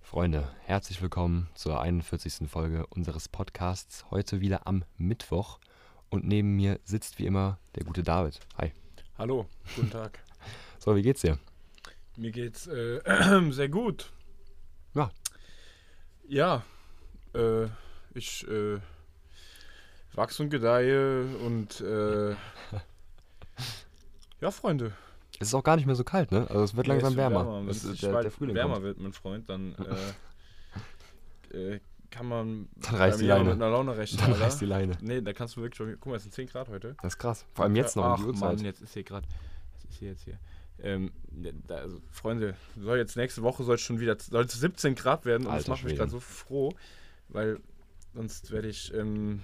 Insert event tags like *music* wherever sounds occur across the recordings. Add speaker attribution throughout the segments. Speaker 1: Freunde, herzlich willkommen zur 41. Folge unseres Podcasts. Heute wieder am Mittwoch. Und neben mir sitzt wie immer der gute David. Hi.
Speaker 2: Hallo, guten Tag.
Speaker 1: So, wie geht's dir?
Speaker 2: *laughs* Mir geht's äh, *clears throat* sehr gut.
Speaker 1: Ja.
Speaker 2: Ja, äh, ich äh, wachse und gedeihe
Speaker 1: *laughs*
Speaker 2: und äh, ja, Freunde.
Speaker 1: Es ist auch gar nicht mehr so kalt, ne? Also es wird
Speaker 2: Ja,
Speaker 1: langsam
Speaker 2: es wird
Speaker 1: wärmer.
Speaker 2: Wenn
Speaker 1: Es
Speaker 2: es
Speaker 1: ist
Speaker 2: nicht
Speaker 1: der,
Speaker 2: weit
Speaker 1: der Frühling
Speaker 2: wärmer
Speaker 1: kommt.
Speaker 2: wird, mein
Speaker 1: *laughs*
Speaker 2: Freund, dann äh, äh, kann man
Speaker 1: Dann reißt die
Speaker 2: ja
Speaker 1: Leine.
Speaker 2: mit einer Laune
Speaker 1: *laughs*
Speaker 2: rechnen.
Speaker 1: Dann
Speaker 2: Alter.
Speaker 1: reißt die Leine.
Speaker 2: Nee, da kannst du wirklich schon. Guck mal, es sind 10 Grad heute.
Speaker 1: Das ist krass. Vor allem jetzt noch
Speaker 2: Ach,
Speaker 1: um die Uhrzeit.
Speaker 2: Mann, jetzt ist hier gerade. Was ist hier jetzt hier? Ähm, da, also, Freunde, soll jetzt nächste Woche soll es schon wieder soll es 17 Grad werden und das
Speaker 1: Alter
Speaker 2: macht mich
Speaker 1: Schwede.
Speaker 2: gerade so froh, weil sonst werde ich. Ähm,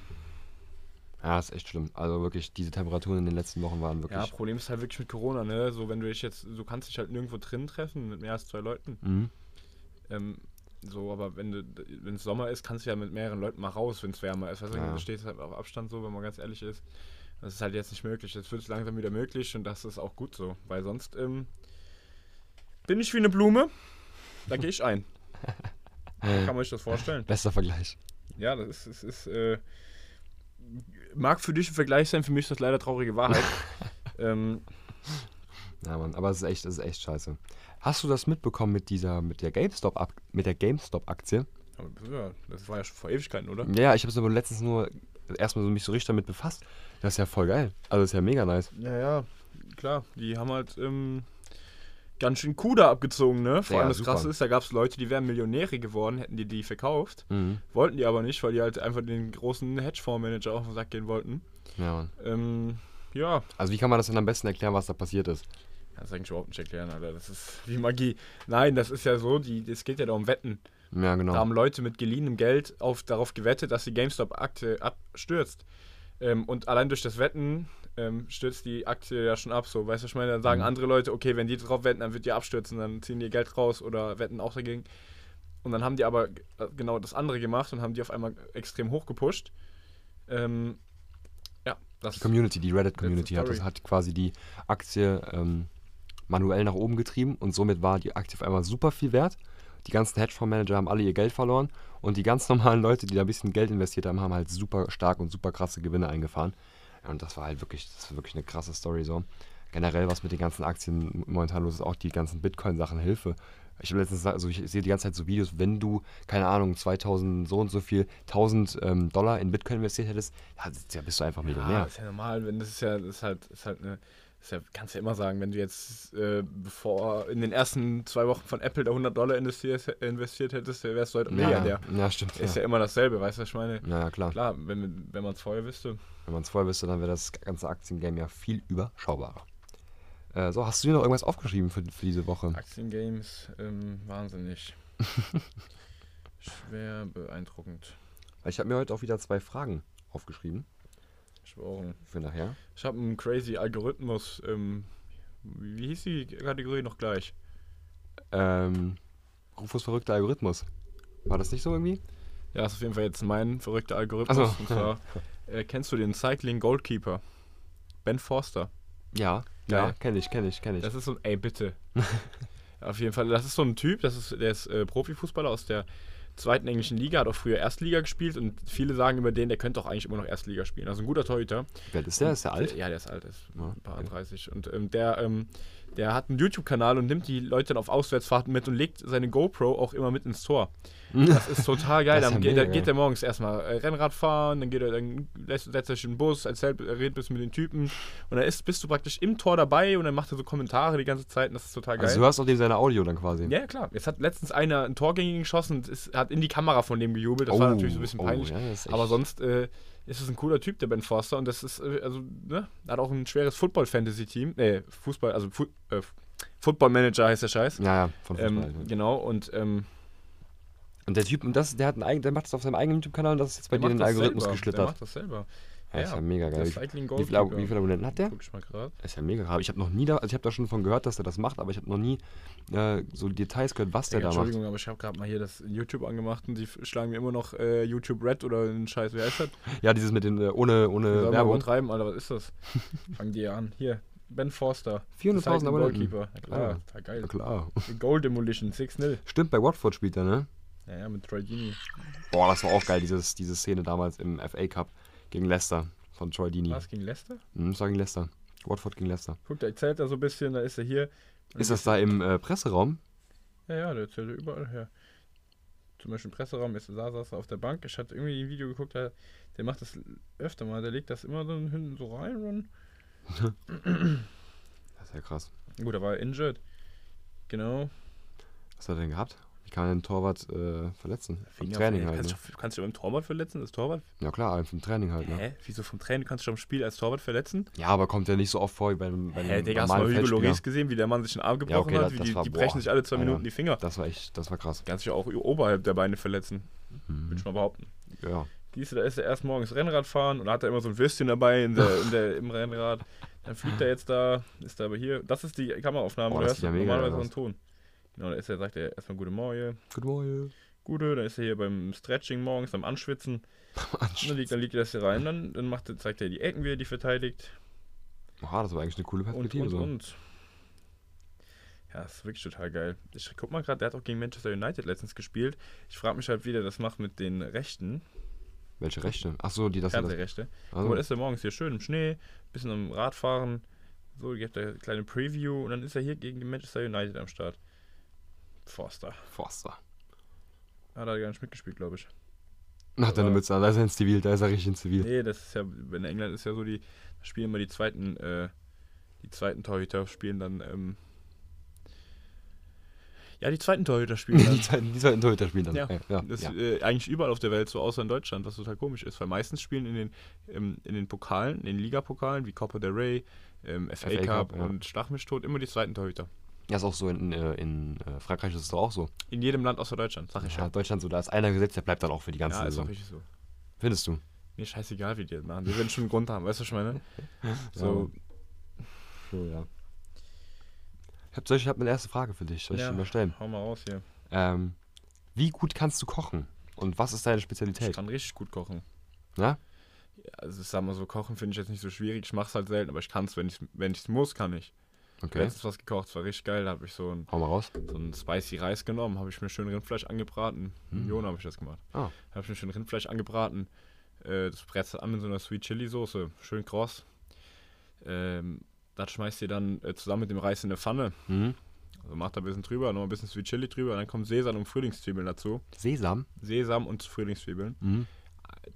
Speaker 1: Ja, ist echt schlimm. Also wirklich, diese Temperaturen in den letzten Wochen waren
Speaker 2: ja,
Speaker 1: wirklich.
Speaker 2: Problem ist halt wirklich mit Corona, ne? So, wenn du dich jetzt, du kannst dich halt nirgendwo drin treffen mit mehr als zwei Leuten.
Speaker 1: Mhm.
Speaker 2: Ähm, so, aber wenn du, wenn es Sommer ist, kannst du ja mit mehreren Leuten mal raus, wenn es wärmer ist. Weißt du,
Speaker 1: Ja.
Speaker 2: du stehst halt auf Abstand so, wenn man ganz ehrlich ist. Das ist halt jetzt nicht möglich. Jetzt wird es langsam wieder möglich und das ist auch gut so. Weil sonst ähm, bin ich wie eine Blume, da gehe ich ein. Kann man sich das vorstellen?
Speaker 1: Bester Vergleich.
Speaker 2: Ja, das ist, es ist äh, mag für dich ein Vergleich sein, für mich ist das leider traurige Wahrheit. ähm,
Speaker 1: Ja, Mann, aber es ist echt, es ist echt scheiße. Hast du das mitbekommen mit dieser, mit der GameStop, -Ak- mit der GameStop-Aktie?
Speaker 2: aber ja, das war ja schon vor Ewigkeiten, oder?
Speaker 1: Ja, ich habe es aber letztens nur erstmal so mich so richtig damit befasst. Das ist ja voll geil. Also das ist ja mega nice.
Speaker 2: Ja, ja, klar. Die haben halt ähm, ganz schön Kuda abgezogen, ne? Vor
Speaker 1: Ja,
Speaker 2: allem das
Speaker 1: super.
Speaker 2: Krasse ist, da gab es Leute, die wären Millionäre geworden, hätten die die verkauft.
Speaker 1: Mhm.
Speaker 2: Wollten die aber nicht, weil die halt einfach den großen Hedgefondsmanager auf den Sack gehen wollten.
Speaker 1: Ja, Mann.
Speaker 2: Ähm, ja.
Speaker 1: Also wie kann man das denn am besten erklären, was da passiert ist?
Speaker 2: Kannst du eigentlich überhaupt nicht erklären, Alter. Das ist wie Magie. Nein, das ist ja so, die, es geht ja da um Wetten.
Speaker 1: Ja,
Speaker 2: Da
Speaker 1: genau.
Speaker 2: haben Leute mit geliehenem Geld auf, darauf gewettet, dass die GameStop-Aktie abstürzt. Ähm, und allein durch das Wetten ähm, stürzt die Aktie ja schon ab. So, weißt du, was ich meine, dann sagen
Speaker 1: Mhm.
Speaker 2: andere Leute, okay, wenn die drauf wetten, dann wird die abstürzen, dann ziehen die ihr Geld raus oder wetten auch dagegen. Und dann haben die aber g- äh, genau das andere gemacht und haben die auf einmal extrem hochgepusht. Ähm, ja, das
Speaker 1: Die Community, die Reddit-Community hat, das-
Speaker 2: Story.
Speaker 1: hat quasi die Aktie ähm, manuell nach oben getrieben und somit war die Aktie auf einmal super viel wert. Die ganzen Hedgefondsmanager haben alle ihr Geld verloren und die ganz *laughs* normalen Leute, die da ein bisschen Geld investiert haben, haben halt super stark und super krasse Gewinne eingefahren. Ja, Und das war halt wirklich, das war wirklich eine krasse Story so. Generell, was mit den ganzen Aktien momentan los ist, auch die ganzen Bitcoin-Sachen, Hilfe. Ich habe letztens, also ich sehe die ganze Zeit so Videos, wenn du, keine Ahnung, 2000 so und so viel, 1000 ähm, Dollar in Bitcoin investiert hättest, ja, da bist du einfach
Speaker 2: Ja,
Speaker 1: Millionär.
Speaker 2: ist ja normal, wenn das ist ja, das ist halt, ist halt eine, ist ja, kannst ja immer sagen, wenn du jetzt äh, bevor in den ersten zwei Wochen von Apple da 100 Dollar investiert, investiert hättest, wärst du heute
Speaker 1: ja,
Speaker 2: Milliardär.
Speaker 1: ja, stimmt.
Speaker 2: Ist
Speaker 1: ja.
Speaker 2: ja immer dasselbe, weißt du, was ich meine?
Speaker 1: Ja, ja, klar.
Speaker 2: Klar, wenn, wenn man es vorher wüsste.
Speaker 1: Wenn man es vorher wüsste, dann wäre das ganze Aktiengame ja viel überschaubarer. Äh, so, hast du dir noch irgendwas aufgeschrieben für, für diese Woche?
Speaker 2: Aktiengames, ähm, wahnsinnig. Schwer beeindruckend.
Speaker 1: Weil ich habe mir heute auch wieder zwei Fragen aufgeschrieben
Speaker 2: Schworen.
Speaker 1: für nachher.
Speaker 2: Ich habe einen crazy Algorithmus. Ähm, wie wie hieß die Kategorie noch gleich?
Speaker 1: Ähm, Rufus verrückter Algorithmus. War das nicht so irgendwie?
Speaker 2: Ja, ist auf jeden Fall jetzt mein verrückter Algorithmus.
Speaker 1: Ach so. *laughs*
Speaker 2: Und zwar, äh, kennst du den Cycling Goalkeeper? Ben Forster.
Speaker 1: Ja, ja,
Speaker 2: Geil.
Speaker 1: kenne ich, kenne ich, kenne ich.
Speaker 2: Das ist so ein,
Speaker 1: *laughs*
Speaker 2: ey, bitte. auf jeden Fall, das ist so ein Typ, das ist, der ist äh, Profifußballer aus der zweiten englischen Liga, hat auch früher Erstliga gespielt und viele sagen über den, der könnte auch eigentlich immer noch Erstliga spielen. Also ein guter Torhüter.
Speaker 1: Wie alt ist der? Ist der alt?
Speaker 2: Ja, der ist alt, ist
Speaker 1: Ja,
Speaker 2: ein paar
Speaker 1: okay.
Speaker 2: 30. Und ähm, der, ähm, der hat einen YouTube-Kanal und nimmt die Leute dann auf Auswärtsfahrten mit und legt seine GoPro auch immer mit ins Tor. Das ist total geil.
Speaker 1: Mhm. Das ist
Speaker 2: dann
Speaker 1: ja
Speaker 2: geht,
Speaker 1: mega
Speaker 2: der,
Speaker 1: geil.
Speaker 2: geht der morgens erstmal äh, Rennrad fahren, dann, geht er, dann lässt, setzt er sich in den Bus, erzählt, er redet bis mit den Typen und dann ist, bist du praktisch im Tor dabei und dann macht er so Kommentare die ganze Zeit und das ist total geil.
Speaker 1: Also du hörst auch dem seine Audio dann quasi.
Speaker 2: ja, ja, klar. Jetzt hat letztens einer ein Tor gegen ihn geschossen und ist, hat in die Kamera von dem gejubelt. Das war
Speaker 1: Oh,
Speaker 2: natürlich so ein bisschen
Speaker 1: oh,
Speaker 2: peinlich.
Speaker 1: ja, das ist echt-
Speaker 2: aber sonst äh, ist es ein cooler Typ, der Ben Forster. Und das ist, äh, also, ne, hat auch ein schweres Football-Fantasy-Team. Nee, Fußball, also Fu äh, Football-Manager heißt der Scheiß.
Speaker 1: Ja, ja, von Fußball. halt,
Speaker 2: ähm,
Speaker 1: ne?
Speaker 2: genau, und ähm,
Speaker 1: Und der Typ, und das, der hat einen eigenen, der macht das auf seinem eigenen YouTube-Kanal und das ist jetzt bei dir
Speaker 2: der
Speaker 1: in den
Speaker 2: macht das
Speaker 1: Algorithmus
Speaker 2: selber. Der
Speaker 1: geschlittert.
Speaker 2: macht das selber.
Speaker 1: Ja, ist ja
Speaker 2: Ja,
Speaker 1: mega geil.
Speaker 2: Der
Speaker 1: Wie,
Speaker 2: Cycling
Speaker 1: wie, viele, Ab- wie viele Abonnenten hat der?
Speaker 2: Guck ich mal gerade.
Speaker 1: Ist ja mega. Aber ich habe noch nie da, also ich habe da schon von gehört, dass der das macht, aber ich habe noch nie äh, so Details gehört, was der
Speaker 2: Ey,
Speaker 1: da macht.
Speaker 2: Entschuldigung, aber ich habe gerade mal hier das YouTube angemacht und die f- schlagen mir immer noch äh, YouTube Red oder einen Scheiß, wer heißt das?
Speaker 1: Ja, dieses mit den äh, ohne,
Speaker 2: Wir
Speaker 1: ohne
Speaker 2: sollen mal
Speaker 1: Werbung.
Speaker 2: übertreiben, Alter, was ist
Speaker 1: *laughs*
Speaker 2: das? Fangen die an. Hier, Ben Forster.
Speaker 1: 400.000
Speaker 2: Cycling
Speaker 1: Abonnenten.
Speaker 2: Goalkeeper. Ja, klar,
Speaker 1: Ah.
Speaker 2: ja. geil.
Speaker 1: Ja, klar.
Speaker 2: Goal Demolition, 6-0.
Speaker 1: Stimmt, bei Watford spielt er, ne?
Speaker 2: Ja, ja, mit Troy Dini.
Speaker 1: Boah, das war auch geil, dieses, diese Szene damals im FA Cup gegen Leicester von Troy Dini.
Speaker 2: Was gegen Leicester?
Speaker 1: Hm, das war gegen Leicester. Watford gegen Leicester.
Speaker 2: Guck, der erzählt da so ein bisschen, da ist er hier.
Speaker 1: Ist das da im äh, Presseraum?
Speaker 2: Ja, ja, der erzählt ja überall her. Zum Beispiel im Presseraum, jetzt saß er auf der Bank. Ich hatte irgendwie ein Video geguckt, der, der macht das öfter mal, der legt das immer so hinten so rein und.
Speaker 1: Das ist ja krass.
Speaker 2: Gut, da war er injured. Genau.
Speaker 1: Was hat er denn gehabt? Wie kann man den Torwart äh, verletzen? Im
Speaker 2: Finger
Speaker 1: Training
Speaker 2: auf-
Speaker 1: halt.
Speaker 2: kannst,
Speaker 1: Ne?
Speaker 2: du, kannst du beim Torwart verletzen, das Torwart?
Speaker 1: Ja klar, einfach im Training halt. Ne?
Speaker 2: Hä? Wieso vom Training kannst du am Spiel als Torwart verletzen?
Speaker 1: Ja, aber kommt ja nicht so oft vor wie bei einem, bei einem
Speaker 2: Hä, Digga, hast du mal
Speaker 1: normalen
Speaker 2: Hugo
Speaker 1: Feldspieler.
Speaker 2: Loris gesehen, wie der Mann sich den Arm gebrochen
Speaker 1: Ja, okay,
Speaker 2: hat?
Speaker 1: das-
Speaker 2: Wie
Speaker 1: das
Speaker 2: die
Speaker 1: war-
Speaker 2: die
Speaker 1: boah.
Speaker 2: brechen sich alle zwei
Speaker 1: Alter.
Speaker 2: Minuten die Finger.
Speaker 1: Das war echt, das war krass.
Speaker 2: Kannst dich auch oberhalb der Beine verletzen.
Speaker 1: Mhm.
Speaker 2: Würde ich mal behaupten.
Speaker 1: Ja.
Speaker 2: Siehst du, da ist er erst morgens Rennrad fahren und da hat er immer so ein Würstchen dabei in der, in der, im Rennrad. Dann fliegt er jetzt da, ist da aber hier. Das ist die Kameraaufnahme,
Speaker 1: Oh,
Speaker 2: da
Speaker 1: das
Speaker 2: hörst
Speaker 1: sieht
Speaker 2: du
Speaker 1: ja mega
Speaker 2: normalerweise so
Speaker 1: aus.
Speaker 2: einen Ton. Genau, da ist er, sagt er erstmal Gute Morgen.
Speaker 1: Good morning.
Speaker 2: Gute, dann ist er hier beim Stretching morgens,
Speaker 1: *laughs*
Speaker 2: beim Anschwitzen. Dann liegt, dann liegt er das hier rein, dann, dann macht, er- zeigt er die Ecken, wie er die verteidigt.
Speaker 1: Oha, das war eigentlich eine coole
Speaker 2: Und,
Speaker 1: Perspektive.
Speaker 2: und,
Speaker 1: so.
Speaker 2: und. Ja, das ist wirklich total geil. Ich guck mal gerade, der hat auch gegen Manchester United letztens gespielt. Ich frage mich halt, wie der das macht mit den Rechten,
Speaker 1: Welche Rechte? Achso, die das. das
Speaker 2: Fernsehrechte.
Speaker 1: also,
Speaker 2: Aber dann ist er morgens hier schön im Schnee, bisschen am Radfahren. So, gibt er eine kleine Preview und dann ist er hier gegen Manchester United am Start. Forster.
Speaker 1: Forster.
Speaker 2: Hat er gar nicht mitgespielt, glaube ich.
Speaker 1: Ach, deine
Speaker 2: Aber-
Speaker 1: Mütze, an, da ist er in Zivil, da ist er richtig in Zivil.
Speaker 2: Nee, das ist ja, in England ist ja so, die da spielen immer die zweiten, äh, die zweiten Torhüter spielen dann, ähm, ja, die zweiten
Speaker 1: *laughs*
Speaker 2: Torhüter spielen dann.
Speaker 1: Die zweiten, die zweiten Torhüter spielen dann.
Speaker 2: Ja,
Speaker 1: ja,
Speaker 2: Das
Speaker 1: ja.
Speaker 2: Äh, eigentlich überall auf der Welt, so außer in Deutschland, was total komisch ist, weil meistens spielen in den, ähm, in den Pokalen, in den Ligapokalen wie Copa del Rey, ähm, FA,
Speaker 1: FA Cup,
Speaker 2: Cup
Speaker 1: ja.
Speaker 2: und Schlag mich tot immer die zweiten Torhüter.
Speaker 1: ja, ist auch so in, äh, in äh, Frankreich ist es doch auch so.
Speaker 2: In jedem Land außer Deutschland, sag ich
Speaker 1: Ja,
Speaker 2: ja.
Speaker 1: Deutschland so, da ist einer gesetzt, der bleibt dann auch für die ganze
Speaker 2: Ja, ist auch
Speaker 1: Saison.
Speaker 2: richtig so.
Speaker 1: Findest du?
Speaker 2: Mir scheißegal, wie die das machen. Die werden schon einen Grund haben, weißt du, was ich meine? So,
Speaker 1: So, Oh, ja. Ich habe ich hab eine erste Frage für dich, soll ich
Speaker 2: Ja.
Speaker 1: die mal stellen?
Speaker 2: hau mal raus hier.
Speaker 1: Ähm, wie gut kannst du kochen? Und was ist deine
Speaker 2: Ich
Speaker 1: Spezialität?
Speaker 2: kann richtig gut kochen.
Speaker 1: Ja?
Speaker 2: Also, ich sag mal so, kochen finde ich jetzt nicht so schwierig. Ich mach's halt selten, aber ich kann's, wenn ich wenn ich's muss, kann ich. Okay.
Speaker 1: Okay,
Speaker 2: Letztens was gekocht, das war richtig geil. Da habe ich so ein
Speaker 1: hau mal raus.
Speaker 2: so einen spicy Reis genommen, habe ich mir schön Rindfleisch angebraten. Im Jona habe ich das gemacht.
Speaker 1: Hm. Ah.
Speaker 2: Habe ich mir schön Rindfleisch angebraten. Äh, das brätst an mit so einer Sweet Chili Soße, schön kross. Ähm, das schmeißt ihr dann äh, zusammen mit dem Reis in eine Pfanne.
Speaker 1: Mhm.
Speaker 2: Also macht da ein bisschen drüber, noch ein bisschen Sweet Chili drüber. Dann kommt Sesam und Frühlingszwiebeln dazu.
Speaker 1: Sesam?
Speaker 2: Sesam und Frühlingszwiebeln.
Speaker 1: Mhm.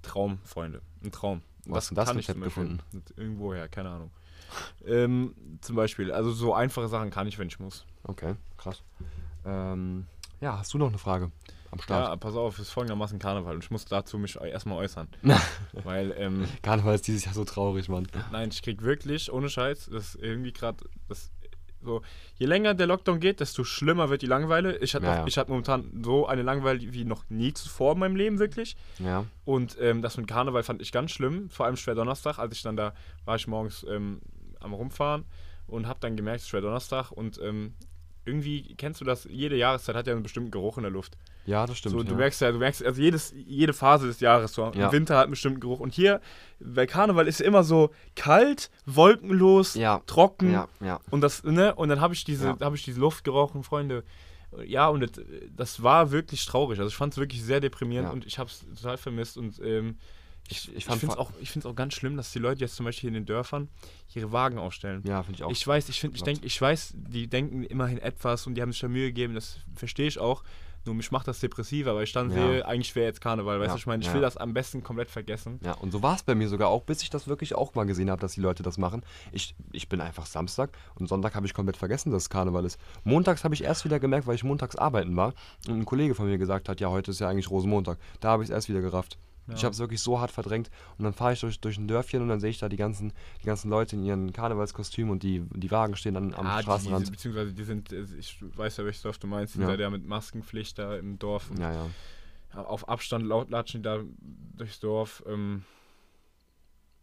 Speaker 2: Traum, Freunde. Ein Traum.
Speaker 1: Wo hast du das
Speaker 2: kann ich
Speaker 1: Rezept
Speaker 2: zum Beispiel.
Speaker 1: gefunden?
Speaker 2: Das- Irgendwoher, keine Ahnung. Ähm, zum Beispiel, also so einfache Sachen kann ich, wenn ich muss.
Speaker 1: Okay, krass. Ähm, ja, hast du noch eine Frage am Start?
Speaker 2: Ja, pass auf, es ist folgendermaßen Karneval und ich muss dazu mich eu- erstmal
Speaker 1: *laughs*
Speaker 2: äußern. Weil, ähm,
Speaker 1: Karneval ist dieses Jahr so traurig, Mann.
Speaker 2: nein, ich krieg wirklich, ohne Scheiß, das ist irgendwie gerade, das so, je länger der Lockdown geht, desto schlimmer wird die Langeweile. Ich hatte
Speaker 1: Ja,
Speaker 2: noch-
Speaker 1: ja.
Speaker 2: ich hatte momentan so eine Langeweile wie noch nie zuvor in meinem Leben, wirklich.
Speaker 1: Ja.
Speaker 2: Und ähm, das mit Karneval fand ich ganz schlimm, vor allem Schwerdonnerstag, als ich dann da war ich morgens ähm, am Rumfahren und habe dann gemerkt, es ist Schwerdonnerstag und ähm, irgendwie kennst du das, jede Jahreszeit hat ja einen bestimmten Geruch in der Luft.
Speaker 1: Ja, das stimmt.
Speaker 2: So, du
Speaker 1: ja.
Speaker 2: merkst ja, du merkst, also jedes, jede Phase des Jahres, so
Speaker 1: Ja.
Speaker 2: im Winter hat einen bestimmten Geruch. Und hier, bei Karneval ist immer so kalt, wolkenlos,
Speaker 1: Ja.
Speaker 2: trocken.
Speaker 1: ja, ja.
Speaker 2: Und das, ne? Und dann habe ich diese,
Speaker 1: Ja.
Speaker 2: habe ich diese Luft gerochen, Freunde. Ja, und das, das war wirklich traurig. Also ich fand es wirklich sehr deprimierend
Speaker 1: Ja.
Speaker 2: und ich habe es total vermisst. Und ähm,
Speaker 1: Ich-
Speaker 2: ich, ich,
Speaker 1: ich fand
Speaker 2: finde es
Speaker 1: vor-
Speaker 2: auch, ich find's auch ganz schlimm, dass die Leute jetzt zum Beispiel in den Dörfern ihre Wagen aufstellen.
Speaker 1: Ja, finde ich auch.
Speaker 2: Ich weiß, ich finde, ich denke, ich weiß, die denken immerhin etwas und die haben sich da Mühe gegeben, das verstehe ich auch. Nur mich macht das depressiver, weil ich dann
Speaker 1: Ja.
Speaker 2: sehe, eigentlich wäre jetzt Karneval, weißt
Speaker 1: Ja,
Speaker 2: du, ich meine, ich
Speaker 1: ja.
Speaker 2: will das am besten komplett vergessen.
Speaker 1: Ja, und so war es bei mir sogar auch, bis ich das wirklich auch mal gesehen habe, dass die Leute das machen. Ich, ich bin einfach Samstag und Sonntag habe ich komplett vergessen, dass es Karneval ist. Montags habe ich erst wieder gemerkt, weil ich montags arbeiten war und ein Kollege von mir gesagt hat, ja, heute ist ja eigentlich Rosenmontag. Da habe ich es erst wieder gerafft. Ich habe es wirklich so hart verdrängt und dann fahre ich durch, durch ein Dörfchen und dann sehe ich da die ganzen, die ganzen Leute in ihren Karnevalskostümen und die, die Wagen stehen dann am
Speaker 2: Ah, die,
Speaker 1: Straßenrand.
Speaker 2: beziehungsweise die sind, äh, ich weiß ja, welches Dorf du meinst, die
Speaker 1: Ja.
Speaker 2: sind ja mit Maskenpflicht da im Dorf und
Speaker 1: ja, ja.
Speaker 2: auf Abstand laut latschen die da durchs Dorf. Ähm,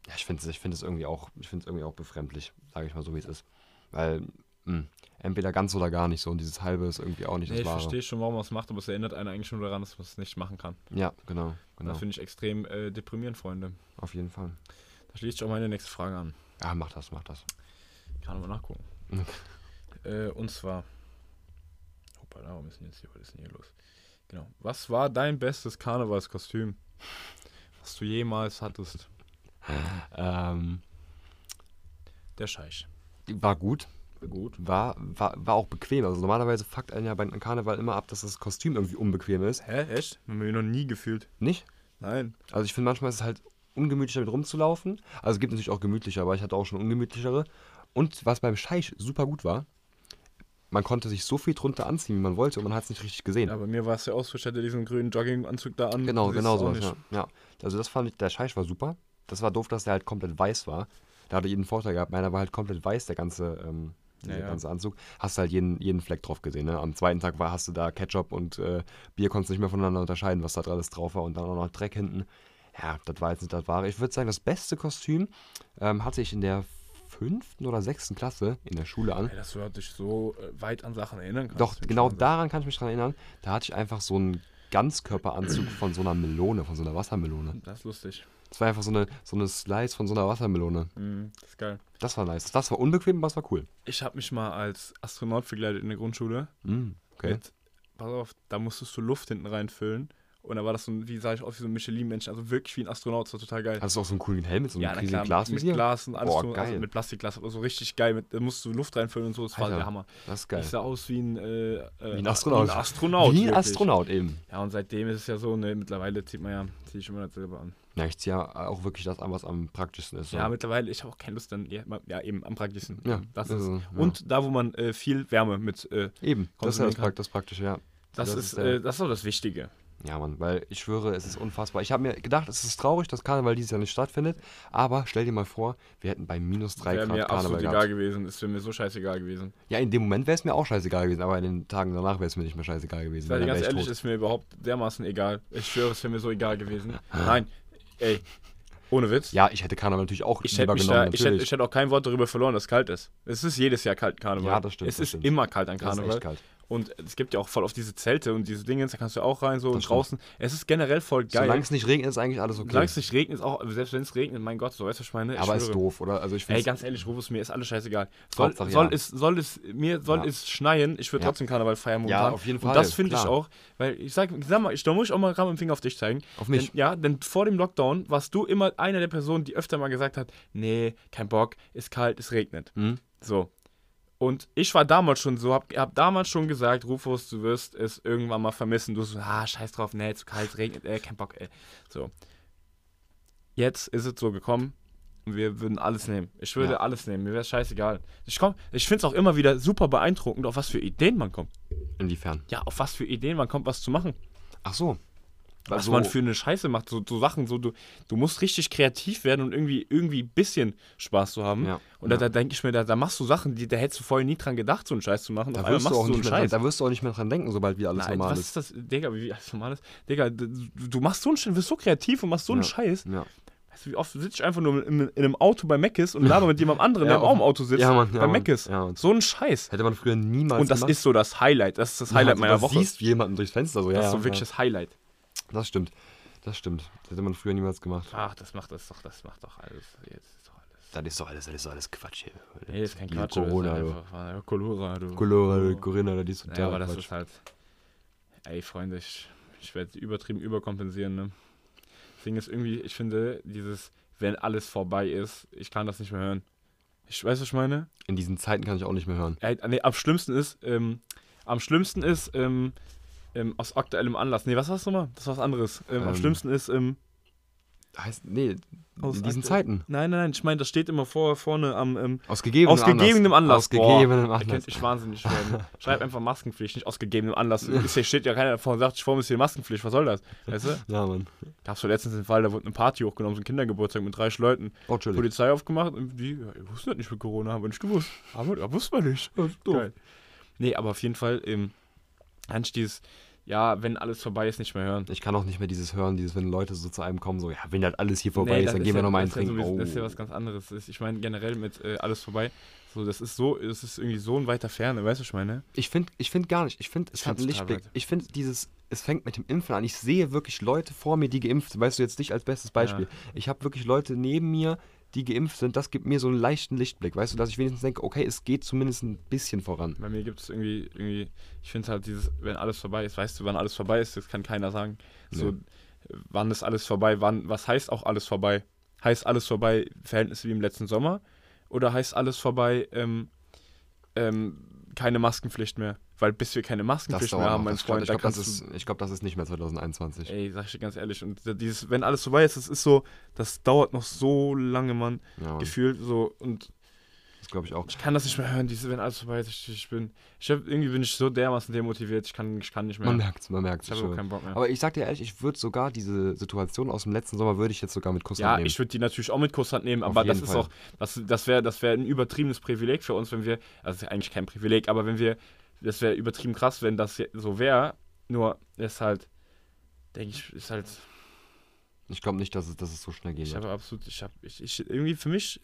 Speaker 1: Ja, ich finde es ich find's irgendwie, auch- ich find's irgendwie auch befremdlich, sage ich mal so, wie es ist. Weil mh, entweder ganz oder gar nicht so und dieses halbe ist irgendwie auch nicht
Speaker 2: nee,
Speaker 1: das
Speaker 2: ich
Speaker 1: Wahre.
Speaker 2: verstehe schon, warum man es macht, aber es erinnert einen eigentlich schon daran, dass man es nicht machen kann.
Speaker 1: Ja, genau,
Speaker 2: Das
Speaker 1: genau.
Speaker 2: finde ich extrem äh, deprimierend, Freunde.
Speaker 1: Auf jeden Fall.
Speaker 2: Da schließt sich auch meine nächste Frage an.
Speaker 1: Ja, mach das, mach das.
Speaker 2: Kann aber
Speaker 1: *laughs*
Speaker 2: nachgucken. äh, und zwar. Hoppala, warum ist denn jetzt hier, was ist denn hier los? Genau. Was war dein bestes Karnevalskostüm, was du jemals hattest?
Speaker 1: Ähm,
Speaker 2: Der Scheich.
Speaker 1: war gut,
Speaker 2: Gut.
Speaker 1: war, war, war auch bequem. Also normalerweise fuckt einen ja beim Karneval immer ab, dass das Kostüm irgendwie unbequem ist.
Speaker 2: Hä, echt? Haben wir noch nie gefühlt.
Speaker 1: Nicht?
Speaker 2: Nein.
Speaker 1: Also ich finde manchmal ist es halt ungemütlich damit rumzulaufen. Also es gibt natürlich auch gemütliche, aber ich hatte auch schon ungemütlichere. Und was beim Scheich super gut war, man konnte sich so viel drunter anziehen, wie man wollte und man hat es nicht richtig gesehen.
Speaker 2: Ja, bei mir war es ja auch so, ich hatte diesen grünen Jogginganzug da an.
Speaker 1: Genau,
Speaker 2: Du siehst
Speaker 1: genau
Speaker 2: es auch
Speaker 1: sowas. Ja. ja. Also das fand ich, der Scheich war super. Das war doof, dass der halt komplett weiß war. Da hatte jeden Vorteil gehabt. Meiner war halt komplett weiß, der ganze, ähm, dieser
Speaker 2: Ja, ja.
Speaker 1: ganze Anzug. Hast halt jeden, jeden Fleck drauf gesehen. Ne? Am zweiten Tag war, hast du da Ketchup und äh, Bier, konntest nicht mehr voneinander unterscheiden, was da alles drauf war. Und dann auch noch Dreck hinten. Ja, das war jetzt nicht das Wahre. Ich würde sagen, das beste Kostüm ähm, hatte ich in der fünften oder sechsten Klasse in der Schule an.
Speaker 2: Ey, dass du dich so äh, weit an Sachen erinnern kannst.
Speaker 1: Doch,
Speaker 2: Find ich
Speaker 1: genau
Speaker 2: Wahnsinn.
Speaker 1: daran kann ich mich dran erinnern. Da hatte ich einfach so einen Ganzkörperanzug von so einer Melone, von so einer Wassermelone.
Speaker 2: Das ist lustig.
Speaker 1: Das war einfach so eine, so eine Slice von so einer Wassermelone.
Speaker 2: Mhm, das ist geil.
Speaker 1: Das war nice. Das war unbequem, aber es war cool.
Speaker 2: Ich habe mich mal als Astronaut begleitet in der Grundschule.
Speaker 1: Mm, okay.
Speaker 2: Mit, pass auf, da musstest du Luft hinten reinfüllen. Und da war das so, ein, wie sah ich aus, wie so ein Michelin-Mensch. Also wirklich wie ein Astronaut. Das war total geil.
Speaker 1: Hast du auch so einen coolen Helm mit so einem
Speaker 2: na
Speaker 1: riesigen
Speaker 2: klar, mit, mit
Speaker 1: Glasvisier?
Speaker 2: Glas und alles
Speaker 1: Boah,
Speaker 2: drum,
Speaker 1: geil.
Speaker 2: Also mit Plastikglas, aber so richtig geil. Mit, da musst du Luft reinfüllen und so, das war
Speaker 1: Alter,
Speaker 2: der Hammer.
Speaker 1: Das ist geil.
Speaker 2: Ich sah aus wie ein, äh, äh,
Speaker 1: Wie ein Astronaut.
Speaker 2: Wie ein Astronaut.
Speaker 1: Wie ein
Speaker 2: wirklich.
Speaker 1: Astronaut eben.
Speaker 2: Ja, und seitdem ist es ja so, ne, mittlerweile zieht man ja, ziehe ich immer dasselbe an.
Speaker 1: Ja, ich ziehe ja auch wirklich das an, was am praktischsten ist. so.
Speaker 2: Ja, mittlerweile, ich habe auch keine Lust dann, ja, ma- ja eben am praktischsten.
Speaker 1: Ja,
Speaker 2: das ist,
Speaker 1: also, ja.
Speaker 2: Und da, wo man äh, viel Wärme mit, äh,
Speaker 1: eben. Das ist ja das,
Speaker 2: Konsumierung
Speaker 1: Prakt- das Praktische, ja.
Speaker 2: das,
Speaker 1: Das
Speaker 2: ist,
Speaker 1: ist der-
Speaker 2: äh, das ist auch das Wichtige.
Speaker 1: Ja, Mann, weil ich schwöre, es ist unfassbar. Ich habe mir gedacht, es ist traurig, dass Karneval dieses Jahr nicht stattfindet. Aber stell dir mal vor, wir hätten bei minus drei
Speaker 2: Wäre
Speaker 1: Grad
Speaker 2: mir absolut
Speaker 1: Karneval
Speaker 2: egal
Speaker 1: gehabt.
Speaker 2: gewesen, ist mir so scheißegal gewesen.
Speaker 1: Ja, in dem Moment wäre es mir auch scheißegal gewesen, aber in den Tagen danach wäre es mir nicht mehr scheißegal gewesen. weil
Speaker 2: Weil
Speaker 1: dann
Speaker 2: ganz
Speaker 1: wär ich
Speaker 2: ehrlich,
Speaker 1: tot.
Speaker 2: ist mir überhaupt dermaßen egal. Ich schwöre, es wäre mir so egal gewesen. Nein, ey, ohne Witz.
Speaker 1: ja, ich hätte Karneval natürlich auch
Speaker 2: Ich hätte,
Speaker 1: lieber
Speaker 2: mich
Speaker 1: genommen.
Speaker 2: da, ich, hätte,
Speaker 1: natürlich.
Speaker 2: ich hätte auch kein Wort darüber verloren, dass es kalt ist. Es ist jedes Jahr kalt, Karneval.
Speaker 1: Ja, das stimmt,
Speaker 2: Es
Speaker 1: das
Speaker 2: ist
Speaker 1: stimmt.
Speaker 2: immer kalt an
Speaker 1: Das ist
Speaker 2: Karneval.
Speaker 1: echt kalt.
Speaker 2: Und es gibt ja auch voll auf diese Zelte und diese Dinge, da kannst du auch rein so und
Speaker 1: stimmt.
Speaker 2: draußen. Es ist generell voll geil.
Speaker 1: Solange es nicht regnet, ist eigentlich alles okay.
Speaker 2: Solange es nicht regnet, ist auch, selbst wenn es regnet, mein Gott, so weißt du, was ich meine. Ich
Speaker 1: aber ist
Speaker 2: schwöre.
Speaker 1: doof, oder? Also ich
Speaker 2: Ey,
Speaker 1: find's-
Speaker 2: ganz ehrlich, Rufus, mir ist alles scheißegal. Soll,
Speaker 1: Hauptsache,
Speaker 2: soll,
Speaker 1: ja.
Speaker 2: es, soll es mir soll
Speaker 1: Ja.
Speaker 2: es schneien, ich würde
Speaker 1: Ja.
Speaker 2: trotzdem Karneval feiern
Speaker 1: Ja,
Speaker 2: momentan.
Speaker 1: auf jeden
Speaker 2: Und
Speaker 1: Fall,
Speaker 2: das finde ich
Speaker 1: klar.
Speaker 2: auch, weil ich sag, sag mal, ich, da muss ich auch mal gerade mit dem Finger auf dich zeigen.
Speaker 1: Auf mich?
Speaker 2: Denn, ja, denn vor dem Lockdown warst du immer einer der Personen, die öfter mal gesagt hat, nee, kein Bock, ist kalt, es regnet.
Speaker 1: Hm?
Speaker 2: So. Und ich war damals schon so, hab, hab damals schon gesagt, Rufus, du wirst es irgendwann mal vermissen. Du so, ah, scheiß drauf, nee, zu kalt, regnet, äh, kein Bock, ey. So. Jetzt ist es so gekommen und wir würden alles nehmen. Ich würde
Speaker 1: Ja.
Speaker 2: alles nehmen, mir wäre scheißegal. Ich, komm, ich finde es auch immer wieder super beeindruckend, auf was für Ideen man kommt.
Speaker 1: Inwiefern?
Speaker 2: Ja, auf was für Ideen man kommt, was zu machen.
Speaker 1: Ach so.
Speaker 2: Was man für eine Scheiße macht, so, so Sachen, so du, du musst richtig kreativ werden und irgendwie irgendwie ein bisschen Spaß zu haben.
Speaker 1: Ja,
Speaker 2: und da, da denke ich mir, da, da machst du Sachen, die, da hättest du vorher nie dran gedacht, so einen Scheiß zu machen.
Speaker 1: da
Speaker 2: Auf einmal
Speaker 1: wirst, du
Speaker 2: machst
Speaker 1: auch
Speaker 2: so
Speaker 1: nicht mehr dran, da wirst du auch nicht mehr dran denken, sobald wieder alles
Speaker 2: Nein,
Speaker 1: normal
Speaker 2: was
Speaker 1: ist.
Speaker 2: ist das, Digga, wie alles normal ist? Digga, d- du, du machst so einen Scheiß, du bist so kreativ und machst so einen
Speaker 1: Ja.
Speaker 2: Scheiß.
Speaker 1: Ja.
Speaker 2: Weißt du, wie oft sitze ich einfach nur in, in einem Auto bei Meckes und laber mit jemandem
Speaker 1: *laughs*
Speaker 2: anderen,
Speaker 1: Ja,
Speaker 2: der auch im Auto sitzt,
Speaker 1: ja, Mann, ja,
Speaker 2: bei
Speaker 1: Mann,
Speaker 2: Meckes.
Speaker 1: ja, Mann.
Speaker 2: so einen Scheiß.
Speaker 1: Hätte man früher niemals
Speaker 2: Und das
Speaker 1: gemacht.
Speaker 2: ist so das Highlight, das ist das Highlight
Speaker 1: ja,
Speaker 2: meiner
Speaker 1: du
Speaker 2: Woche.
Speaker 1: siehst jemanden durchs Fenster. So, ja,
Speaker 2: das ist so
Speaker 1: ja,
Speaker 2: wirklich das Highlight.
Speaker 1: ja. das stimmt. Das stimmt. Das hätte man früher niemals gemacht.
Speaker 2: Ach, das macht das doch, das macht doch alles. Jetzt ist doch alles.
Speaker 1: Das ist so alles, das ist so alles Quatsch hier.
Speaker 2: Nee, ist kein
Speaker 1: Die
Speaker 2: Quatsch.
Speaker 1: Corona,
Speaker 2: das ist
Speaker 1: du.
Speaker 2: einfach, ja, Colora, du.
Speaker 1: Colora, Corinna, das ist total
Speaker 2: Ja, aber das
Speaker 1: Quatsch.
Speaker 2: ist halt. Ey, Freunde, ich, ich werde übertrieben überkompensieren, ne? Deswegen ist irgendwie, ich finde, dieses, wenn alles vorbei ist, ich kann das nicht mehr hören. Ich weiß, was ich meine?
Speaker 1: In diesen Zeiten kann ich auch nicht mehr hören.
Speaker 2: Ey, nee, am schlimmsten ist, ähm, am schlimmsten ist, ähm, ähm, aus aktuellem Anlass. Nee, was war's nochmal? Das war was anderes. Ähm, Am
Speaker 1: Ähm.
Speaker 2: schlimmsten ist, ähm,
Speaker 1: Heißt, nee,
Speaker 2: Aus
Speaker 1: in diesen
Speaker 2: aktuell-
Speaker 1: Zeiten.
Speaker 2: nein, nein, nein, ich meine, das steht immer vor, vorne am, ähm,
Speaker 1: Aus gegebenem
Speaker 2: aus
Speaker 1: Anlass.
Speaker 2: gegebenem Anlass.
Speaker 1: Aus gegebenem
Speaker 2: Boah, Ihr
Speaker 1: Anlass.
Speaker 2: könnt euch
Speaker 1: *laughs*
Speaker 2: wahnsinnig werden. Schreib einfach Maskenpflicht, nicht aus gegebenem Anlass. Ist, hier steht ja keiner davor und sagt, ich forme jetzt hier Maskenpflicht, was soll das? Weißt du?
Speaker 1: Ja, Mann.
Speaker 2: Gab's doch letztens den Fall, da wurde eine Party hochgenommen, so ein Kindergeburtstag mit 30 Leuten.
Speaker 1: Oh, Entschuldigung.
Speaker 2: Polizei aufgemacht und die, ja, ihr wusstet nicht mit Corona, haben wir nicht gewusst. Aber da wusste man nicht. Geil. Nee, aber auf jeden Fall, ähm, Hans, dieses, ja, wenn alles vorbei ist, nicht mehr hören.
Speaker 1: Ich kann auch nicht mehr dieses hören, dieses, wenn Leute so zu einem kommen, so, ja, wenn das alles hier vorbei ist,
Speaker 2: das
Speaker 1: dann gehen wir
Speaker 2: ja-
Speaker 1: nochmal einen
Speaker 2: das ist ja
Speaker 1: trinken.
Speaker 2: sowieso-
Speaker 1: oh.
Speaker 2: Das ist ja was ganz anderes. Das Ist, ich meine, generell mit äh, alles vorbei, so, das ist so, das ist irgendwie so in weiter Ferne, weißt du, was ich meine?
Speaker 1: Ich finde ich find gar nicht, ich finde, es hat
Speaker 2: fand's
Speaker 1: einen
Speaker 2: total
Speaker 1: Lichtblick.
Speaker 2: weit.
Speaker 1: Ich finde dieses, es fängt mit dem Impfen an. Ich sehe wirklich Leute vor mir, die geimpft sind. Weißt du, jetzt dich als bestes Beispiel. Ich habe wirklich Leute neben mir, die geimpft sind, das gibt mir so einen leichten Lichtblick, weißt du, dass ich wenigstens denke, okay, es geht zumindest ein bisschen voran.
Speaker 2: Bei mir gibt es irgendwie, irgendwie, ich finde halt dieses, wenn alles vorbei ist, weißt du, wann alles vorbei ist, das kann keiner sagen. So,
Speaker 1: Nee.
Speaker 2: wann ist alles vorbei? Wann, was heißt auch alles vorbei? Heißt alles vorbei Verhältnisse wie im letzten Sommer? Oder heißt alles vorbei ähm, ähm, keine Maskenpflicht mehr? Weil bis wir keine Maskenpflicht mehr
Speaker 1: noch.
Speaker 2: haben, mein
Speaker 1: Das- ich glaub,
Speaker 2: Freund,
Speaker 1: ich
Speaker 2: da
Speaker 1: glaube, das,
Speaker 2: kannst du
Speaker 1: ist- ich glaub, das ist nicht mehr 2021.
Speaker 2: Ey, sag ich dir ganz ehrlich, und dieses, wenn alles vorbei ist, das ist so, das dauert noch so lange, Mann,
Speaker 1: ja, Mann,
Speaker 2: gefühlt so, und
Speaker 1: das glaube ich auch.
Speaker 2: ich kann das nicht mehr hören, dieses, wenn alles vorbei ist, ich, ich bin, ich hab, irgendwie bin ich so dermaßen demotiviert, ich kann, ich kann nicht mehr,
Speaker 1: Man merkt es, man merkt
Speaker 2: ich
Speaker 1: es
Speaker 2: habe überhaupt
Speaker 1: schon.
Speaker 2: keinen Bock mehr.
Speaker 1: Aber ich sag dir ehrlich, ich würde sogar diese Situation aus dem letzten Sommer, würde ich jetzt sogar mit Kusshand
Speaker 2: ja,
Speaker 1: nehmen.
Speaker 2: ich würde die natürlich auch mit Kusshand nehmen, aber das
Speaker 1: halt jeden
Speaker 2: ist
Speaker 1: Fall.
Speaker 2: auch, das, das wäre das wär ein übertriebenes Privileg für uns, wenn wir, also ist ja eigentlich kein Privileg, aber wenn wir, das wäre übertrieben krass, wenn das je- so wäre, nur ist halt, denke ich, ist halt,
Speaker 1: Ich glaube nicht, dass es, dass es so schnell gehen
Speaker 2: Ich
Speaker 1: wird.
Speaker 2: habe absolut, ich habe, ich, ich, irgendwie für mich,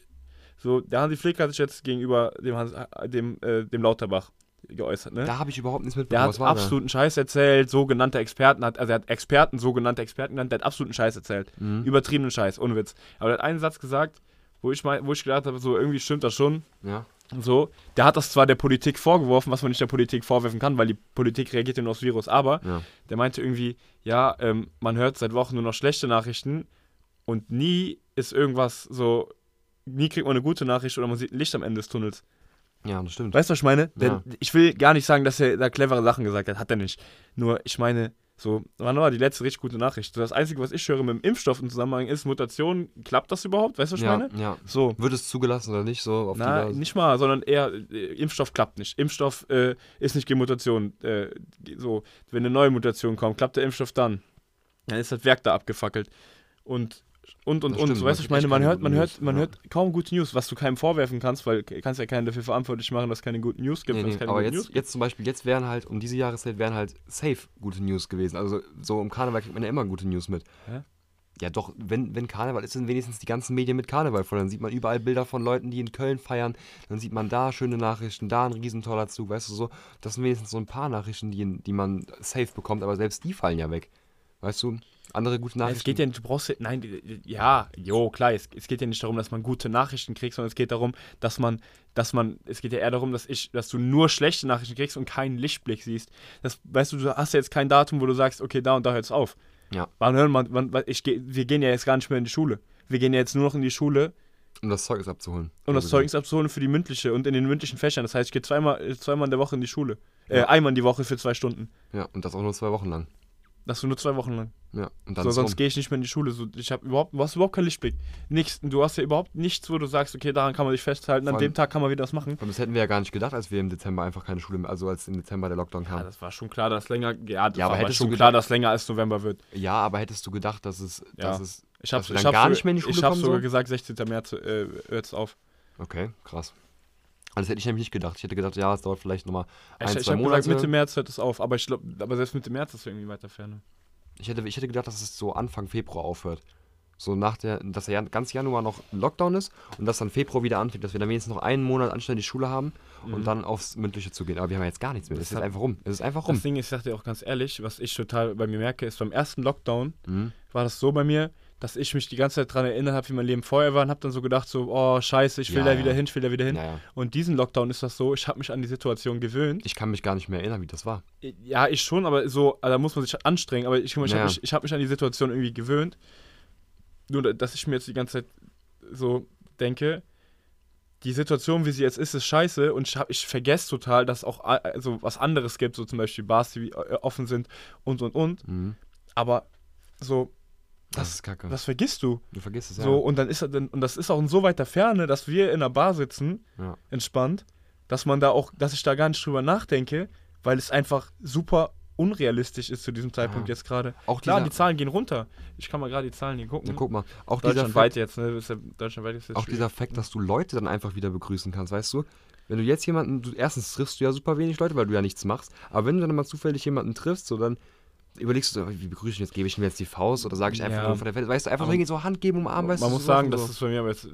Speaker 2: so, der Hansi Flick hat sich jetzt gegenüber dem, Hans, dem, äh, dem Lauterbach geäußert, ne?
Speaker 1: Da habe ich überhaupt nichts
Speaker 2: der
Speaker 1: mitbekommen.
Speaker 2: hat absoluten Scheiß erzählt, sogenannte Experten hat, also er hat Experten, sogenannte Experten genannt, der hat absoluten Scheiß erzählt.
Speaker 1: da? Mhm.
Speaker 2: Übertriebenen Scheiß, ohne Witz. Aber der hat einen Satz gesagt, wo ich, mal, wo ich gedacht habe, so irgendwie stimmt das schon.
Speaker 1: Ja.
Speaker 2: Und so, der hat das zwar der Politik vorgeworfen, was man nicht der Politik vorwerfen kann, weil die Politik reagiert ja nur aufs Virus, aber
Speaker 1: Ja.
Speaker 2: der meinte irgendwie, ja, ähm, man hört seit Wochen nur noch schlechte Nachrichten und nie ist irgendwas so, nie kriegt man eine gute Nachricht oder man sieht ein Licht am Ende des Tunnels.
Speaker 1: ja, das stimmt.
Speaker 2: Weißt du, was ich meine?
Speaker 1: Ja.
Speaker 2: Denn ich will gar nicht sagen, dass er da clevere Sachen gesagt hat, hat er nicht. Nur, ich meine, so, wann war die letzte richtig gute Nachricht? So, das Einzige, was ich höre mit dem Impfstoff im Zusammenhang ist, Mutation, klappt das überhaupt? Weißt du, was ich
Speaker 1: ja,
Speaker 2: meine?
Speaker 1: ja.
Speaker 2: So.
Speaker 1: Wird es zugelassen oder nicht? So auf
Speaker 2: Na,
Speaker 1: die Basis?
Speaker 2: nicht mal, sondern eher, äh, Impfstoff klappt nicht. Impfstoff äh, ist nicht gegen Mutation. Äh, so, wenn eine neue Mutation kommt, klappt der Impfstoff dann. Dann ist das Werk da abgefackelt. Und und und
Speaker 1: Das
Speaker 2: und.
Speaker 1: stimmt,
Speaker 2: So,
Speaker 1: man
Speaker 2: weißt du, ich
Speaker 1: kriegt
Speaker 2: meine,
Speaker 1: echt
Speaker 2: man
Speaker 1: keine
Speaker 2: hört, man
Speaker 1: guten
Speaker 2: hört,
Speaker 1: News,
Speaker 2: man
Speaker 1: ja.
Speaker 2: hört kaum gute News, was du keinem vorwerfen kannst, weil du kannst ja keinen dafür verantwortlich machen, dass es keine guten News gibt,
Speaker 1: Nee,
Speaker 2: wenn es
Speaker 1: nee,
Speaker 2: keine
Speaker 1: aber
Speaker 2: guten News
Speaker 1: jetzt, jetzt zum Beispiel, jetzt wären halt, um diese Jahreszeit wären halt safe gute News gewesen. Also so um Karneval kriegt man ja immer gute News mit.
Speaker 2: Hä?
Speaker 1: Ja doch, wenn, wenn Karneval ist, sind wenigstens die ganzen Medien mit Karneval voll. Dann sieht man überall Bilder von Leuten, die in Köln feiern. Dann sieht man da schöne Nachrichten, da ein riesentoller Zug, weißt du so. Das sind wenigstens so ein paar Nachrichten, die, die man safe bekommt, aber selbst die fallen ja weg. Weißt du, andere gute
Speaker 2: Ja,
Speaker 1: Nachrichten.
Speaker 2: Es geht ja nicht, du brauchst, ja- nein, die- die- ja, jo, klar, es, es geht ja nicht darum, dass man gute Nachrichten kriegt, sondern es geht darum, dass man, dass man, es geht ja eher darum, dass ich, dass du nur schlechte Nachrichten kriegst und keinen Lichtblick siehst. Das, weißt du, du hast ja jetzt kein Datum, wo du sagst, okay, da und da hört's auf.
Speaker 1: Ja.
Speaker 2: Wann hören man, wann, wann, ich geh, wir gehen ja jetzt gar nicht mehr in die Schule. Wir gehen ja jetzt nur noch in die Schule,
Speaker 1: um das Zeugnis abzuholen.
Speaker 2: um das
Speaker 1: sozusagen.
Speaker 2: Zeugnis abzuholen für die mündliche und in den mündlichen Fächern. Das heißt, ich gehe zweimal, äh, zweimal in der Woche in die Schule. Äh, einmal in die Woche für zwei Stunden.
Speaker 1: Ja, und das auch nur zwei Wochen lang.
Speaker 2: Das du nur zwei Wochen lang.
Speaker 1: Ja, und dann
Speaker 2: so,
Speaker 1: ist
Speaker 2: sonst
Speaker 1: rum.
Speaker 2: gehe ich nicht mehr in die Schule. So, ich habe überhaupt, du hast überhaupt keinen Lichtblick. Nichts. Du hast ja überhaupt nichts, wo du sagst, okay, daran kann man sich festhalten, an
Speaker 1: Vor
Speaker 2: dem
Speaker 1: allem-
Speaker 2: Tag kann man wieder was machen.
Speaker 1: Und das hätten wir ja gar nicht gedacht, als wir im Dezember einfach keine Schule mehr, also als im Dezember der Lockdown kam.
Speaker 2: Ja, Ah, das war schon klar, dass länger. Ja, das
Speaker 1: Ja, aber
Speaker 2: war aber
Speaker 1: hättest
Speaker 2: schon
Speaker 1: du
Speaker 2: klar, dass länger als November wird.
Speaker 1: Ja, aber hättest du gedacht, dass es,
Speaker 2: Ja.
Speaker 1: dass es,
Speaker 2: Ich habe
Speaker 1: Dass wir dann gar nicht mehr in die Schule
Speaker 2: Ich habe
Speaker 1: kommen
Speaker 2: sogar
Speaker 1: sollen?
Speaker 2: gesagt, 16. März äh, hört's auf.
Speaker 1: okay, krass. Also das hätte ich nämlich nicht gedacht. Ich hätte gedacht, ja, es dauert vielleicht nochmal ein,
Speaker 2: Ich, ich
Speaker 1: zwei
Speaker 2: habe
Speaker 1: Monate.
Speaker 2: gesagt, Mitte März hört es auf. Aber ich glaube, aber selbst Mitte März ist irgendwie weiter ferne.
Speaker 1: ich, hätte, ich hätte gedacht, dass es so Anfang Februar aufhört. So nach der, dass der Jan- ganz Januar noch Lockdown ist und dass dann Februar wieder anfängt, dass wir dann wenigstens noch einen Monat anständig Schule haben und dann aufs Mündliche zu gehen. Aber wir haben ja jetzt gar nichts mehr. Es ist
Speaker 2: Mhm. hat-
Speaker 1: einfach rum. Es ist einfach
Speaker 2: Das
Speaker 1: rum.
Speaker 2: Ding ist, ich sag dir auch ganz ehrlich, was ich total bei mir merke, ist beim ersten Lockdown
Speaker 1: Mhm.
Speaker 2: war das so bei mir, dass ich mich die ganze Zeit daran erinnert habe, wie mein Leben vorher war und habe dann so gedacht, so, oh, scheiße, ich will
Speaker 1: Ja,
Speaker 2: da
Speaker 1: ja.
Speaker 2: wieder hin, ich will da wieder hin.
Speaker 1: Naja,
Speaker 2: Und diesen Lockdown ist das so, ich habe mich an die Situation gewöhnt.
Speaker 1: ich kann mich gar nicht mehr erinnern, wie das war.
Speaker 2: Ja, ich schon, aber so, also da muss man sich anstrengen. Aber ich, ich
Speaker 1: Ja.
Speaker 2: habe mich, ich hab mich an die Situation irgendwie gewöhnt. Nur, da- dass ich mir jetzt die ganze Zeit so denke, die Situation, wie sie jetzt ist, ist scheiße. Und ich, hab, ich vergesse total, dass auch a- also was anderes gibt, so zum Beispiel Bars, die äh, offen sind und, und, und.
Speaker 1: Mhm.
Speaker 2: Aber so,
Speaker 1: Das, ist kacke.
Speaker 2: das vergisst du.
Speaker 1: du vergisst es
Speaker 2: So, und dann ist er dann, und das ist auch in so weiter Ferne, dass wir in einer Bar sitzen,
Speaker 1: Ja.
Speaker 2: entspannt, dass man da auch, dass ich da gar nicht drüber nachdenke, weil es einfach super unrealistisch ist zu diesem Zeitpunkt
Speaker 1: Ja.
Speaker 2: jetzt gerade.
Speaker 1: Ah. Auch
Speaker 2: Klar,
Speaker 1: dieser-
Speaker 2: die Zahlen gehen runter. Ich kann mal gerade die Zahlen hier gucken.
Speaker 1: ja. Guck mal, auch dieser Fakt,
Speaker 2: Deutschlandweit Mhm. jetzt, ne? Ist ja, deutschlandweit ist jetzt
Speaker 1: auch dieser Fakt, dass du Leute dann einfach wieder begrüßen kannst, weißt du? Wenn du jetzt jemanden, du, erstens triffst du ja super wenig Leute, weil du ja nichts machst, aber wenn du dann mal zufällig jemanden triffst, so dann überlegst du, wie begrüße ich ihn jetzt, gebe ich ihm jetzt die Faust oder sage ich einfach
Speaker 2: Ja.
Speaker 1: nur von der Welt, weißt du, einfach
Speaker 2: Aber-
Speaker 1: hingehen, so Hand geben, umarmen, weißt
Speaker 2: man
Speaker 1: du,
Speaker 2: muss
Speaker 1: sowas
Speaker 2: sagen,
Speaker 1: und
Speaker 2: das
Speaker 1: so.
Speaker 2: ist bei mir, aber jetzt,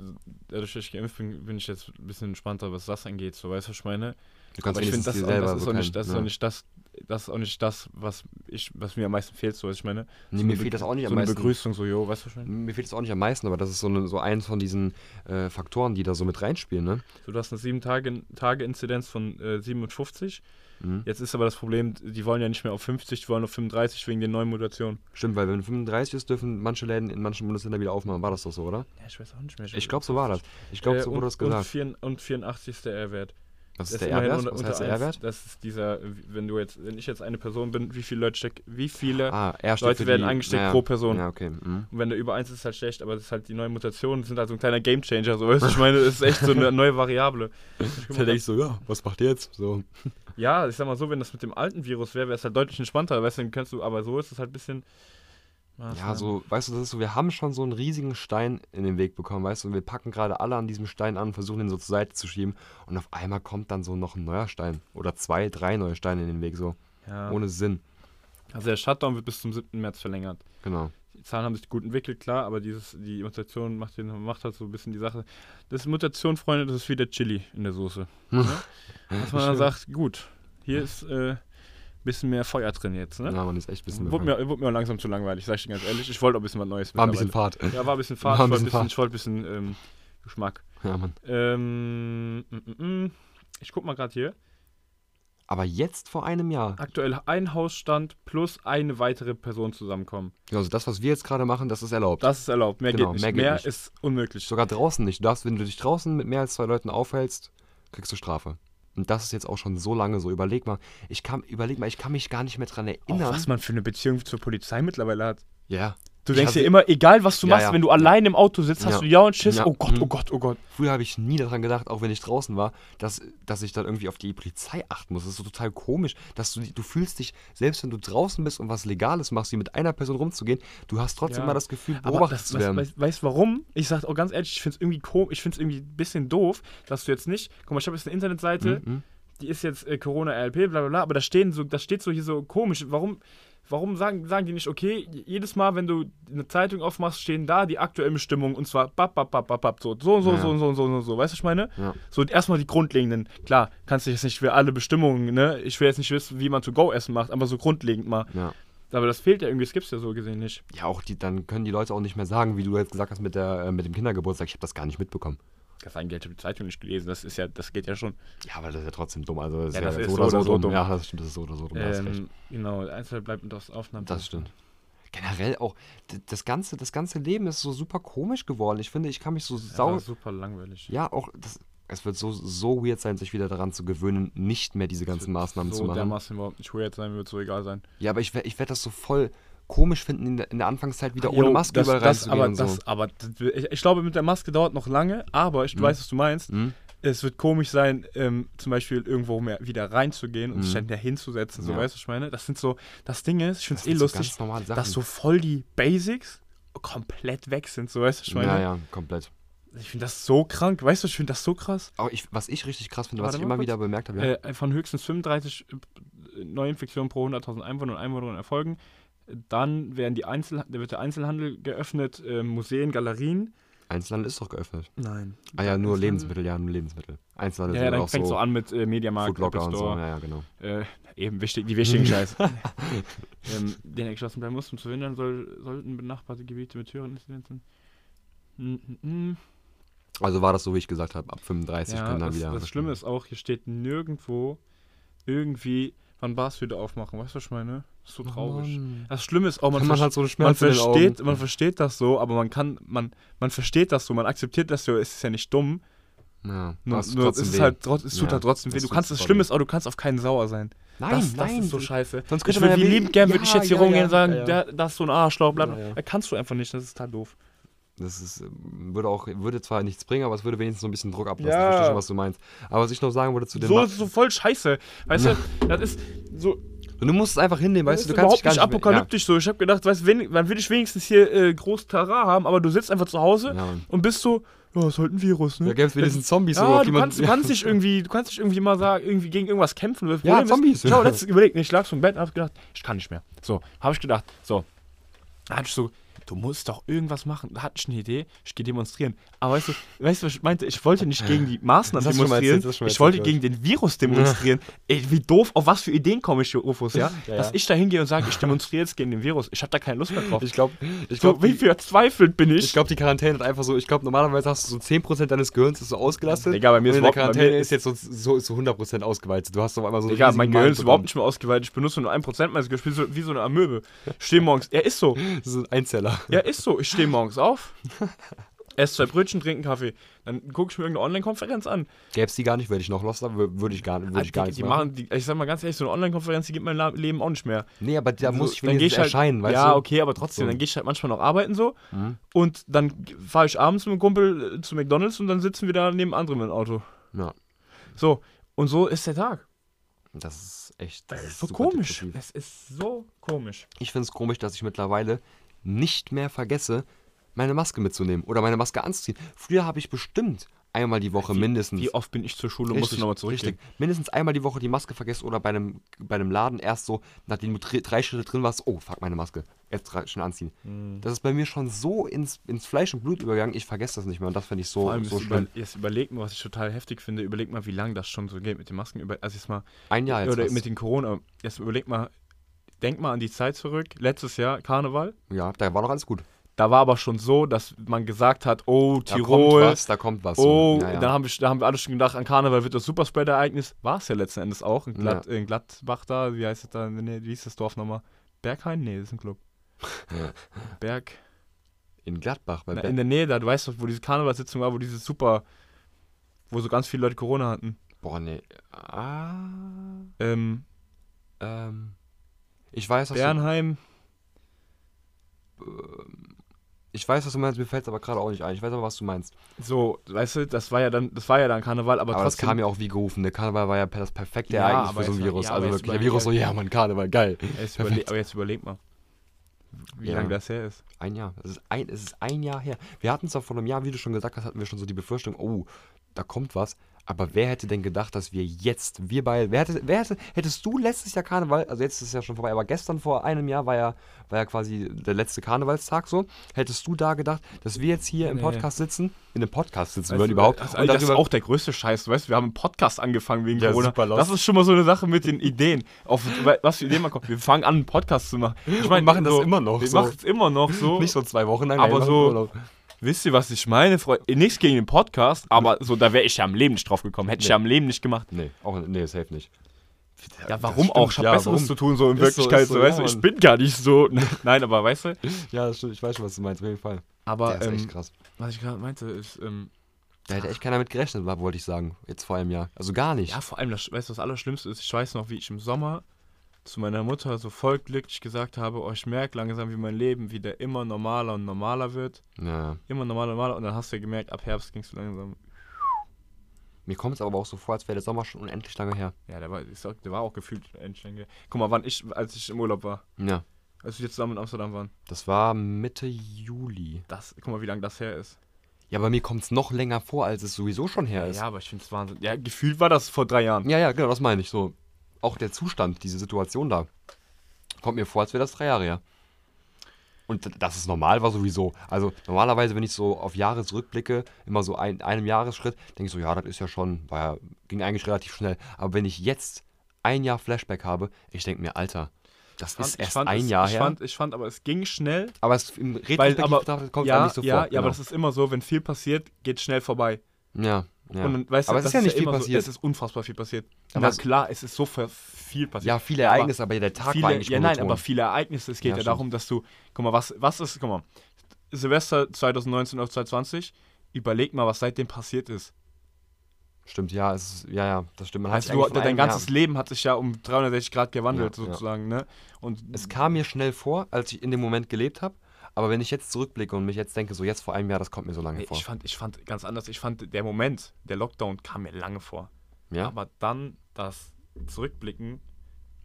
Speaker 2: dadurch, dass ich geimpft bin, bin ich jetzt ein bisschen entspannter, was das angeht. So, weißt du, was ich meine?
Speaker 1: du kannst
Speaker 2: Aber ich
Speaker 1: wenigstens
Speaker 2: finde, das,
Speaker 1: dir
Speaker 2: das,
Speaker 1: selber
Speaker 2: ist
Speaker 1: so
Speaker 2: doch nicht,
Speaker 1: keinen-
Speaker 2: das ist doch
Speaker 1: ja.
Speaker 2: nicht das, das ist auch nicht das, was, ich, was mir am meisten fehlt, so was ich meine.
Speaker 1: Nee,
Speaker 2: so
Speaker 1: mir
Speaker 2: eine
Speaker 1: fehlt
Speaker 2: Be-
Speaker 1: das auch nicht
Speaker 2: so
Speaker 1: am
Speaker 2: eine
Speaker 1: meisten.
Speaker 2: Begrüßung, so, jo, weißt du schon?
Speaker 1: Mir fehlt es auch nicht am meisten, aber das ist so, eine, so eins von diesen äh, Faktoren, die da so mit reinspielen, ne?
Speaker 2: So, du hast eine 7-Tage-Inzidenz von äh, 57.
Speaker 1: Mhm.
Speaker 2: Jetzt ist aber das Problem, die wollen ja nicht mehr auf 50, die wollen auf 35 wegen den neuen Mutationen.
Speaker 1: Stimmt, weil wenn 35 ist, dürfen manche Läden in manchen Bundesländern wieder aufmachen. War das doch so, oder?
Speaker 2: Ja, ich weiß auch nicht mehr.
Speaker 1: Ich glaube, so war das. Ich glaube,
Speaker 2: Äh,
Speaker 1: so wurde
Speaker 2: und-
Speaker 1: das gesagt.
Speaker 2: Und, 84 und 84 ist der R-Wert.
Speaker 1: Was
Speaker 2: Das
Speaker 1: ist der
Speaker 2: immerhin
Speaker 1: R-Wert?
Speaker 2: unter-
Speaker 1: Was
Speaker 2: unter
Speaker 1: heißt der
Speaker 2: eins.
Speaker 1: R-Wert?
Speaker 2: Das ist dieser, wenn du jetzt, wenn ich jetzt eine Person bin, wie viele Leute steck, wie viele
Speaker 1: Ah, R steht
Speaker 2: Leute
Speaker 1: für
Speaker 2: werden
Speaker 1: die,
Speaker 2: angesteckt pro Person.
Speaker 1: Ja, okay. Mhm.
Speaker 2: Und wenn du über eins ist, ist halt schlecht, aber das ist halt die neuen Mutationen sind halt so ein kleiner Gamechanger. So, weißt du, ich meine, das ist echt
Speaker 1: *laughs*
Speaker 2: so eine neue Variable. Ich guck mal,
Speaker 1: ich so, ja, was macht ihr jetzt? So.
Speaker 2: ja, ich sag mal so, wenn das mit dem alten Virus wäre, wäre es halt deutlich entspannter. Weißt du, dann könntest du, aber so ist es halt ein bisschen. ne?
Speaker 1: Ja, so, weißt du, das ist so, wir haben schon so einen riesigen Stein in den Weg bekommen, weißt du, und wir packen gerade alle an diesem Stein an, versuchen den so zur Seite zu schieben und auf einmal kommt dann so noch ein neuer Stein oder zwei, drei neue Steine in den Weg, so,
Speaker 2: Ja.
Speaker 1: ohne Sinn.
Speaker 2: Also der Shutdown wird bis zum 7. März verlängert.
Speaker 1: Genau.
Speaker 2: Die Zahlen haben sich gut entwickelt, klar, aber dieses, die Mutation macht, den, macht halt so ein bisschen die Sache. Das ist Mutation, Freunde, das ist wie der Chili in
Speaker 1: *laughs*
Speaker 2: der Soße. ne? Dass man dann sagt, gut, hier ist ein äh, bisschen mehr Feuer drin jetzt. Ne?
Speaker 1: Ja, man ist echt ein bisschen
Speaker 2: Wurde,
Speaker 1: befangen.
Speaker 2: mir, wurde mir langsam zu langweilig, sag ich dir ganz ehrlich. Ich wollte auch ein bisschen was Neues.
Speaker 1: War ein bisschen Fahrt.
Speaker 2: mittlerweile. Ja, war ein bisschen Fahrt.
Speaker 1: War ein
Speaker 2: ich wollte ein
Speaker 1: bisschen
Speaker 2: bisschen, ich wollte ein bisschen ähm, Geschmack.
Speaker 1: Ja, Mann.
Speaker 2: Ähm, mm, mm, mm. Ich guck mal gerade hier.
Speaker 1: Aber jetzt vor einem Jahr,
Speaker 2: Aktuell ein Hausstand plus eine weitere Person zusammenkommen.
Speaker 1: genau, also das, was wir jetzt gerade machen, das ist erlaubt.
Speaker 2: Das ist erlaubt. Mehr
Speaker 1: Genau,
Speaker 2: geht nicht.
Speaker 1: mehr
Speaker 2: Mehr,
Speaker 1: geht nicht.
Speaker 2: ist unmöglich.
Speaker 1: Sogar draußen nicht. Du darfst, wenn du dich draußen mit mehr als zwei Leuten aufhältst, kriegst du Strafe. Und das ist jetzt auch schon so lange so. Überleg mal, ich kann, überleg mal, ich kann mich gar nicht mehr dran
Speaker 2: Auch
Speaker 1: erinnern.
Speaker 2: was man für eine Beziehung zur Polizei mittlerweile hat.
Speaker 1: Ja.
Speaker 2: Du
Speaker 1: Ich
Speaker 2: denkst
Speaker 1: hab-
Speaker 2: dir immer, egal was du
Speaker 1: Ja,
Speaker 2: machst,
Speaker 1: ja.
Speaker 2: wenn du allein im Auto sitzt, hast
Speaker 1: Ja.
Speaker 2: du ja und Schiss.
Speaker 1: Ja.
Speaker 2: Oh Gott,
Speaker 1: Mhm.
Speaker 2: oh Gott, oh Gott.
Speaker 1: Früher habe ich nie daran gedacht, auch wenn ich draußen war, dass, dass ich dann irgendwie auf die Polizei achten muss. Das ist so total komisch, dass du, du fühlst dich, selbst wenn du draußen bist und was Legales machst, wie mit einer Person rumzugehen, du hast trotzdem
Speaker 2: Ja.
Speaker 1: mal das Gefühl,
Speaker 2: Aber
Speaker 1: beobachtet
Speaker 2: das,
Speaker 1: zu
Speaker 2: das,
Speaker 1: werden.
Speaker 2: weißt, weißt du warum? Ich sag auch ganz ehrlich, ich find's irgendwie komisch, ich find's irgendwie ein bisschen doof, dass du jetzt nicht. Guck mal, ich habe jetzt eine Internetseite,
Speaker 1: Mhm.
Speaker 2: die ist jetzt äh, Corona RLP, bla bla bla, aber da stehen so, da steht so hier so komisch. Warum, warum sagen, sagen die nicht, okay, jedes Mal, wenn du eine Zeitung aufmachst, stehen da die aktuellen Bestimmungen und zwar bap, bap, bap, bap, bap, so, so, so,
Speaker 1: Ja.
Speaker 2: so, so, so, so, so, weißt du, was ich meine?
Speaker 1: Ja.
Speaker 2: So, erstmal die grundlegenden. Klar, kannst du jetzt nicht für alle Bestimmungen, ne? Ich will jetzt nicht wissen, wie man To-Go-Essen macht, aber so grundlegend mal.
Speaker 1: Ja.
Speaker 2: Aber das fehlt ja irgendwie, das gibt's ja so gesehen nicht.
Speaker 1: ja, auch die, dann können die Leute auch nicht mehr sagen, wie du jetzt gesagt hast mit, der, äh, mit dem Kindergeburtstag, ich habe das gar nicht mitbekommen.
Speaker 2: Das ein Geld habe die Zeitung nicht gelesen, das ist ja, das geht ja schon.
Speaker 1: Ja, aber das ist ja trotzdem dumm. Also das
Speaker 2: Ja,
Speaker 1: ist ja,
Speaker 2: das ist
Speaker 1: so oder so, dumm. Ja, das stimmt, das ist so oder so dumm. da hast du recht.
Speaker 2: Ähm, genau, Einzelne bleibt mit aus Aufnahmen.
Speaker 1: Das stimmt. Generell auch, d- das ganze, das ganze Leben ist so super komisch geworden. Ich finde, ich kann mich so
Speaker 2: Das
Speaker 1: sau.
Speaker 2: war super langweilig.
Speaker 1: Ja, auch, das, es wird so, so weird sein, sich wieder daran zu gewöhnen, nicht mehr diese ganzen Maßnahmen
Speaker 2: so
Speaker 1: zu machen.
Speaker 2: dermaßen überhaupt nicht weird sein, mir wird so egal sein.
Speaker 1: Ja, aber ich, wer- ich werde das so voll komisch finden, in der, in der Anfangszeit wieder ohne
Speaker 2: Jo,
Speaker 1: Maske
Speaker 2: das,
Speaker 1: überall
Speaker 2: das,
Speaker 1: reinzugehen
Speaker 2: aber,
Speaker 1: und so. Mhm.
Speaker 2: das, aber das, ich, ich glaube, mit der Maske dauert noch lange, aber ich weiß, was du meinst.
Speaker 1: Hm?
Speaker 2: Es wird komisch sein, ähm, zum Beispiel irgendwo mehr wieder reinzugehen und sich dann da hinzusetzen, so
Speaker 1: Mhm. Ja.
Speaker 2: weißt du, was ich meine? Das sind so, das Ding ist, ich finde es
Speaker 1: Das
Speaker 2: eh
Speaker 1: sind so
Speaker 2: lustig,
Speaker 1: ganz normale Sachen.
Speaker 2: dass so voll die Basics komplett weg sind, so weißt du, was ich meine?
Speaker 1: ja, ja, komplett.
Speaker 2: Ich finde das so krank, weißt du, ich finde das so krass.
Speaker 1: Aber ich, was ich richtig krass finde, was
Speaker 2: Warte
Speaker 1: ich
Speaker 2: mal
Speaker 1: immer
Speaker 2: kurz.
Speaker 1: wieder bemerkt habe, ja,
Speaker 2: Äh, von höchstens 35 Neuinfektionen pro 100.000 Einwohner und Einwohnerinnen erfolgen. Dann werden die Einzel wird der Einzelhandel geöffnet, äh, Museen, Galerien.
Speaker 1: Einzelhandel ist doch geöffnet.
Speaker 2: Nein.
Speaker 1: Ah ja, nur
Speaker 2: Einzelhandel-
Speaker 1: Lebensmittel, ja, nur Lebensmittel. Einzelhandel
Speaker 2: Ja,
Speaker 1: sind
Speaker 2: ja dann
Speaker 1: auch
Speaker 2: fängt so,
Speaker 1: so
Speaker 2: an mit äh, Mediamarkt,
Speaker 1: Foodlocker
Speaker 2: Apple
Speaker 1: und so.
Speaker 2: Store,
Speaker 1: Ja, ja, genau.
Speaker 2: äh, eben wichtig, die
Speaker 1: *laughs*
Speaker 2: wichtigen Scheiße. *laughs* ähm, den er geschlossen bleiben muss, um zu verhindern, soll, sollten benachbarte Gebiete mit höheren Inzidenzen. Hm, hm, hm.
Speaker 1: Also war das so, wie ich gesagt habe, ab 35
Speaker 2: Ja,
Speaker 1: können dann
Speaker 2: das,
Speaker 1: wieder.
Speaker 2: das Schlimme ist auch, hier steht nirgendwo irgendwie, wann Bars wieder aufmachen. Weißt du, was ich meine? Ist so traurig. das Schlimme ist auch, man,
Speaker 1: Man, Oh man halt hat
Speaker 2: versteht-
Speaker 1: so einen
Speaker 2: man
Speaker 1: Schmerz in den
Speaker 2: versteht,
Speaker 1: Augen.
Speaker 2: man versteht das so, aber man kann, man, man versteht das so, man akzeptiert das so, es ist ja nicht dumm.
Speaker 1: Ja,
Speaker 2: Nur,
Speaker 1: hast
Speaker 2: nur es
Speaker 1: trotzdem
Speaker 2: ist
Speaker 1: weh.
Speaker 2: halt, trotz- es tut
Speaker 1: Ja,
Speaker 2: halt trotzdem weh.
Speaker 1: das
Speaker 2: Du
Speaker 1: tut's
Speaker 2: kannst, das
Speaker 1: voll
Speaker 2: Schlimme
Speaker 1: weh.
Speaker 2: ist auch, du kannst auf keinen sauer sein.
Speaker 1: nein,
Speaker 2: das,
Speaker 1: nein.
Speaker 2: das ist so scheiße.
Speaker 1: Sonst
Speaker 2: ich
Speaker 1: könnte man
Speaker 2: würde
Speaker 1: ja
Speaker 2: wie
Speaker 1: wen-
Speaker 2: lieben gern würde ich
Speaker 1: Ja,
Speaker 2: jetzt hier
Speaker 1: ja,
Speaker 2: rumgehen
Speaker 1: ja,
Speaker 2: und sagen,
Speaker 1: ja, ja.
Speaker 2: Der, das ist so ein Arschloch, bla bla.
Speaker 1: Ja, ja.
Speaker 2: Äh, Kannst du einfach nicht, das ist total doof.
Speaker 1: Das ist, äh, würde, auch, würde zwar nichts bringen, aber es würde wenigstens so ein bisschen Druck ablassen.
Speaker 2: Ja.
Speaker 1: Ich verstehe schon, was du meinst. Aber was ich noch sagen wollte zu dem.
Speaker 2: So
Speaker 1: Ma-
Speaker 2: ist es so voll scheiße. Weißt du, das ist so.
Speaker 1: du musst es einfach hinnehmen,
Speaker 2: Weißt
Speaker 1: weißt
Speaker 2: das
Speaker 1: du,
Speaker 2: ist
Speaker 1: du kannst
Speaker 2: überhaupt
Speaker 1: dich gar
Speaker 2: nicht
Speaker 1: nicht mehr-
Speaker 2: apokalyptisch so. Ich habe gedacht, weißt, wen, wann will ich wenigstens hier äh, groß Tara haben, aber du sitzt einfach zu Hause
Speaker 1: Ja, ja Mann.
Speaker 2: und bist so, ja, ist halt ein Virus, ne?
Speaker 1: Da gäbe es wenigstens Zombies
Speaker 2: ja,
Speaker 1: so, auf
Speaker 2: du,
Speaker 1: die man- *laughs*
Speaker 2: kannst, du kannst dich irgendwie, du kannst dich irgendwie mal sagen, irgendwie gegen irgendwas kämpfen. Das
Speaker 1: Ja,
Speaker 2: Problem ist-
Speaker 1: Zombies.
Speaker 2: Ich habe letztens überlegt, ich lag so im Bett und habe gedacht, ich kann nicht mehr. So, habe ich gedatt, so. Da hatte ich so, du musst doch irgendwas machen. Da hatte ich eine Idee, ich gehe demonstrieren. Aber weißt du, weißt du, was ich meinte? Ich wollte nicht gegen die Maßnahmen
Speaker 1: Das hast du schon mal
Speaker 2: demonstrieren,
Speaker 1: erzählt, das hast du schon mal
Speaker 2: ich wollte
Speaker 1: erzählt,
Speaker 2: gegen den
Speaker 1: *laughs*
Speaker 2: Virus demonstrieren. Ey, wie doof, auf was für Ideen komme ich, ihr Ufos, ja?
Speaker 1: Ja,
Speaker 2: Dass
Speaker 1: ja.
Speaker 2: ich da hingehe und sage, ich demonstriere jetzt gegen den Virus. Ich habe da keine Lust mehr drauf.
Speaker 1: *laughs* Ich glaube, ich
Speaker 2: so,
Speaker 1: glaube,
Speaker 2: wie verzweifelt bin ich?
Speaker 1: Ich glaube, die Quarantäne hat einfach so, ich glaube, normalerweise hast du so 10% deines Gehirns ist so ausgelastet.
Speaker 2: Digga, bei mir
Speaker 1: und
Speaker 2: ist
Speaker 1: in der
Speaker 2: überhaupt- bei
Speaker 1: Quarantäne
Speaker 2: mir
Speaker 1: ist jetzt so, so, so 100% ausgeweitet. Du hast auf einmal so einen
Speaker 2: Digga,
Speaker 1: riesigen
Speaker 2: mein Gehirn ist
Speaker 1: Mindbrand.
Speaker 2: überhaupt nicht mehr ausgeweitet. Ich benutze nur 1% meines Gehirns. Ich bin so, wie so eine Amöbe. Ich stehe morgens. Er ist so.
Speaker 1: Das ist ein Einzeller.
Speaker 2: Ja, ist so. Ich stehe
Speaker 1: *laughs*
Speaker 2: morgens auf, esse zwei Brötchen, trinke einen Kaffee. Dann gucke ich mir irgendeine Online-Konferenz an.
Speaker 1: Gäbe es die gar nicht, würde ich noch lost haben, wür- würde ich gar, würd
Speaker 2: Ah,
Speaker 1: ich gar
Speaker 2: die,
Speaker 1: nichts
Speaker 2: die
Speaker 1: machen.
Speaker 2: machen, die, ich sag mal ganz ehrlich, so eine Online-Konferenz, die gibt mein La- Leben auch nicht mehr.
Speaker 1: Nee, aber da
Speaker 2: So,
Speaker 1: muss Also, ich
Speaker 2: dann geh
Speaker 1: wenigstens
Speaker 2: ich halt,
Speaker 1: erscheinen, weißt
Speaker 2: ja,
Speaker 1: du?
Speaker 2: okay, aber trotzdem,
Speaker 1: So.
Speaker 2: dann gehe ich halt manchmal noch arbeiten so
Speaker 1: Mhm.
Speaker 2: und dann fahre ich abends mit einem Kumpel äh, zu McDonalds und dann sitzen wir da neben anderem im Auto.
Speaker 1: Ja.
Speaker 2: So, und so ist der Tag.
Speaker 1: Das ist echt
Speaker 2: Das
Speaker 1: das
Speaker 2: ist so
Speaker 1: super
Speaker 2: komisch.
Speaker 1: depressiv.
Speaker 2: Das ist so komisch.
Speaker 1: Ich finde es komisch, dass ich mittlerweile nicht mehr vergesse, meine Maske mitzunehmen oder meine Maske anzuziehen. Früher habe ich bestimmt einmal die Woche mindestens.
Speaker 2: Wie oft bin ich zur Schule und musste
Speaker 1: Richtig,
Speaker 2: nochmal zurückgehen?
Speaker 1: richtig. Mindestens einmal die Woche die Maske vergessen oder bei einem, bei einem Laden erst so, nachdem du dre- drei Schritte drin warst, oh, fuck, meine Maske, jetzt drei- schnell anziehen.
Speaker 2: Mhm.
Speaker 1: Das ist bei mir schon so ins, ins Fleisch und Blut übergegangen, ich vergesse das nicht mehr und das finde ich
Speaker 2: Vor
Speaker 1: so,
Speaker 2: allem,
Speaker 1: so
Speaker 2: jetzt, über,
Speaker 1: schlimm.
Speaker 2: jetzt überleg mal, was ich total heftig finde, überleg mal, wie lange das schon so geht mit den Masken. Über, also jetzt mal,
Speaker 1: Ein Jahr Ah, jetzt
Speaker 2: oder
Speaker 1: fast.
Speaker 2: mit den Corona, jetzt überleg mal, denk mal an die Zeit zurück, letztes Jahr, Karneval.
Speaker 1: Ja, da war doch alles gut.
Speaker 2: Da war aber schon so, dass man gesagt hat, oh,
Speaker 1: Da
Speaker 2: Tirol,
Speaker 1: kommt was, da kommt was.
Speaker 2: oh,
Speaker 1: ja, ja.
Speaker 2: Da, haben wir, da haben wir alle schon gedacht, an Karneval wird das Superspreader-Ereignis. War es ja letzten Endes auch, in, Glatt, in Gladbach da, wie heißt das da, nee, wie hieß das Dorf nochmal? Berghain? Nee, das ist ein Club.
Speaker 1: *laughs* Ja.
Speaker 2: Berg,
Speaker 1: in Gladbach. Bei
Speaker 2: na,
Speaker 1: Ber-
Speaker 2: in der Nähe da, du weißt doch, wo diese Karnevalssitzung war, wo diese super, wo so ganz viele Leute Corona hatten.
Speaker 1: Boah, nee. Ah,
Speaker 2: Ähm,
Speaker 1: ähm, ich weiß, was du,
Speaker 2: Bernheim,
Speaker 1: ich weiß, was du meinst, mir fällt es aber gerade auch nicht ein. Ich weiß aber, was du meinst.
Speaker 2: so, weißt du, das war ja dann, das war ja dann Karneval, aber,
Speaker 1: Aber das
Speaker 2: trotzdem.
Speaker 1: kam ja auch wie gerufen. Der Karneval war ja per- das perfekte
Speaker 2: Ja,
Speaker 1: Ereignis
Speaker 2: aber
Speaker 1: für so ein
Speaker 2: jetzt-
Speaker 1: Virus.
Speaker 2: ja, aber
Speaker 1: also
Speaker 2: jetzt
Speaker 1: wirklich, der
Speaker 2: überleg-
Speaker 1: Virus so, ja, man, Karneval, geil.
Speaker 2: jetzt überle aber jetzt überleg mal, wie
Speaker 1: Ja.
Speaker 2: lange das her ist.
Speaker 1: Ein Jahr. Es ist ein, es ist ein Jahr her. Wir hatten zwar vor einem Jahr, wie du schon gesagt hast, hatten wir schon so die Befürchtung, oh, da kommt was. Aber wer hätte denn gedacht, dass wir jetzt, wir beide, wer hätte, wer hätte, hättest du letztes Jahr Karneval, also jetzt ist es ja schon vorbei, aber gestern vor einem Jahr war ja, war ja quasi der letzte Karnevalstag so, hättest du da gedacht, dass wir jetzt hier im
Speaker 2: Nee.
Speaker 1: Podcast sitzen, in einem Podcast sitzen
Speaker 2: Weißt
Speaker 1: würden
Speaker 2: du,
Speaker 1: überhaupt
Speaker 2: Das,
Speaker 1: und
Speaker 2: das ist
Speaker 1: darüber
Speaker 2: auch der größte Scheiß. Du weißt, wir haben einen Podcast angefangen wegen
Speaker 1: Ja,
Speaker 2: Corona.
Speaker 1: super lost.
Speaker 2: das ist schon mal so eine Sache mit den Ideen. Auf was für Ideen man kommt. Wir fangen an, einen Podcast zu machen. Ich meine,
Speaker 1: machen das immer noch
Speaker 2: Wir
Speaker 1: so.
Speaker 2: machen es immer noch so.
Speaker 1: nicht so zwei Wochen lang,
Speaker 2: aber
Speaker 1: nein,
Speaker 2: so-
Speaker 1: Urlaub.
Speaker 2: Wisst ihr, was ich meine, Freunde? Nichts gegen den Podcast, aber so, da wäre ich ja am Leben nicht drauf gekommen. Hätte ich
Speaker 1: Nee.
Speaker 2: ja am Leben nicht gemacht.
Speaker 1: Nee, auch, nee, safe nicht.
Speaker 2: Ja,
Speaker 1: das
Speaker 2: warum auch? Ich
Speaker 1: stimmt,
Speaker 2: habe
Speaker 1: ja,
Speaker 2: Besseres
Speaker 1: warum?
Speaker 2: zu tun, so in
Speaker 1: Ist so,
Speaker 2: Wirklichkeit.
Speaker 1: ist
Speaker 2: So,
Speaker 1: so,
Speaker 2: weißt
Speaker 1: ja,
Speaker 2: du, ich
Speaker 1: Mann.
Speaker 2: bin gar nicht so. *laughs* Nein, aber weißt du?
Speaker 1: Ja, das stimmt, ich weiß schon, was du meinst, auf jeden Fall.
Speaker 2: Aber
Speaker 1: der ist
Speaker 2: ähm,
Speaker 1: echt krass.
Speaker 2: was ich gerade meinte, ist, ähm,
Speaker 1: Da hätte echt keiner mit gerechnet, wa- wollte ich sagen. Jetzt vor einem Jahr. Also gar nicht.
Speaker 2: Ja, vor allem, das, weißt du, was das Allerschlimmste ist? Ich weiß noch, wie ich im Sommer zu meiner Mutter so voll glücklich gesagt habe, oh, ich merke langsam, wie mein Leben wieder immer normaler und normaler wird.
Speaker 1: Ja.
Speaker 2: Immer normaler, normaler. Und dann hast du ja gemerkt, ab Herbst ging es langsam.
Speaker 1: Mir kommt es aber auch so vor, als wäre der Sommer schon unendlich lange her.
Speaker 2: Ja, der war, ich sag, der war auch gefühlt Endschenkel. Guck mal, wann ich, als ich im Urlaub war,
Speaker 1: Ja.
Speaker 2: als wir zusammen in Amsterdam waren.
Speaker 1: Das war Mitte Juli.
Speaker 2: Das, guck mal, wie lange das her ist.
Speaker 1: Ja, bei mir kommt es noch länger vor, als es sowieso schon her ist.
Speaker 2: Ja, aber ich finde es Wahnsinn. Ja, gefühlt war das vor drei Jahren.
Speaker 1: ja, ja, genau, das meine ich. So, auch der Zustand, diese Situation da, kommt mir vor, als wäre das drei Jahre her. Und d- das ist normal, war sowieso. Also normalerweise, wenn ich so auf Jahre zurückblicke, immer so ein, einem Jahresschritt, denke ich so, ja, das ist ja schon, war ja, ging eigentlich relativ schnell. Aber wenn ich jetzt ein Jahr Flashback habe, ich denke mir, Alter, das ist erst ein
Speaker 2: es,
Speaker 1: Jahr
Speaker 2: ich
Speaker 1: her.
Speaker 2: Fand, ich fand aber, es ging schnell.
Speaker 1: aber es im
Speaker 2: Weil,
Speaker 1: Retrospektiv
Speaker 2: aber,
Speaker 1: betrachtet kommt es
Speaker 2: ja,
Speaker 1: einem nicht so
Speaker 2: ja,
Speaker 1: vor.
Speaker 2: ja, aber das
Speaker 1: genau.
Speaker 2: ist immer so, wenn viel passiert, geht schnell vorbei.
Speaker 1: ja, ja.
Speaker 2: Und dann, weißt
Speaker 1: aber
Speaker 2: du,
Speaker 1: es ist ja
Speaker 2: das
Speaker 1: nicht viel
Speaker 2: immer
Speaker 1: passiert.
Speaker 2: So, es ist unfassbar viel passiert.
Speaker 1: Aber
Speaker 2: Na
Speaker 1: es-
Speaker 2: klar, es ist so ver- viel passiert.
Speaker 1: ja, viele Ereignisse, aber, der Tag
Speaker 2: viele,
Speaker 1: war eigentlich
Speaker 2: Ja, nein,
Speaker 1: monoton.
Speaker 2: aber viele Ereignisse. Es
Speaker 1: Ja,
Speaker 2: geht ja,
Speaker 1: stimmt.
Speaker 2: darum, dass du, guck mal, was, was ist, guck mal, Silvester 2019 auf 2020, überleg mal, was seitdem passiert ist.
Speaker 1: Stimmt, ja, es ist, ja, ja, das stimmt. Man hat
Speaker 2: Heißt,
Speaker 1: sich
Speaker 2: du,
Speaker 1: eigentlich von
Speaker 2: dein
Speaker 1: einem
Speaker 2: ganzes
Speaker 1: Jahr-
Speaker 2: Leben hat sich ja um 360 Grad gewandelt,
Speaker 1: Ja, ja.
Speaker 2: sozusagen, ne? Und
Speaker 1: Es kam mir schnell vor, als ich in dem Moment gelebt habe. Aber wenn ich jetzt zurückblicke und mich jetzt denke, so jetzt vor einem Jahr, das kommt mir so lange
Speaker 2: nee,
Speaker 1: vor.
Speaker 2: ich fand, ich fand ganz anders, ich fand, der Moment, der Lockdown kam mir lange vor.
Speaker 1: Ja?
Speaker 2: Aber dann das Zurückblicken,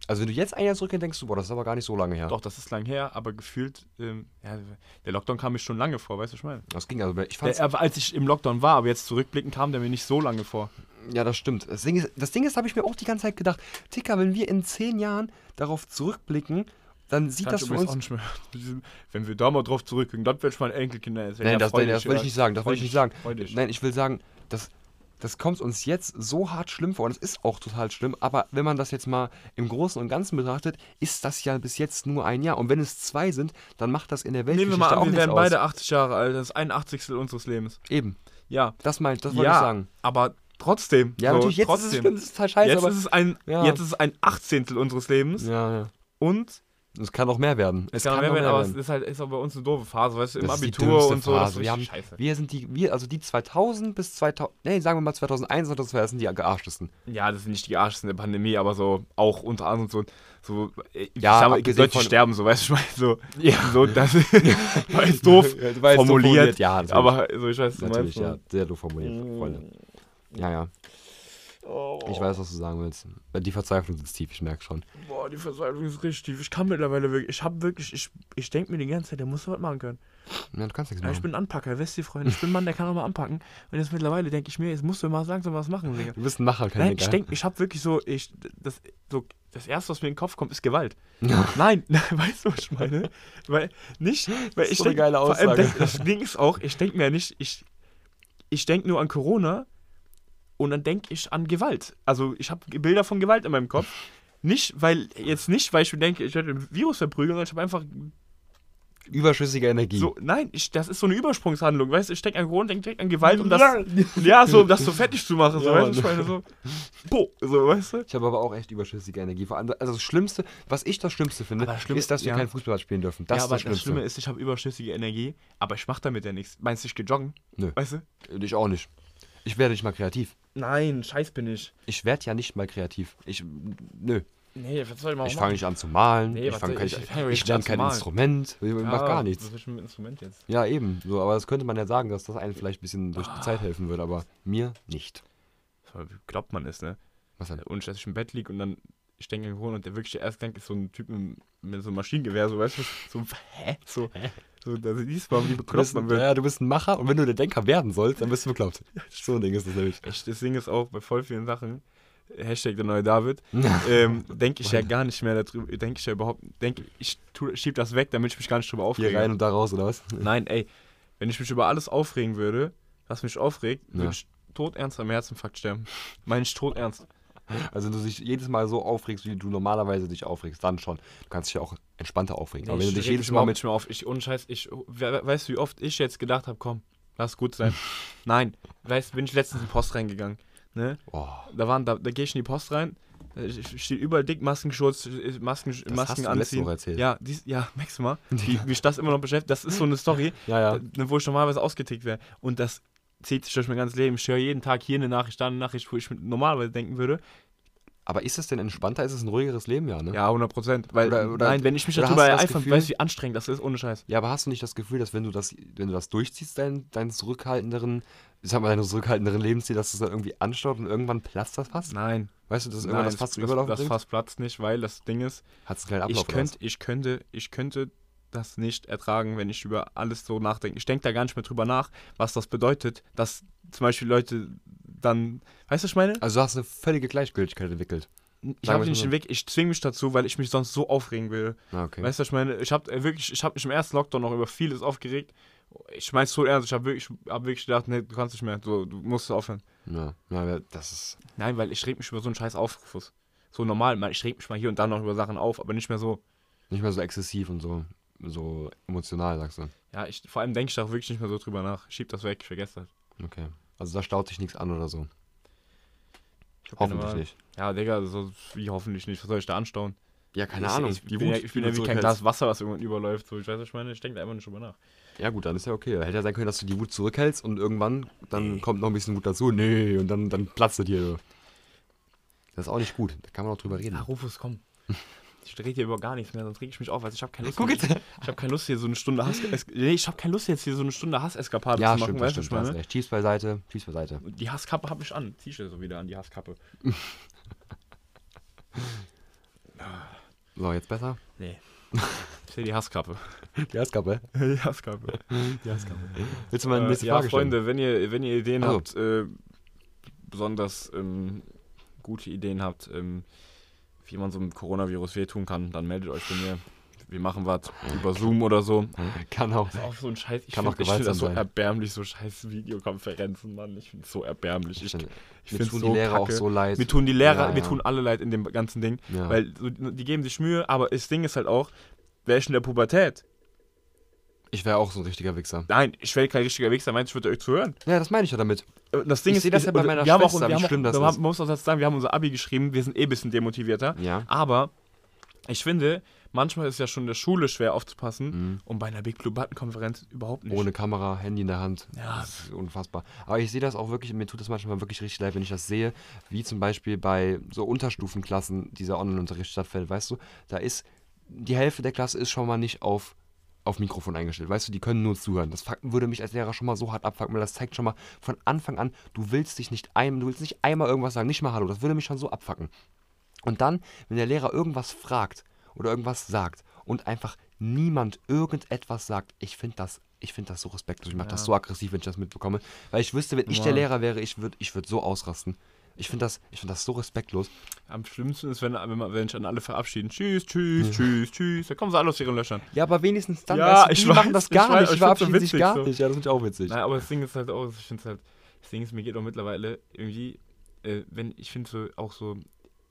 Speaker 1: Also wenn du jetzt ein Jahr zurückgehst, denkst du, boah, das ist aber gar nicht so lange her.
Speaker 2: Doch, das ist lang her, aber gefühlt, ähm, ja, der Lockdown kam mir schon lange vor, weißt du, was ich meine?
Speaker 1: Das ging also. Ich fand's,
Speaker 2: Der, aber als ich im Lockdown war, aber jetzt zurückblickend kam der mir nicht so lange vor.
Speaker 1: ja, das stimmt. Das Ding ist, das Ding ist, habe ich mir auch die ganze Zeit gedacht, Ticker, wenn wir in zehn Jahren darauf zurückblicken dann sieht das für
Speaker 2: übrigens auch
Speaker 1: uns.
Speaker 2: nicht mehr. *laughs* Diesen- Wenn wir da mal drauf zurückgücken, dann werde ich meinen Enkelkinder erzählen.
Speaker 1: Nein, das,
Speaker 2: freu
Speaker 1: nein, das
Speaker 2: dich,
Speaker 1: will
Speaker 2: ja.
Speaker 1: ich nicht sagen. Das
Speaker 2: Freu
Speaker 1: will ich nicht
Speaker 2: dich,
Speaker 1: sagen.
Speaker 2: Freu dich.
Speaker 1: Nein, ich will sagen, das, das kommt uns jetzt so hart schlimm vor und es ist auch total schlimm, aber wenn man das jetzt mal im Großen und Ganzen betrachtet, ist das ja bis jetzt nur ein Jahr und wenn es zwei sind, dann macht das in der Welt
Speaker 2: Nehmen wir mal
Speaker 1: auch
Speaker 2: an, wir
Speaker 1: nichts
Speaker 2: werden
Speaker 1: aus.
Speaker 2: beide 80 Jahre alt. Das ist ein 80. unseres Lebens.
Speaker 1: Eben,
Speaker 2: Ja.
Speaker 1: das meint, das wollte
Speaker 2: ja,
Speaker 1: ich sagen.
Speaker 2: aber trotzdem.
Speaker 1: Ja,
Speaker 2: so,
Speaker 1: natürlich, jetzt ist es
Speaker 2: trotzdem.
Speaker 1: schlimm, das ist total scheiße,
Speaker 2: jetzt,
Speaker 1: aber
Speaker 2: ist es ein,
Speaker 1: Ja.
Speaker 2: jetzt ist es ein 18. unseres Lebens.
Speaker 1: ja, ja.
Speaker 2: Und
Speaker 1: es kann noch mehr werden.
Speaker 2: es kann mehr werden, Genau, aber es
Speaker 1: werden.
Speaker 2: ist halt ist auch bei uns eine doofe Phase, weißt du, im
Speaker 1: Das ist die
Speaker 2: Abitur
Speaker 1: dümmste
Speaker 2: und so. Das
Speaker 1: Phase.
Speaker 2: ist
Speaker 1: Wir
Speaker 2: richtig
Speaker 1: haben-
Speaker 2: scheiße.
Speaker 1: Wir sind die, wir, also die 2000 bis 2000, nee, sagen wir mal 2001 oder 2002 sind die gearschtesten.
Speaker 2: Ja, das sind nicht die Arschsten der Pandemie, aber so auch unter anderem so, so äh, ich
Speaker 1: Ja,
Speaker 2: sag mal,
Speaker 1: abgesehen
Speaker 2: Leute
Speaker 1: von-
Speaker 2: sterben, so weißt du, ich meine, so,
Speaker 1: Ja. *laughs*
Speaker 2: so das war jetzt doof
Speaker 1: Ja, war jetzt doof
Speaker 2: formuliert,
Speaker 1: formuliert, ja, natürlich.
Speaker 2: aber so, ich weiß, was du
Speaker 1: Natürlich,
Speaker 2: meinst, so. Mm.
Speaker 1: ja, sehr doof formuliert, Freunde. Ja, ja,
Speaker 2: Oh,
Speaker 1: ich weiß, was du sagen willst. Die Verzweiflung sitzt tief, ich merke schon.
Speaker 2: boah, die Verzweiflung ist richtig tief. Ich kann mittlerweile wirklich, ich habe wirklich, ich, ich denke mir die ganze Zeit, der muss doch was machen können.
Speaker 1: Ja, du kannst nichts
Speaker 2: Ja,
Speaker 1: machen.
Speaker 2: ich bin ein Anpacker, weißt du, Freunde, ich bin ein Mann, der kann auch mal anpacken. Und jetzt mittlerweile denke ich mir, jetzt musst du mal langsam was machen, Digga.
Speaker 1: du bist ein Macher, kein
Speaker 2: Nein,
Speaker 1: Digger.
Speaker 2: ich denke, ich habe wirklich so, ich, das, so, das erste, was mir in den Kopf kommt, ist Gewalt.
Speaker 1: Ja.
Speaker 2: Nein, *laughs* nein, weißt du, was ich meine? Weil nicht, weil
Speaker 1: ist
Speaker 2: ich
Speaker 1: so eine
Speaker 2: denk-
Speaker 1: geile
Speaker 2: vor allem
Speaker 1: Aussage.
Speaker 2: Das, das Ding ist auch, ich denke mir ja nicht, ich, ich denke nur an Corona und dann denke ich an Gewalt. Also ich habe Bilder von Gewalt in meinem Kopf. Nicht, weil, jetzt nicht, weil ich mir denke, ich werde ein Virus verprügeln, sondern ich habe einfach
Speaker 1: Überschüssige Energie.
Speaker 2: so, nein, ich, das ist so eine Übersprungshandlung, weißt du, ich denke an Corona, denke direkt an Gewalt, um das,
Speaker 1: Ja.
Speaker 2: ja, so, um das so fertig zu machen, so,
Speaker 1: Ja,
Speaker 2: weißt du, ich
Speaker 1: Mann.
Speaker 2: meine, so, boah, so, weißt du?
Speaker 1: Ich habe aber auch echt überschüssige Energie. Vor allem, also das Schlimmste, was ich das Schlimmste finde,
Speaker 2: Aber das Schlimme-
Speaker 1: ist, dass wir
Speaker 2: ja.
Speaker 1: keinen Fußball spielen dürfen. Das
Speaker 2: ja,
Speaker 1: ist
Speaker 2: aber
Speaker 1: das
Speaker 2: das,
Speaker 1: Schlimmste.
Speaker 2: Schlimme ist, ich habe überschüssige Energie, aber ich mache damit ja nichts. Meinst du, ich geh joggen?
Speaker 1: Nö.
Speaker 2: Weißt du?
Speaker 1: ich auch nicht. Ich werde nicht mal kreativ.
Speaker 2: Nein, scheiß bin ich.
Speaker 1: Ich werde ja nicht mal kreativ. Ich, nö.
Speaker 2: Nee, was soll ich mal
Speaker 1: Ich fange nicht an zu malen.
Speaker 2: Nee,
Speaker 1: ich
Speaker 2: was
Speaker 1: fange
Speaker 2: soll
Speaker 1: kein,
Speaker 2: ich-
Speaker 1: ich,
Speaker 2: ich fang doch
Speaker 1: ich
Speaker 2: jetzt
Speaker 1: lerne
Speaker 2: an zu
Speaker 1: kein
Speaker 2: malen.
Speaker 1: Instrument. Ich mach gar nichts.
Speaker 2: Was willst du mit dem Instrument jetzt?
Speaker 1: Ja, eben. So, aber das könnte man ja sagen, dass das einen vielleicht ein bisschen durch
Speaker 2: Ah.
Speaker 1: die Zeit helfen würde, aber mir nicht.
Speaker 2: So, wie glaubt man es, ne?
Speaker 1: Was denn?
Speaker 2: Und dass ich im Bett lieg und dann, ich denke an Corona und der wirkliche Erstgedanke ist so ein Typ mit, mit so einem Maschinengewehr, so, weißt du? So, *laughs* hä? So, so da siehst du mal, wie
Speaker 1: Du bist,
Speaker 2: bekloppt man
Speaker 1: ein,
Speaker 2: wird.
Speaker 1: ja, du bist ein Macher und wenn du der Denker werden sollst, dann bist du *laughs* bekloppt. So ein Ding ist das *laughs* nämlich.
Speaker 2: Echt, das Ding ist auch bei voll vielen Sachen, Hashtag der neue David, ähm, denke ich ja gar nicht mehr darüber, denke ich ja überhaupt, denke ich, tu, schieb das weg, damit ich mich gar nicht drüber aufrege.
Speaker 1: Hier rein und da raus, oder was?
Speaker 2: Nein, ey, wenn ich mich über alles aufregen würde, was mich aufregt,
Speaker 1: Ja.
Speaker 2: würde ich todernst am Herzinfarkt sterben. Meine ich todernst.
Speaker 1: Also wenn du dich jedes Mal so aufregst, wie du normalerweise dich aufregst, dann schon. Du kannst dich ja auch entspannter aufregen. Aber wenn du dich jedes Mal mit...
Speaker 2: mir auf, ich ohne Scheiß, ich we- we- weißt du, wie oft ich jetzt gedacht habe, komm, lass
Speaker 1: *laughs*
Speaker 2: gut sein. Nein, weißt, bin ich letztens in die Post reingegangen, ne?
Speaker 1: Oh,
Speaker 2: Da waren da, da gehe ich in die Post rein. da sch- Steht überall dick Maskenschutz, äh, Masken,
Speaker 1: Das
Speaker 2: Masken
Speaker 1: hast du letzte
Speaker 2: anziehen.
Speaker 1: Woche erzählt.
Speaker 2: Ja, dies, ja, merkst
Speaker 1: *laughs*
Speaker 2: du mal, wie mich das immer noch beschäftigt. Das ist so eine Story.
Speaker 1: ja, ja.
Speaker 2: ne, wo ich normalerweise ausgetickt wäre. Und das zieht sich durch mein ganzes Leben. Ich höre jeden Tag hier eine Nachricht, da eine Nachricht, wo ich mit- normalerweise denken würde.
Speaker 1: Aber ist es denn entspannter? Ist es ein ruhigeres Leben, ja, ne?
Speaker 2: Ja, 100 Prozent. Weil,
Speaker 1: Oder- oder-
Speaker 2: nein, wenn ich mich
Speaker 1: oder
Speaker 2: darüber
Speaker 1: hast du das
Speaker 2: ereifern,
Speaker 1: Gefühl-
Speaker 2: weiß wie anstrengend das ist, ohne Scheiß.
Speaker 1: Ja, aber hast du nicht das Gefühl, dass wenn du das, wenn du das durchziehst, dein, deinen zurückhaltenderen, ich sag mal, deinen zurückhaltenderen Lebensstil, dass es dann irgendwie anstaut und irgendwann platzt das fast?
Speaker 2: Nein,
Speaker 1: Weißt du, dass
Speaker 2: nein
Speaker 1: irgendwann das fast zum
Speaker 2: das,
Speaker 1: Überlaufen
Speaker 2: das
Speaker 1: bringt?
Speaker 2: fast platzt nicht, weil das Ding ist,
Speaker 1: Hat es einen kleinen Ablauf
Speaker 2: ich,
Speaker 1: oder was?
Speaker 2: könnt, ich, könnte, ich könnte das nicht ertragen, wenn ich über alles so nachdenke. Ich denke da gar nicht mehr drüber nach, was das bedeutet, dass zum Beispiel Leute dann, weißt du, was ich meine?
Speaker 1: Also du hast eine völlige Gleichgültigkeit entwickelt.
Speaker 2: Ich
Speaker 1: Sagen
Speaker 2: habe
Speaker 1: wir's
Speaker 2: nicht
Speaker 1: mal so.
Speaker 2: den Weg, ich zwinge mich dazu, weil ich mich sonst so aufregen will.
Speaker 1: Ah, okay.
Speaker 2: Weißt du, ich meine, ich habe wirklich, ich habe mich im ersten Lockdown noch über vieles aufgeregt. Ich meine es so ernst, ich habe wirklich, hab wirklich gedacht, nee, du kannst nicht mehr, so, du musst aufhören.
Speaker 1: ja, ja, das ist.
Speaker 2: Nein, weil ich reg mich über so einen Scheiß auf. Fuß. So normal, mal- ich reg mich mal hier und da noch über Sachen auf, aber nicht mehr so.
Speaker 1: Nicht mehr so exzessiv und so, so emotional, sagst du.
Speaker 2: Ja, ich, vor allem denke ich da auch wirklich nicht mehr so drüber nach. Ich schieb das weg, ich vergesse das.
Speaker 1: Okay. Also da staut sich nichts an oder so.
Speaker 2: Ich hab keine
Speaker 1: Hoffentlich
Speaker 2: Wahl.
Speaker 1: nicht.
Speaker 2: Ja, Digga, so wie hoffentlich nicht. Was soll ich da anstauen?
Speaker 1: Ja, keine
Speaker 2: ich,
Speaker 1: Ahnung.
Speaker 2: Ich, ich, bin, ja, ich
Speaker 1: die du
Speaker 2: bin ja wie kein
Speaker 1: zurückhältst.
Speaker 2: Glas Wasser, was irgendwann überläuft. So, ich weiß, was ich meine, ich denke da einfach nicht drüber nach.
Speaker 1: Ja, gut, dann ist ja okay. Hätte ja sein können, dass du die Wut zurückhältst und irgendwann, dann kommt noch ein bisschen Wut dazu. Nee, und dann, dann platzt es dir. so. Das ist auch nicht gut. Da kann man auch drüber reden.
Speaker 2: Ja, Rufus, komm. Ich rede hier über gar nichts mehr, sonst reg ich mich auf. Also ich habe keine Lust.
Speaker 1: Guck
Speaker 2: mehr.
Speaker 1: jetzt.
Speaker 2: Ich habe keine Lust hier so eine Stunde Hass. Es- Nee, ich habe keine Lust jetzt hier so eine Stunde Hasseskapade
Speaker 1: Ja,
Speaker 2: zu machen,
Speaker 1: stimmt, das
Speaker 2: weißt du,
Speaker 1: stimmt.
Speaker 2: was ich
Speaker 1: Du hast
Speaker 2: meine?
Speaker 1: recht. Schieß beiseite, schieß beiseite.
Speaker 2: Die Hasskappe habe ich an. T-Shirt so wieder an, die Hasskappe.
Speaker 1: So, jetzt
Speaker 2: *laughs*
Speaker 1: besser.
Speaker 2: Nee. Ich sehe die Hasskappe.
Speaker 1: Die Hasskappe.
Speaker 2: Die Hasskappe. Die Hasskappe.
Speaker 1: Willst du mal eine
Speaker 2: ne? Äh,
Speaker 1: nächste
Speaker 2: ja,
Speaker 1: Frage stellen?
Speaker 2: Freunde, wenn ihr, wenn ihr Ideen
Speaker 1: Ach so.
Speaker 2: habt, äh, besonders ähm, gute Ideen habt, ähm, wie man so einem Coronavirus wehtun kann, dann meldet euch bei mir. wir machen was über Zoom oder so.
Speaker 1: *laughs* Kann auch.
Speaker 2: Das ist auch so ein Scheiß. Ich
Speaker 1: Kann
Speaker 2: finde
Speaker 1: auch
Speaker 2: find das so
Speaker 1: gewaltsam sein.
Speaker 2: erbärmlich, so scheiß Videokonferenzen, Mann. Ich finde es so erbärmlich. Ich,
Speaker 1: Mir
Speaker 2: ich
Speaker 1: tun
Speaker 2: find's
Speaker 1: die Lehrer auch so leid.
Speaker 2: Mir tun die Lehrer,
Speaker 1: Ja,
Speaker 2: mir
Speaker 1: ja.
Speaker 2: tun alle leid in dem ganzen Ding.
Speaker 1: Ja.
Speaker 2: Weil so, die geben sich Mühe, aber das Ding ist halt auch, wer ist in der Pubertät?
Speaker 1: ich wäre auch so ein richtiger Wichser.
Speaker 2: Nein, ich werde kein richtiger Weg sein, meinst du, ich würde euch zuhören?
Speaker 1: Ja, das meine ich ja damit.
Speaker 2: Und Das Ding
Speaker 1: Ich
Speaker 2: ist,
Speaker 1: seh das ja bei
Speaker 2: und
Speaker 1: meiner
Speaker 2: wir haben
Speaker 1: Schwester,
Speaker 2: auch,
Speaker 1: wie
Speaker 2: wir haben,
Speaker 1: schlimm
Speaker 2: schlimm
Speaker 1: das
Speaker 2: wir haben,
Speaker 1: ist.
Speaker 2: Man muss auch dazu sagen, wir haben unser Abi geschrieben, wir sind eh ein bisschen demotivierter.
Speaker 1: Ja.
Speaker 2: Aber ich finde, manchmal ist ja schon in der Schule schwer aufzupassen und bei einer Big Blue Button Konferenz überhaupt nicht.
Speaker 1: Mhm. Ohne Kamera, Handy in der Hand.
Speaker 2: Ja.
Speaker 1: Das ist unfassbar. Aber ich sehe das auch wirklich, mir tut das manchmal wirklich richtig leid, wenn ich das sehe, wie zum Beispiel bei so Unterstufenklassen dieser Online-Unterricht stattfindet, weißt du, da ist, die Hälfte der Klasse ist schon mal nicht auf, auf Mikrofon eingestellt, weißt du, die können nur zuhören. Das fuck- würde mich als Lehrer schon mal so hart abfucken, weil das zeigt schon mal von Anfang an, du willst dich nicht ein, du willst nicht einmal irgendwas sagen, nicht mal Hallo, das würde mich schon so abfucken. Und dann, wenn der Lehrer irgendwas fragt oder irgendwas sagt und einfach niemand irgendetwas sagt, ich finde das, ich finde das so respektlos. Ich mache das so aggressiv, wenn ich das mitbekomme. Weil ich wüsste, wenn ich der
Speaker 2: Ja.
Speaker 1: Lehrer wäre, ich würde ich würd so ausrasten. Ich finde das, ich find das so respektlos.
Speaker 2: Am schlimmsten ist, wenn, wenn, man, wenn sich dann alle verabschieden. Tschüss, tschüss, tschüss, tschüss. Da kommen sie alle aus ihren Löchern.
Speaker 1: Ja, aber wenigstens dann, weißt
Speaker 2: Ja,
Speaker 1: du,
Speaker 2: ich
Speaker 1: die
Speaker 2: weiß,
Speaker 1: machen das gar
Speaker 2: ich
Speaker 1: nicht,
Speaker 2: weiß, ich
Speaker 1: die
Speaker 2: find's so
Speaker 1: verabschieden sich
Speaker 2: witzig
Speaker 1: gar
Speaker 2: so.
Speaker 1: nicht. Ja, das finde ich auch witzig.
Speaker 2: Nein, aber das Ding ist halt auch, ich finde halt, das Ding ist, mir geht auch mittlerweile irgendwie, äh, wenn ich finde so auch so,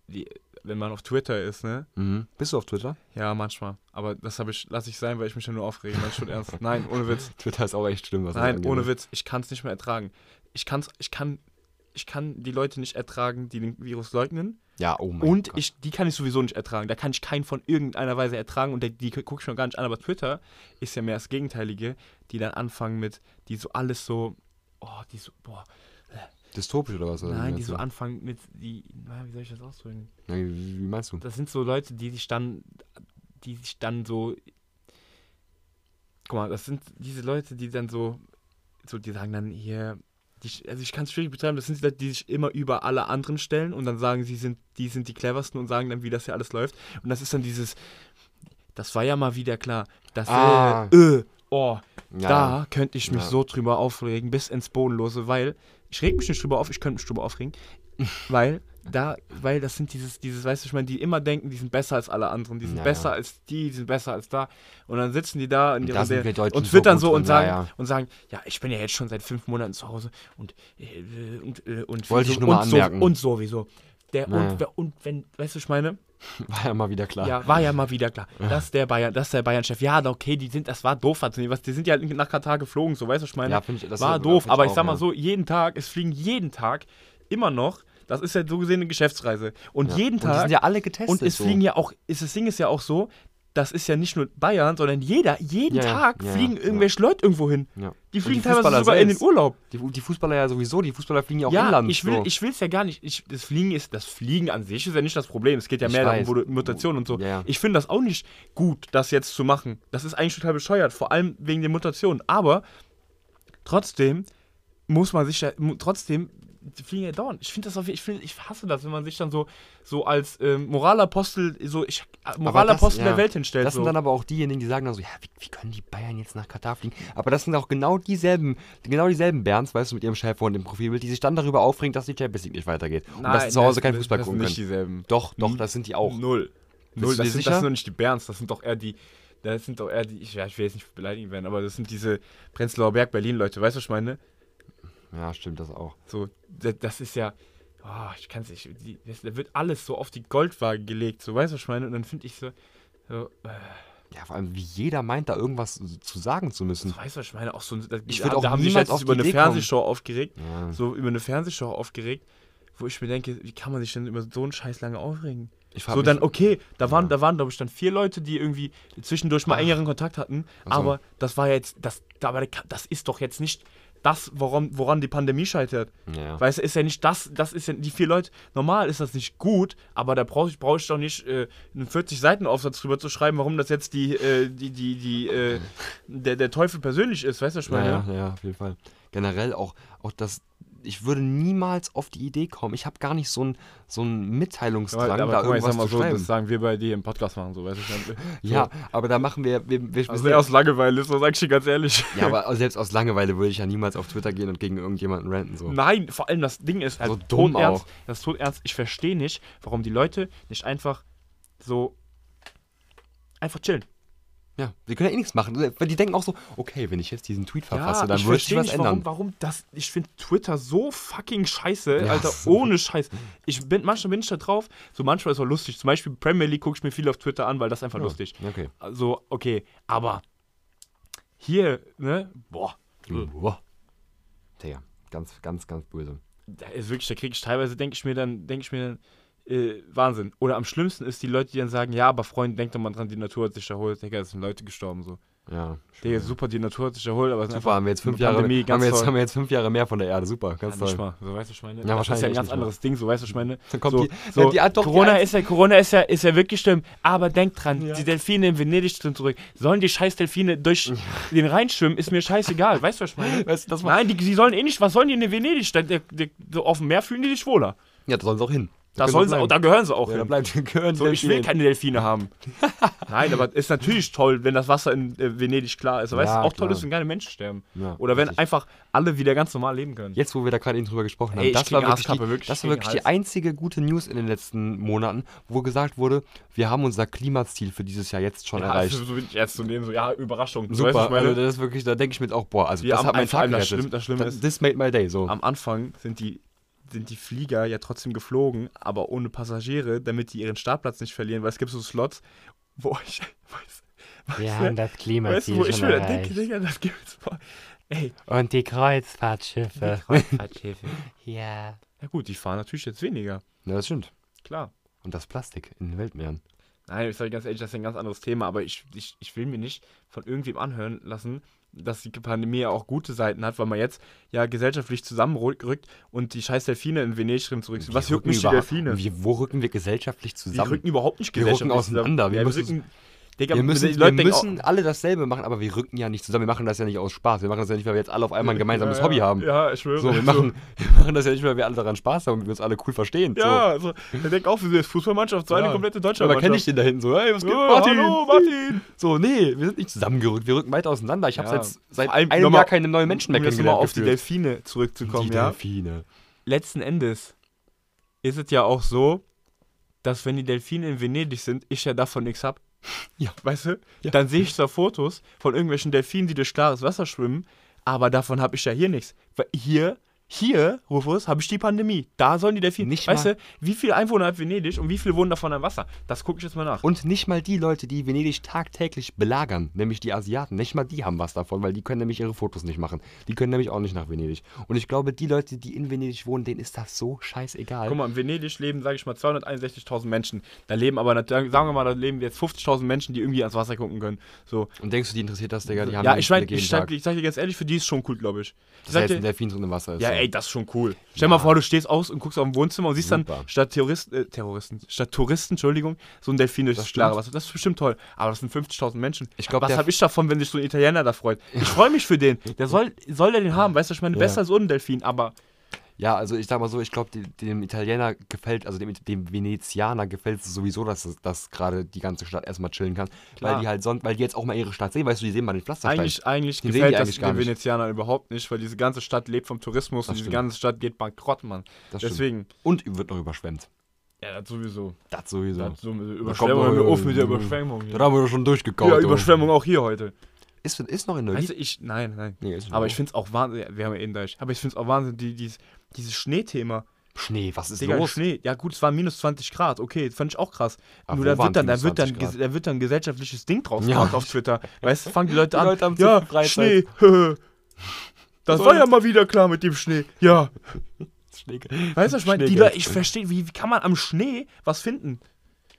Speaker 2: die, wenn man auf Twitter ist, ne?
Speaker 1: Mhm. Bist du auf Twitter?
Speaker 2: Ja, manchmal. Aber das habe ich, lasse ich sein, weil ich mich dann nur aufrege. Mein
Speaker 1: *laughs*
Speaker 2: schon ernst. Nein, ohne Witz.
Speaker 1: Twitter ist auch echt schlimm, was das
Speaker 2: Nein,
Speaker 1: angeht.
Speaker 2: ohne Witz. Ich kann es nicht mehr ertragen. Ich kann's, ich kann, ich kann die Leute nicht ertragen, die den Virus leugnen.
Speaker 1: Ja, oh mein
Speaker 2: und
Speaker 1: Gott.
Speaker 2: ich, die kann ich sowieso nicht ertragen. Da kann ich keinen von irgendeiner Weise ertragen und der, die gucke ich mir gar nicht an. Aber Twitter ist ja mehr das Gegenteilige, die dann anfangen mit, die so alles so, oh, die so, boah,
Speaker 1: Dystopisch oder was? oder wie
Speaker 2: nein, die
Speaker 1: meinst
Speaker 2: so
Speaker 1: du?
Speaker 2: anfangen mit, die, na, wie soll ich das ausdrücken?
Speaker 1: Ja, wie wie meinst du?
Speaker 2: Das sind so Leute, die sich dann, die sich dann so, guck mal, das sind diese Leute, die dann so, so die sagen dann hier, die, also ich kann es schwierig betreiben, das sind die Leute, die sich immer über alle anderen stellen und dann sagen, sie sind, die sind die cleversten und sagen dann, wie das hier alles läuft. Und das ist dann dieses, das war ja mal wieder klar, das,
Speaker 1: Ah.
Speaker 2: äh, äh, oh,
Speaker 1: Ja,
Speaker 2: da könnte ich mich
Speaker 1: Ja.
Speaker 2: so drüber aufregen, bis ins Bodenlose, weil ich reg mich nicht drüber auf, ich könnte mich
Speaker 1: *laughs*
Speaker 2: drüber aufregen, weil da, weil das sind dieses, dieses, weißt du, ich meine, die immer denken, die sind besser als alle anderen, die sind
Speaker 1: Ja,
Speaker 2: besser
Speaker 1: ja.
Speaker 2: als die, die sind besser als da und dann sitzen die da in
Speaker 1: Und da
Speaker 2: ihrer-
Speaker 1: sind wir Deutschen
Speaker 2: und
Speaker 1: so
Speaker 2: twittern
Speaker 1: gut
Speaker 2: so,
Speaker 1: drin,
Speaker 2: und sagen,
Speaker 1: ja, ja.
Speaker 2: und sagen, ja, ich bin ja jetzt schon seit fünf Monaten zu Hause und äh, und äh, und
Speaker 1: Wollte
Speaker 2: so-
Speaker 1: ich nur mal
Speaker 2: und so,
Speaker 1: anmerken.
Speaker 2: und sowieso. Der,
Speaker 1: Ja, ja.
Speaker 2: und, wer- und wenn, weißt du, ich meine,
Speaker 1: *laughs* War ja mal wieder klar.
Speaker 2: ja, war ja mal wieder klar.
Speaker 1: Ah.
Speaker 2: Dass der Bayern, dass der Bayern-Chef, ja, na okay, die sind, das war doof, hat sie- was, die sind ja halt nach Katar geflogen, so weißt du, was ich meine.
Speaker 1: Ja, find ich- das
Speaker 2: war
Speaker 1: find-
Speaker 2: doof,
Speaker 1: find ich
Speaker 2: aber ich
Speaker 1: auch,
Speaker 2: sag mal
Speaker 1: ja.
Speaker 2: so, jeden Tag, es fliegen jeden Tag immer noch, das ist ja so gesehen eine Geschäftsreise. Und jeden
Speaker 1: Und die
Speaker 2: Tag,
Speaker 1: sind ja alle getestet.
Speaker 2: und es
Speaker 1: so.
Speaker 2: fliegen ja auch, ist, das Ding ist ja auch so, das ist ja nicht nur Bayern, sondern jeder, jeden
Speaker 1: Ja, ja,
Speaker 2: Tag
Speaker 1: ja, ja,
Speaker 2: fliegen
Speaker 1: ja.
Speaker 2: irgendwelche Leute irgendwo hin.
Speaker 1: Ja.
Speaker 2: Die
Speaker 1: Und
Speaker 2: fliegen
Speaker 1: die
Speaker 2: teilweise
Speaker 1: Fußballer
Speaker 2: sogar in den
Speaker 1: selbst.
Speaker 2: Urlaub.
Speaker 1: Die, die Fußballer ja sowieso, die Fußballer fliegen ja auch
Speaker 2: Ja,
Speaker 1: inland.
Speaker 2: ich will,
Speaker 1: so.
Speaker 2: ich will's ja gar nicht. Ich, das Fliegen ist, das Fliegen an sich ist ja nicht das Problem. Es geht ja
Speaker 1: Ich
Speaker 2: mehr
Speaker 1: weiß.
Speaker 2: darum, wo du, Mutation und so.
Speaker 1: Ja, ja.
Speaker 2: Ich finde das auch nicht gut, das jetzt zu machen. Das ist eigentlich total bescheuert, vor allem wegen den Mutationen. Aber trotzdem muss man sich ja, mu- trotzdem die fliegen ja dauernd. Ich finde das auf, ich finde, ich hasse das, wenn man sich dann so, so als ähm, Moralapostel, so ich, äh,
Speaker 1: Aber
Speaker 2: Moralapostel
Speaker 1: das-
Speaker 2: der
Speaker 1: ja.
Speaker 2: Welt hinstellt.
Speaker 1: Das
Speaker 2: So.
Speaker 1: sind dann aber auch diejenigen, die sagen dann so, ja, wie, wie können die Bayern jetzt nach Katar fliegen? Aber das sind auch genau dieselben, genau dieselben Bernds, weißt du, mit ihrem Chef und dem Profilbild, die sich dann darüber aufregen, dass die Champions League nicht weitergeht. und dass sie zu Hause keinen Fußball
Speaker 2: das
Speaker 1: gucken
Speaker 2: sind nicht
Speaker 1: können.
Speaker 2: dieselben.
Speaker 1: Doch, doch, das sind die auch.
Speaker 2: Null.
Speaker 1: du
Speaker 2: Null,
Speaker 1: dir
Speaker 2: das sind,
Speaker 1: sicher?
Speaker 2: das sind doch nicht die Berns, das sind doch eher die, das sind doch eher die, ich, ja, ich will jetzt nicht beleidigen werden, aber das sind diese Prenzlauer Berg Berlin-Leute, weißt du, was ich meine?
Speaker 1: Ja, stimmt das auch.
Speaker 2: So, da- das ist ja, oh, ich kann es nicht, die, das, da wird alles so auf die Goldwaage gelegt, so, weißt du, was ich meine? Und dann finde ich so, so, äh,
Speaker 1: Ja, vor allem, wie jeder meint, da irgendwas zu sagen zu müssen.
Speaker 2: so, weißt du, was ich meine? Auch so, ein- da,
Speaker 1: Ich
Speaker 2: da-
Speaker 1: würd auch
Speaker 2: da haben sich
Speaker 1: niemals
Speaker 2: jetzt
Speaker 1: auf die
Speaker 2: über eine
Speaker 1: Idee kommen.
Speaker 2: Fernsehshow aufgeregt,
Speaker 1: Ja.
Speaker 2: so über eine Fernsehshow aufgeregt, wo ich mir denke, wie kann man sich denn über so einen Scheiß lange aufregen?
Speaker 1: Ich frag
Speaker 2: So
Speaker 1: mich-
Speaker 2: dann, okay, da waren, da waren, glaube ich, dann vier Leute, die irgendwie zwischendurch mal engeren Kontakt hatten,
Speaker 1: so.
Speaker 2: aber das war jetzt, das, da war der Ka- das ist doch jetzt nicht das, woran, woran die Pandemie scheitert.
Speaker 1: Ja.
Speaker 2: Weißt du, ist ja nicht das, das ist ja, die vier Leute, normal ist das nicht gut, aber da brauche ich, brauch ich doch nicht äh, einen 40-Seiten-Aufsatz drüber zu schreiben, warum das jetzt die, äh, die, die, die, äh, der, der Teufel persönlich ist, weißt du, was ich meine?
Speaker 1: Ja, ja, ja, auf jeden Fall. Generell auch, auch das, ich würde niemals auf die Idee kommen. Ich habe gar nicht so einen so einen Mitteilungsdrang, da
Speaker 2: guck mal, ich
Speaker 1: irgendwas
Speaker 2: sag mal
Speaker 1: zu
Speaker 2: so,
Speaker 1: schreiben.
Speaker 2: das sagen wir bei dir im Podcast machen, so, weißt du, ich meine?
Speaker 1: ja, aber da machen wir, wir, wir
Speaker 2: Also
Speaker 1: wir-
Speaker 2: eher aus Langeweile, so sag ich dir ganz ehrlich.
Speaker 1: Ja, aber selbst aus Langeweile würde ich ja niemals auf Twitter gehen und gegen irgendjemanden ranten. So.
Speaker 2: Nein, vor allem das Ding ist halt
Speaker 1: So dumm
Speaker 2: todernst,
Speaker 1: auch.
Speaker 2: das ist todernst. Ich verstehe nicht, warum die Leute nicht einfach so einfach chillen.
Speaker 1: Ja, die können ja eh nichts machen. Weil die denken auch so, okay, wenn ich jetzt diesen Tweet verfasse, dann
Speaker 2: ich
Speaker 1: wird sich
Speaker 2: verstehe
Speaker 1: was
Speaker 2: nicht,
Speaker 1: ändern.
Speaker 2: warum, warum das. Ich finde Twitter so fucking scheiße,
Speaker 1: Ja.
Speaker 2: Alter, ohne Scheiß. Ich bin, manchmal bin ich da drauf, so manchmal ist es auch lustig. Zum Beispiel Premier League gucke ich mir viel auf Twitter an, weil das ist einfach lustig.
Speaker 1: Okay.
Speaker 2: Also, okay, aber hier, ne? Boah,
Speaker 1: Hm. Boah. Digga, ganz, ganz, ganz böse.
Speaker 2: da ist wirklich, da kriege ich teilweise, denke ich mir dann, denke ich mir dann, äh, Wahnsinn. Oder am schlimmsten ist die Leute, die dann sagen, ja, aber Freunde, denkt doch mal dran, die Natur hat sich erholt. Digga, es sind Leute gestorben so.
Speaker 1: Ja.
Speaker 2: Digga, super, die Natur hat sich erholt, aber es sind
Speaker 1: Super, haben wir jetzt fünf
Speaker 2: eine
Speaker 1: Jahre,
Speaker 2: Pandemie,
Speaker 1: haben
Speaker 2: ganz
Speaker 1: wir jetzt,
Speaker 2: toll.
Speaker 1: haben wir jetzt fünf Jahre mehr von der Erde. Super, ganz
Speaker 2: Ja,
Speaker 1: toll.
Speaker 2: nicht mal. So, weißt du, was ich meine?
Speaker 1: Ja,
Speaker 2: das ist ja ein
Speaker 1: wahrscheinlich
Speaker 2: ganz
Speaker 1: nicht mal.
Speaker 2: anderes Ding, so, weißt du, was ich meine?
Speaker 1: *laughs* Dann kommt
Speaker 2: so,
Speaker 1: die-
Speaker 2: so,
Speaker 1: ja, die hat doch die
Speaker 2: Corona,
Speaker 1: Einz-
Speaker 2: ist ja, Corona ist ja, ist ja wirklich schlimm, aber denkt dran,
Speaker 1: Ja.
Speaker 2: die Delfine in Venedig sind zurück. Sollen die scheiß Delfine durch den Rhein schwimmen, ist mir scheißegal, weißt du, was ich meine?
Speaker 1: Weißt du, *laughs* das war-
Speaker 2: Nein, die, die sollen eh nicht, was sollen die in Venedig? Da, der, der, so auf dem Meer fühlen die sich wohler.
Speaker 1: Ja, da sollen sie auch hin.
Speaker 2: Da, sollen sie, auch- da gehören sie auch
Speaker 1: Ja, da
Speaker 2: hin.
Speaker 1: bleiben
Speaker 2: *laughs*
Speaker 1: sie gehören.
Speaker 2: So, ich will keine
Speaker 1: *laughs*
Speaker 2: Delfine haben. Nein, aber ist natürlich toll, wenn das Wasser in äh, Venedig klar ist. Aber weißt du,
Speaker 1: Ja,
Speaker 2: auch toll
Speaker 1: klar.
Speaker 2: ist, wenn keine Menschen sterben.
Speaker 1: Ja,
Speaker 2: Oder wenn
Speaker 1: richtig.
Speaker 2: einfach alle wieder ganz normal leben können.
Speaker 1: Jetzt, wo wir da gerade eben drüber gesprochen haben,
Speaker 2: Ey, ich
Speaker 1: das
Speaker 2: krieg
Speaker 1: war wirklich, die,
Speaker 2: Arschklappe, wirklich,
Speaker 1: das war
Speaker 2: ich krieg
Speaker 1: wirklich die
Speaker 2: Hals.
Speaker 1: einzige gute News in den letzten Monaten, wo gesagt wurde, wir haben unser Klimaziel für dieses Jahr jetzt schon
Speaker 2: Ja,
Speaker 1: erreicht.
Speaker 2: also so wirklich ernst zu nehmen, so, ja, Überraschung.
Speaker 1: Super,
Speaker 2: du weißt, was ich meine?
Speaker 1: also das ist wirklich, da denke ich mir jetzt auch, boah, also
Speaker 2: Wir
Speaker 1: das
Speaker 2: haben
Speaker 1: hat meinen
Speaker 2: einfach-
Speaker 1: Tag gerettet.
Speaker 2: das Schlimm- das Schlimme
Speaker 1: Das-
Speaker 2: ist-
Speaker 1: This made my day, so.
Speaker 2: Am Anfang sind die, sind die Flieger ja trotzdem geflogen, aber ohne Passagiere, damit die ihren Startplatz nicht verlieren, weil es gibt so Slots, wo ich *laughs* weiß,
Speaker 3: Wir
Speaker 2: weißt,
Speaker 3: haben
Speaker 2: du,
Speaker 3: das
Speaker 2: Ne? weißt, du,
Speaker 3: Klimaziel
Speaker 2: wo ich
Speaker 3: schon
Speaker 2: wieder denke,
Speaker 3: erreicht.
Speaker 2: Digga, das gibt's mal. Ey,
Speaker 3: Und die Kreuzfahrtschiffe.
Speaker 2: Kreuzfahrtschiffe.
Speaker 3: *laughs* Ja.
Speaker 2: Na gut, die fahren natürlich jetzt weniger,
Speaker 1: Ja, das stimmt.
Speaker 2: klar.
Speaker 1: Und das Plastik in den Weltmeeren.
Speaker 2: Nein, ich sage ganz ehrlich, das ist ein ganz anderes Thema, aber ich, ich, ich will mir nicht von irgendwem anhören lassen, dass die Pandemie ja auch gute Seiten hat, weil man jetzt ja gesellschaftlich zusammenrückt und die scheiß Delfine in Venedig drin zurück sind. Was juckt mich die
Speaker 1: überha-
Speaker 2: Delfine?
Speaker 1: Wir, wo rücken wir gesellschaftlich
Speaker 2: Die
Speaker 1: zusammen?
Speaker 2: rücken überhaupt nicht
Speaker 1: Wir rücken
Speaker 2: gesellschaftlich
Speaker 1: auseinander, wir
Speaker 2: Wir, ja, wir
Speaker 1: müssen-
Speaker 2: rücken. Digga,
Speaker 1: wir
Speaker 2: die
Speaker 1: müssen, wir
Speaker 2: Leute denken auch-
Speaker 1: müssen alle dasselbe machen, aber wir rücken ja nicht zusammen. Wir machen das ja nicht aus Spaß. Wir machen das ja nicht, weil wir jetzt alle auf einmal ein gemeinsames
Speaker 2: ja,
Speaker 1: Hobby
Speaker 2: ja,
Speaker 1: haben.
Speaker 2: Ja, ich schwöre.
Speaker 1: So,
Speaker 2: *laughs*
Speaker 1: wir machen, wir machen das ja nicht, weil wir alle daran Spaß haben und wir uns alle cool verstehen.
Speaker 2: Ja, also, wir denken auch, wir sind jetzt Fußballmannschaft, so
Speaker 1: so.
Speaker 2: eine komplette
Speaker 1: Deutschland. Aber
Speaker 2: deutsche Mannschaft.
Speaker 1: kenne ich den da hinten so, hey, was geht,
Speaker 2: ja,
Speaker 1: Martin?
Speaker 2: Hallo, Martin!
Speaker 1: So, nee, wir sind nicht zusammengerückt, wir rücken weit auseinander. Ich habe
Speaker 2: Ja.
Speaker 1: jetzt seit
Speaker 2: Vor allem
Speaker 1: einem
Speaker 2: nochmal-
Speaker 1: Jahr keine neuen Menschen mehr
Speaker 2: um jetzt mal
Speaker 1: kennengelernt.
Speaker 2: auf die
Speaker 1: gefühlt.
Speaker 2: Delfine zurückzukommen,
Speaker 1: die
Speaker 2: ja?
Speaker 1: Delfine.
Speaker 2: letzten Endes ist es ja auch so, dass wenn die Delfine in Venedig sind, ich ja davon nichts hab.
Speaker 1: *laughs* Ja.
Speaker 2: Weißt du?
Speaker 1: Ja.
Speaker 2: Dann sehe ich zwar Fotos von irgendwelchen Delfinen, die durch klares Wasser schwimmen, aber davon habe ich ja hier nichts. Weil hier, hier, Rufus, habe ich die Pandemie. Da sollen die Delfine.
Speaker 1: Nicht
Speaker 2: weißt
Speaker 1: mal-
Speaker 2: du, wie viele Einwohner hat Venedig und wie viele wohnen davon am Wasser? Das gucke ich jetzt mal nach.
Speaker 1: Und nicht mal die Leute, die Venedig tagtäglich belagern, nämlich die Asiaten, nicht mal die haben was davon, weil die können nämlich ihre Fotos nicht machen. Die können nämlich auch nicht nach Venedig. Und ich glaube, die Leute, die in Venedig wohnen, denen ist das so scheißegal.
Speaker 2: Guck mal, in Venedig leben, sage ich mal, 261.000 Menschen. Da leben aber, nat- sagen wir mal, da leben jetzt 50.000 Menschen, die irgendwie ans Wasser gucken können. So,
Speaker 1: Und denkst du, die interessiert das, Digga? Die haben
Speaker 2: ja,
Speaker 1: den
Speaker 2: ich meine,
Speaker 1: Blick jeden
Speaker 2: ich, sag-
Speaker 1: Tag.
Speaker 2: ich sag dir ganz ehrlich, für die ist schon cool, glaube ich. Ich
Speaker 1: Das
Speaker 2: sag
Speaker 1: heißt,
Speaker 2: dir,
Speaker 1: ein Delfin drin im Wasser ist.
Speaker 2: ja,
Speaker 1: so.
Speaker 2: ey, das ist schon cool. Stell mal vor, du stehst aus und guckst auf den Wohnzimmer und siehst
Speaker 1: Super.
Speaker 2: dann statt Terroristen, äh, Terroristen, statt Touristen, Entschuldigung, so ein Delfin durchs
Speaker 1: Das
Speaker 2: klare
Speaker 1: stimmt.
Speaker 2: Wasser. Das ist bestimmt toll. Aber das sind 50.000 Menschen.
Speaker 1: Ich glaub,
Speaker 2: was
Speaker 1: der-
Speaker 2: habe ich davon, wenn sich so ein Italiener da freut?
Speaker 1: *laughs*
Speaker 2: Ich freue mich für den. Der soll, soll der den haben, weißt du, ich meine,
Speaker 1: Ja.
Speaker 2: besser ist ohne Delfin, aber
Speaker 1: Ja, also ich sag mal so, ich glaube, dem Italiener gefällt, also dem, dem Venezianer gefällt es sowieso, dass, es- dass gerade die ganze Stadt erstmal chillen kann.
Speaker 2: Klar.
Speaker 1: Weil die halt sonst, weil die jetzt auch mal ihre Stadt sehen, weißt du, die sehen mal den Pflasterstein.
Speaker 2: eigentlich, eigentlich
Speaker 1: Den sehen
Speaker 2: gefällt
Speaker 1: die
Speaker 2: das
Speaker 1: eigentlich gar
Speaker 2: den
Speaker 1: nicht.
Speaker 2: Venezianern überhaupt nicht, weil diese ganze Stadt lebt vom Tourismus und diese
Speaker 1: stimmt.
Speaker 2: ganze Stadt geht bankrott, Mann.
Speaker 1: Das stimmt.
Speaker 2: Deswegen,
Speaker 1: Und wird noch überschwemmt.
Speaker 2: ja, das sowieso.
Speaker 1: Das sowieso.
Speaker 2: Das so mit
Speaker 1: kommt
Speaker 2: Überschwemmung, hör mir
Speaker 1: doch-
Speaker 2: auf mit der Überschwemmung. hier.
Speaker 1: Das haben wir doch schon durchgekaut.
Speaker 2: Ja,
Speaker 1: du.
Speaker 2: Überschwemmung auch hier heute.
Speaker 1: Ist, ist noch in der
Speaker 2: Weißt
Speaker 1: Liga.
Speaker 2: du, ich, nein, nein.
Speaker 1: Nee, ist in
Speaker 2: aber
Speaker 1: Ordnung.
Speaker 2: ich finde es auch Wahnsinn, ja, wir haben ja eh Deutsch, aber ich finde es auch Wahnsinn, die, dieses, dieses Schneethema.
Speaker 1: Schnee, was ist
Speaker 2: Digga,
Speaker 1: los?
Speaker 2: Schnee, ja gut, es waren minus 20 Grad, okay, das fand ich auch krass.
Speaker 1: Aber wo
Speaker 2: Nur da
Speaker 1: waren
Speaker 2: wird, dann, da,
Speaker 1: minus
Speaker 2: wird dann,
Speaker 1: 20 Grad?
Speaker 2: da wird dann ein gesellschaftliches Ding draus
Speaker 1: Ja.
Speaker 2: gemacht auf Twitter. Weißt du, fangen die Leute
Speaker 1: Die
Speaker 2: an,
Speaker 1: Leute haben zu
Speaker 2: ja,
Speaker 1: viel Freizeit.
Speaker 2: Schnee, *laughs* das war ja mal wieder klar mit dem Schnee, ja.
Speaker 1: Schnee.
Speaker 2: Weißt du, was ich meine, die
Speaker 1: Schneegeld.
Speaker 2: Leute, ich verstehe, wie, wie kann man am Schnee was finden?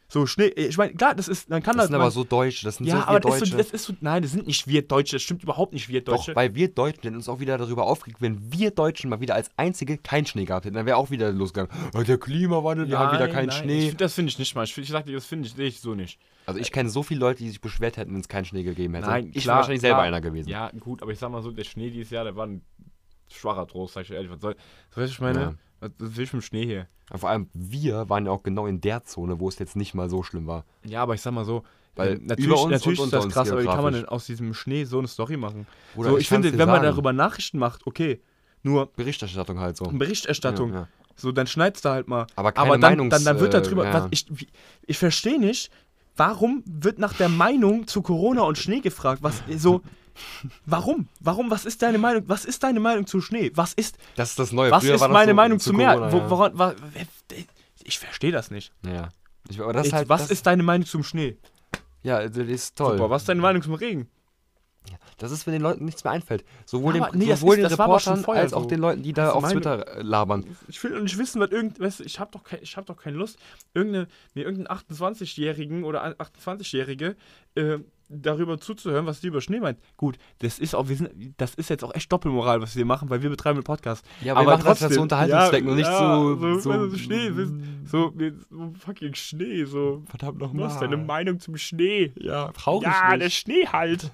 Speaker 2: So, Schnee, ich meine, klar, das ist, dann kann
Speaker 1: Das
Speaker 2: das,
Speaker 1: sind aber so Deutsche, das sind
Speaker 2: ja,
Speaker 1: so wir
Speaker 2: aber das ist, so,
Speaker 1: Deutsche.
Speaker 2: das ist so, nein, das sind nicht wir Deutsche, das stimmt überhaupt nicht wir Deutsche.
Speaker 1: Doch, weil wir Deutschen hätten uns auch wieder darüber aufgeregt, wenn wir Deutschen mal wieder als einzige keinen Schnee gehabt hätten. Dann wäre auch wieder losgegangen. Oh, der Klimawandel, wir haben wieder
Speaker 2: Nein,
Speaker 1: keinen
Speaker 2: nein, Ich,
Speaker 1: Schnee.
Speaker 2: find- das finde ich nicht mal. Ich, find- ich sag dir, das finde ich, sehe ich so nicht.
Speaker 1: Also ich kenne so viele Leute, die sich beschwert hätten, wenn es keinen Schnee gegeben hätte. ich wäre
Speaker 2: klar,
Speaker 1: wahrscheinlich selber
Speaker 2: klar.
Speaker 1: einer gewesen.
Speaker 2: Ja, gut, aber ich sag mal so, der Schnee dieses Jahr, der war ein schwacher Trost, sag ich dir ehrlich. Was soll, was weiß ich meine?
Speaker 1: Ja.
Speaker 2: Was, was will ich mit dem Schnee hier?
Speaker 1: Und vor allem wir waren ja auch genau in der Zone, wo es jetzt nicht mal so schlimm war.
Speaker 2: Ja, aber ich sag mal so,
Speaker 1: Weil
Speaker 2: ähm, natürlich,
Speaker 1: über uns
Speaker 2: natürlich
Speaker 1: und
Speaker 2: ist
Speaker 1: unter
Speaker 2: das
Speaker 1: uns
Speaker 2: krass, aber wie kann man
Speaker 1: geografisch.
Speaker 2: denn aus diesem Schnee so eine Story machen?
Speaker 1: Bruder,
Speaker 2: so,
Speaker 1: ich
Speaker 2: ich finde,
Speaker 1: kann's
Speaker 2: wenn
Speaker 1: dir
Speaker 2: man
Speaker 1: sagen.
Speaker 2: darüber Nachrichten macht, okay, nur
Speaker 1: Berichterstattung halt so.
Speaker 2: Berichterstattung.
Speaker 1: Ja, ja.
Speaker 2: So, dann schneidest du halt mal.
Speaker 1: Aber keine
Speaker 2: dann,
Speaker 1: Meinungs-
Speaker 2: dann, dann wird da
Speaker 1: äh,
Speaker 2: drüber.
Speaker 1: ja.
Speaker 2: was, ich wie- ich verstehe nicht,
Speaker 4: Warum wird nach der Meinung zu Corona und Schnee gefragt? Was so? Warum? Warum? Was ist deine Meinung? Was ist deine Meinung zu Schnee? Was ist?
Speaker 1: Das ist das Neue.
Speaker 4: Was
Speaker 1: Früher
Speaker 4: ist
Speaker 1: war das
Speaker 4: meine
Speaker 1: so
Speaker 4: Meinung zu mehr?
Speaker 1: Corona,
Speaker 4: Wo,
Speaker 1: ja.
Speaker 4: woran, wa, ich verstehe das nicht.
Speaker 1: Ja. Ich, aber das
Speaker 4: Jetzt,
Speaker 1: ist halt,
Speaker 4: was
Speaker 1: das,
Speaker 4: ist deine Meinung zum Schnee?
Speaker 1: Ja, das ist toll.
Speaker 2: Super, was ist deine Meinung zum Regen?
Speaker 1: Das ist, wenn den Leuten nichts mehr einfällt. Sowohl,
Speaker 4: Aber
Speaker 1: dem,
Speaker 4: nee, das
Speaker 1: sowohl
Speaker 4: ist-
Speaker 1: den
Speaker 4: das war aber schon
Speaker 1: Reportern
Speaker 4: vorher
Speaker 1: als auch
Speaker 4: so.
Speaker 1: den Leuten, die da
Speaker 4: Also
Speaker 1: auf
Speaker 4: meine-
Speaker 1: Twitter äh, labern.
Speaker 2: Ich will doch nicht wissen, was irgend. Weißt du, ich habe doch, kein, ich hab doch keine Lust, irgendeine, mir irgendeinen 28-Jährigen oder ein- 28-Jährige äh, darüber zuzuhören, was die über Schnee meint. Gut, das ist auch, wir sind, das ist jetzt auch echt Doppelmoral, was wir machen, weil wir betreiben einen Podcast.
Speaker 1: Ja, aber, wir machen
Speaker 2: halt
Speaker 1: das ja zu Unterhaltungszwecken und nicht zu.
Speaker 2: so, weißt du, Schnee, das- so, so fucking Schnee, so.
Speaker 1: Verdammt
Speaker 2: Was ist deine Meinung zum Schnee?
Speaker 1: Ja, brauche ich
Speaker 2: Ja, der
Speaker 1: nicht.
Speaker 2: Schnee halt.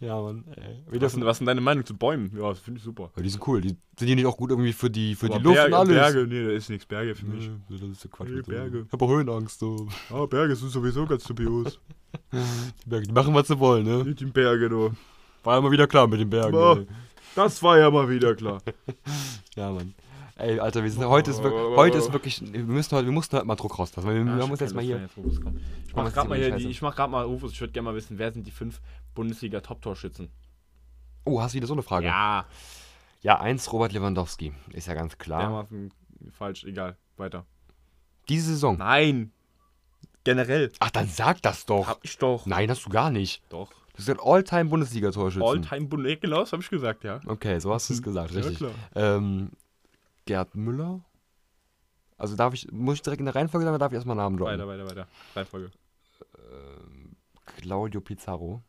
Speaker 1: Ja, Mann. ey. Wir
Speaker 2: Was
Speaker 1: dürfen,
Speaker 2: sind, was sind deine Meinung zu Bäumen? Ja, das finde ich super.
Speaker 1: Ja, die sind cool. Die, sind die nicht auch gut irgendwie für die, für die
Speaker 2: Aber
Speaker 1: Luft
Speaker 2: Berge,
Speaker 1: und alles?
Speaker 2: Berge, nee, da ist nichts Berge für mich.
Speaker 1: Nee, das ist so Quatsch.
Speaker 2: Nee,
Speaker 1: mit so-
Speaker 2: Berge.
Speaker 1: Ich habe Höhenangst. So.
Speaker 2: Ah, Berge sind sowieso ganz dubios. *laughs*
Speaker 1: Die Berge, die machen, was sie wollen, ne?
Speaker 2: Mit den Bergen, du.
Speaker 1: War immer wieder klar mit den Bergen.
Speaker 2: Boah.
Speaker 1: ey.
Speaker 2: Das war ja mal wieder klar.
Speaker 1: Ja, Mann. Ey, Alter, wir sind, heute, ist, wir- heute ist wirklich, wir, müssen heute, wir mussten heute mal Druck rauslassen. weil Wir, wir müssen jetzt mal hier,
Speaker 2: Ich
Speaker 1: Oh,
Speaker 2: mach
Speaker 1: das
Speaker 2: grad
Speaker 1: ist immer
Speaker 2: mal hier,
Speaker 1: die
Speaker 2: die,
Speaker 1: Scheiße.
Speaker 2: ich mach grad mal Rufus, ich würde gerne mal wissen, wer sind die fünf Bundesliga-Top-Torschützen?
Speaker 1: oh, hast du wieder so eine Frage?
Speaker 2: Ja.
Speaker 1: Ja, eins, Robert Lewandowski. Ist ja ganz klar.
Speaker 2: Dermaßen falsch, egal. Weiter.
Speaker 1: Diese Saison.
Speaker 2: Nein. Generell.
Speaker 1: Ach, dann sag das doch.
Speaker 2: Hab ich doch.
Speaker 1: Nein, hast du gar nicht.
Speaker 2: Doch.
Speaker 1: Du hast gesagt All-Time-Bundesliga-Torschützen.
Speaker 2: All-Time Hm. Bundesliga, genau, das habe ich gesagt, ja.
Speaker 1: okay, so hast du es gesagt, richtig.
Speaker 2: Ja, klar.
Speaker 1: ähm, Gerd Müller? Also darf ich, muss ich direkt in der Reihenfolge sagen oder darf ich erstmal Namen droppen? Ähm,
Speaker 2: Weiter, weiter, weiter. Reihenfolge.
Speaker 1: Claudio Pizarro.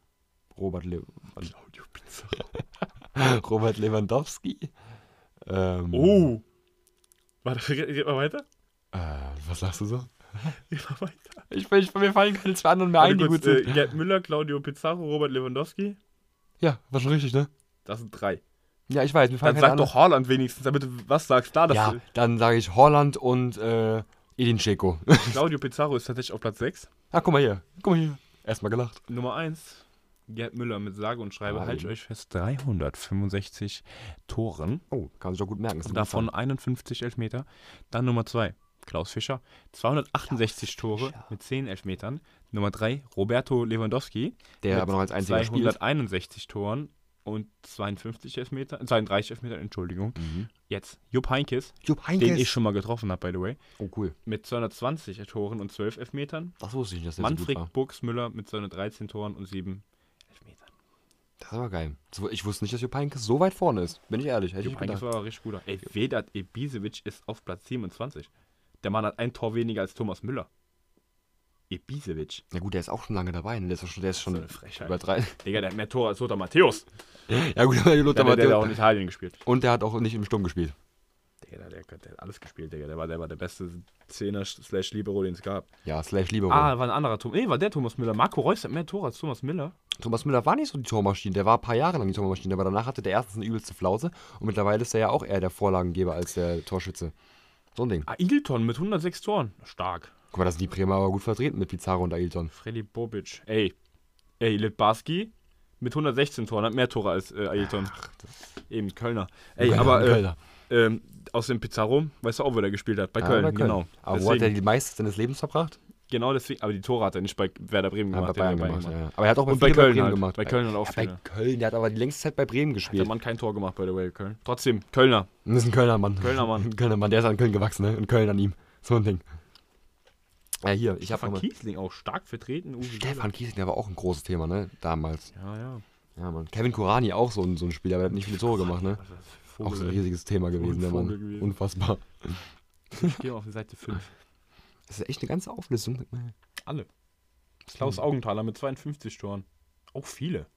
Speaker 1: Robert, Le Claudio Pizarro. *laughs* Robert Lewandowski. Ähm,
Speaker 2: Oh. Warte, *laughs* red, red mal weiter.
Speaker 1: Äh, was sagst du so?
Speaker 2: Red mal weiter.
Speaker 1: Ich, bin- ich, mir fallen keine zwei anderen mehr ein, die
Speaker 2: Warte
Speaker 1: gut
Speaker 2: kurz,
Speaker 1: sind.
Speaker 2: äh, Gerd Müller, Claudio Pizarro, Robert Lewandowski.
Speaker 1: Ja, war schon richtig, ne?
Speaker 2: Das sind drei.
Speaker 1: Ja, ich weiß, mir fallen
Speaker 2: Dann
Speaker 1: keine
Speaker 2: sag doch Haaland wenigstens, damit du was sagst. Da, das
Speaker 1: Ja, dann sage ich Holland und äh, Edin Dzeko.
Speaker 2: Claudio Pizarro ist tatsächlich auf Platz 6.
Speaker 1: *laughs* ah, guck mal hier. Guck mal hier. Erstmal gelacht.
Speaker 2: Nummer 1, Gerd Müller mit sage und schreibe,
Speaker 1: Ah,
Speaker 2: haltet
Speaker 1: eben.
Speaker 2: euch fest, 365 Toren,
Speaker 1: Oh, kann sich auch gut merken. ist eine gute
Speaker 2: davon
Speaker 1: Zahl.
Speaker 2: 51 Elfmeter. Dann Nummer 2, Klaus Fischer, 268 Tore mit 10 Elfmetern. Nummer 3, Roberto Lewandowski,
Speaker 1: der
Speaker 2: mit
Speaker 1: aber noch als einziger spielt.
Speaker 2: 261 Toren und 52 Elfmeter, 32 Elfmeter, Entschuldigung.
Speaker 1: Mhm.
Speaker 2: Jetzt Jupp Heinkes,
Speaker 1: Jupp
Speaker 2: den ich schon mal getroffen habe, by the way,
Speaker 1: Oh, cool.
Speaker 2: mit 220 Toren und 12 Elfmetern.
Speaker 1: Das wusste ich nicht, dass der so gut
Speaker 2: Manfred
Speaker 1: war.
Speaker 2: Buxmüller mit seinen 13 Toren und 7 Elfmetern.
Speaker 1: Das war geil. Das wu- Ich wusste nicht, dass Jupp Heynckes so weit vorne ist. Bin ich ehrlich. Hätte ich
Speaker 2: Jupp
Speaker 1: gedacht.
Speaker 2: Heynckes war aber richtig guter. Ey, Vedat Ibisevic ist auf Platz 27. Der Mann hat ein Tor weniger als Thomas Müller. Ibisevic.
Speaker 1: Na gut, der ist auch schon lange dabei. ne? Der ist auch schon, der ist
Speaker 2: So
Speaker 1: schon
Speaker 2: eine Frechheit.
Speaker 1: über drei. *laughs*
Speaker 2: Digga, der hat mehr Tore als Lothar Matthäus.
Speaker 1: Ja gut, aber Lothar
Speaker 2: Der, der, der, hat auch in
Speaker 1: Matthäus.
Speaker 2: Italien gespielt.
Speaker 1: Und der hat auch nicht im Sturm gespielt.
Speaker 2: Digga, der, der, der hat alles gespielt, Digga. Der war, der war der beste Zehner slash Libero, den es gab.
Speaker 1: Ja, slash Libero.
Speaker 2: Ah, war ein anderer Thomas. Nee, war der Thomas Müller. Marco Reus hat mehr Tore als Thomas Müller.
Speaker 1: Thomas Müller war nicht so die Tormaschine. Der war ein paar Jahre lang die Tormaschine. Aber danach hatte der erstens eine übelste Flause. Und mittlerweile ist er ja auch eher der Vorlagengeber als der Torschütze. So ein Ding.
Speaker 2: Ah, Igelton mit 106 Toren. Stark.
Speaker 1: Guck mal, da sind die Bremer aber gut vertreten mit Pizarro und Ailton.
Speaker 2: Freddy Bobic. Ey. Ey, Litbarski mit 116 Toren hat mehr Tore als äh, Ailton. Eben Kölner. Ey,
Speaker 1: Kölner,
Speaker 2: aber äh,
Speaker 1: Kölner.
Speaker 2: ähm, aus dem Pizarro, weißt du auch, wo der gespielt hat? Bei
Speaker 1: Ja,
Speaker 2: Köln,
Speaker 1: bei
Speaker 2: genau.
Speaker 1: Aber wo hat er
Speaker 2: deswegen,
Speaker 1: die meiste seines Lebens verbracht?
Speaker 2: genau deswegen, aber die Tore hat er nicht bei Werder Bremen
Speaker 1: Ja,
Speaker 2: gemacht.
Speaker 1: bei
Speaker 2: den hat er
Speaker 1: Bayern gemacht. Ja. Aber er hat auch bei,
Speaker 2: Und bei
Speaker 1: viele
Speaker 2: Köln
Speaker 1: Bremen
Speaker 2: halt.
Speaker 1: gemacht.
Speaker 2: Bei Köln hat er auch
Speaker 1: ja, bei
Speaker 2: viele.
Speaker 1: Köln. Der hat aber die längste Zeit bei Bremen
Speaker 2: Hat der
Speaker 1: gespielt.
Speaker 2: Mann kein Tor gemacht, by the way, Köln. Trotzdem, Kölner.
Speaker 1: Das ist ein Kölner Mann.
Speaker 2: Kölner Mann.
Speaker 1: Ein Kölner Mann. Der ist an Köln gewachsen, ne? In Köln an ihm. So ein Ding. *laughs* Ja, hier. Ich habe
Speaker 2: Stefan
Speaker 1: mal.
Speaker 2: Kiesling auch stark vertreten. Uwe
Speaker 1: Stefan Kiesling, der war auch ein großes Thema, ne? Damals.
Speaker 2: Seeler. Ja, ja.
Speaker 1: Ja, Mann. Kevin Kurani auch so ein, so ein Spieler, aber der hat nicht viele Tore gemacht, ne?
Speaker 2: Also, das ist ein
Speaker 1: Auch so ein
Speaker 2: ey.
Speaker 1: riesiges Thema gewesen, der Mann.
Speaker 2: Vogel gewesen.
Speaker 1: Unfassbar.
Speaker 2: Ich gehe mal auf die Seite 5.
Speaker 1: Das ist echt eine ganze Auflistung.
Speaker 2: Alle. Klaus Augenthaler mit 52 Toren. Auch viele.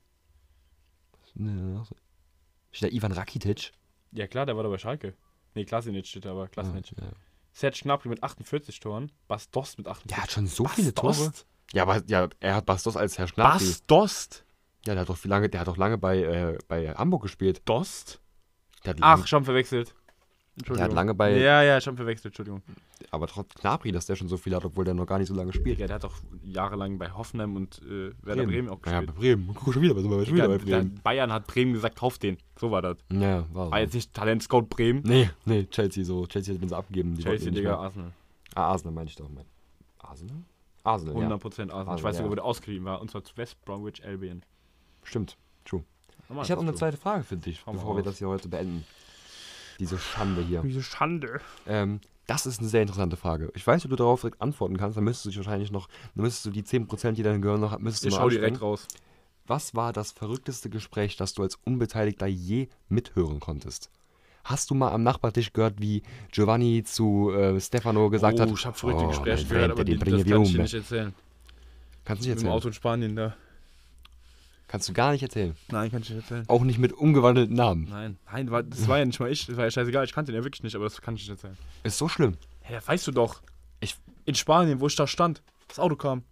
Speaker 1: Steht da Ivan Rakitic?
Speaker 2: Ja klar, der war da bei Schalke. Nee, Klasinic steht da, aber Klasinic.
Speaker 1: Ja.
Speaker 2: Serge Gnabry mit 48 Toren. Bas Dost mit 48
Speaker 1: Der hat schon so viele Tore.
Speaker 2: Dost?
Speaker 1: Ja, aber ja, er hat Bastos als Herr Schnappi.
Speaker 2: Bas Dost?
Speaker 1: Ja, der hat doch viel lange, der hat doch lange bei, äh, bei Hamburg gespielt.
Speaker 2: Dost?
Speaker 1: Der hat
Speaker 2: Ach,
Speaker 1: lang-
Speaker 2: schon verwechselt.
Speaker 1: der hat lange bei,
Speaker 2: Ja, ja, schon verwechselt, Entschuldigung.
Speaker 1: aber trotz Knabri, dass der schon so viel hat, obwohl der noch gar nicht so lange spielt.
Speaker 2: Ja, der hat auch jahrelang bei Hoffenheim und äh, Werder Bremen, auch
Speaker 1: Ja,
Speaker 2: gespielt.
Speaker 1: bei Bremen. Guck schon wieder, was schon wieder
Speaker 2: Ja,
Speaker 1: bei
Speaker 2: dann
Speaker 1: Bremen.
Speaker 2: Bayern hat Bremen gesagt, kauf den. So war das.
Speaker 1: Ja, war so.
Speaker 2: War jetzt nicht Talent Scout Bremen.
Speaker 1: Nee, nee, Chelsea so. Chelsea hat uns abgegeben. Die wollten
Speaker 2: Chelsea,
Speaker 1: ihn nicht
Speaker 2: Digga,
Speaker 1: mehr.
Speaker 2: Arsenal.
Speaker 1: Ah, Arsenal meine ich doch. Mein. Arsenal? Arsenal, ja.
Speaker 2: 100% Arsenal.
Speaker 1: Arsenal,
Speaker 2: Ich weiß
Speaker 1: ja.
Speaker 2: sogar, wo der ausgeliehen war. Und zwar zu West Bromwich Albion.
Speaker 1: Stimmt. True.
Speaker 2: Normal,
Speaker 1: ich habe noch eine
Speaker 2: so.
Speaker 1: zweite Frage für dich,
Speaker 2: Hau mal
Speaker 1: bevor wir
Speaker 2: raus.
Speaker 1: das hier heute beenden. Diese Schande hier.
Speaker 4: Diese Schande.
Speaker 1: Ähm, das ist eine sehr interessante Frage. Ich weiß nicht, ob du darauf direkt antworten kannst. Dann müsstest du dich wahrscheinlich noch, dann müsstest du die 10%, die dein Gehirn noch hat, müsstest du
Speaker 2: Ich
Speaker 1: noch
Speaker 2: schau direkt
Speaker 1: anstrengen.
Speaker 2: raus.
Speaker 1: Was war das verrückteste Gespräch, das du als Unbeteiligter je mithören konntest? Hast du mal am Nachbartisch gehört, wie Giovanni zu äh, Stefano gesagt hat?
Speaker 2: Oh, ich habe verrückte
Speaker 1: "Oh,
Speaker 2: Gespräche
Speaker 1: mein
Speaker 2: gehört,
Speaker 1: Freund,
Speaker 2: aber
Speaker 1: den
Speaker 2: die, das
Speaker 1: bringen wir
Speaker 2: kann
Speaker 1: um."
Speaker 2: ich dir nicht erzählen.
Speaker 1: Kannst du nicht
Speaker 2: Mit dem
Speaker 1: erzählen.
Speaker 2: Auto in Spanien da.
Speaker 1: Kannst du gar nicht erzählen.
Speaker 2: Nein, kann ich nicht erzählen.
Speaker 1: Auch nicht mit umgewandelten Namen.
Speaker 2: Nein, nein, war, das war ja nicht mal ich. Das war ja scheißegal. Ich kannte den ja wirklich nicht, aber das kann ich nicht erzählen.
Speaker 1: Ist so schlimm.
Speaker 2: Hä, das weißt du doch.
Speaker 1: Ich-
Speaker 2: in Spanien, wo ich da stand, das Auto kam.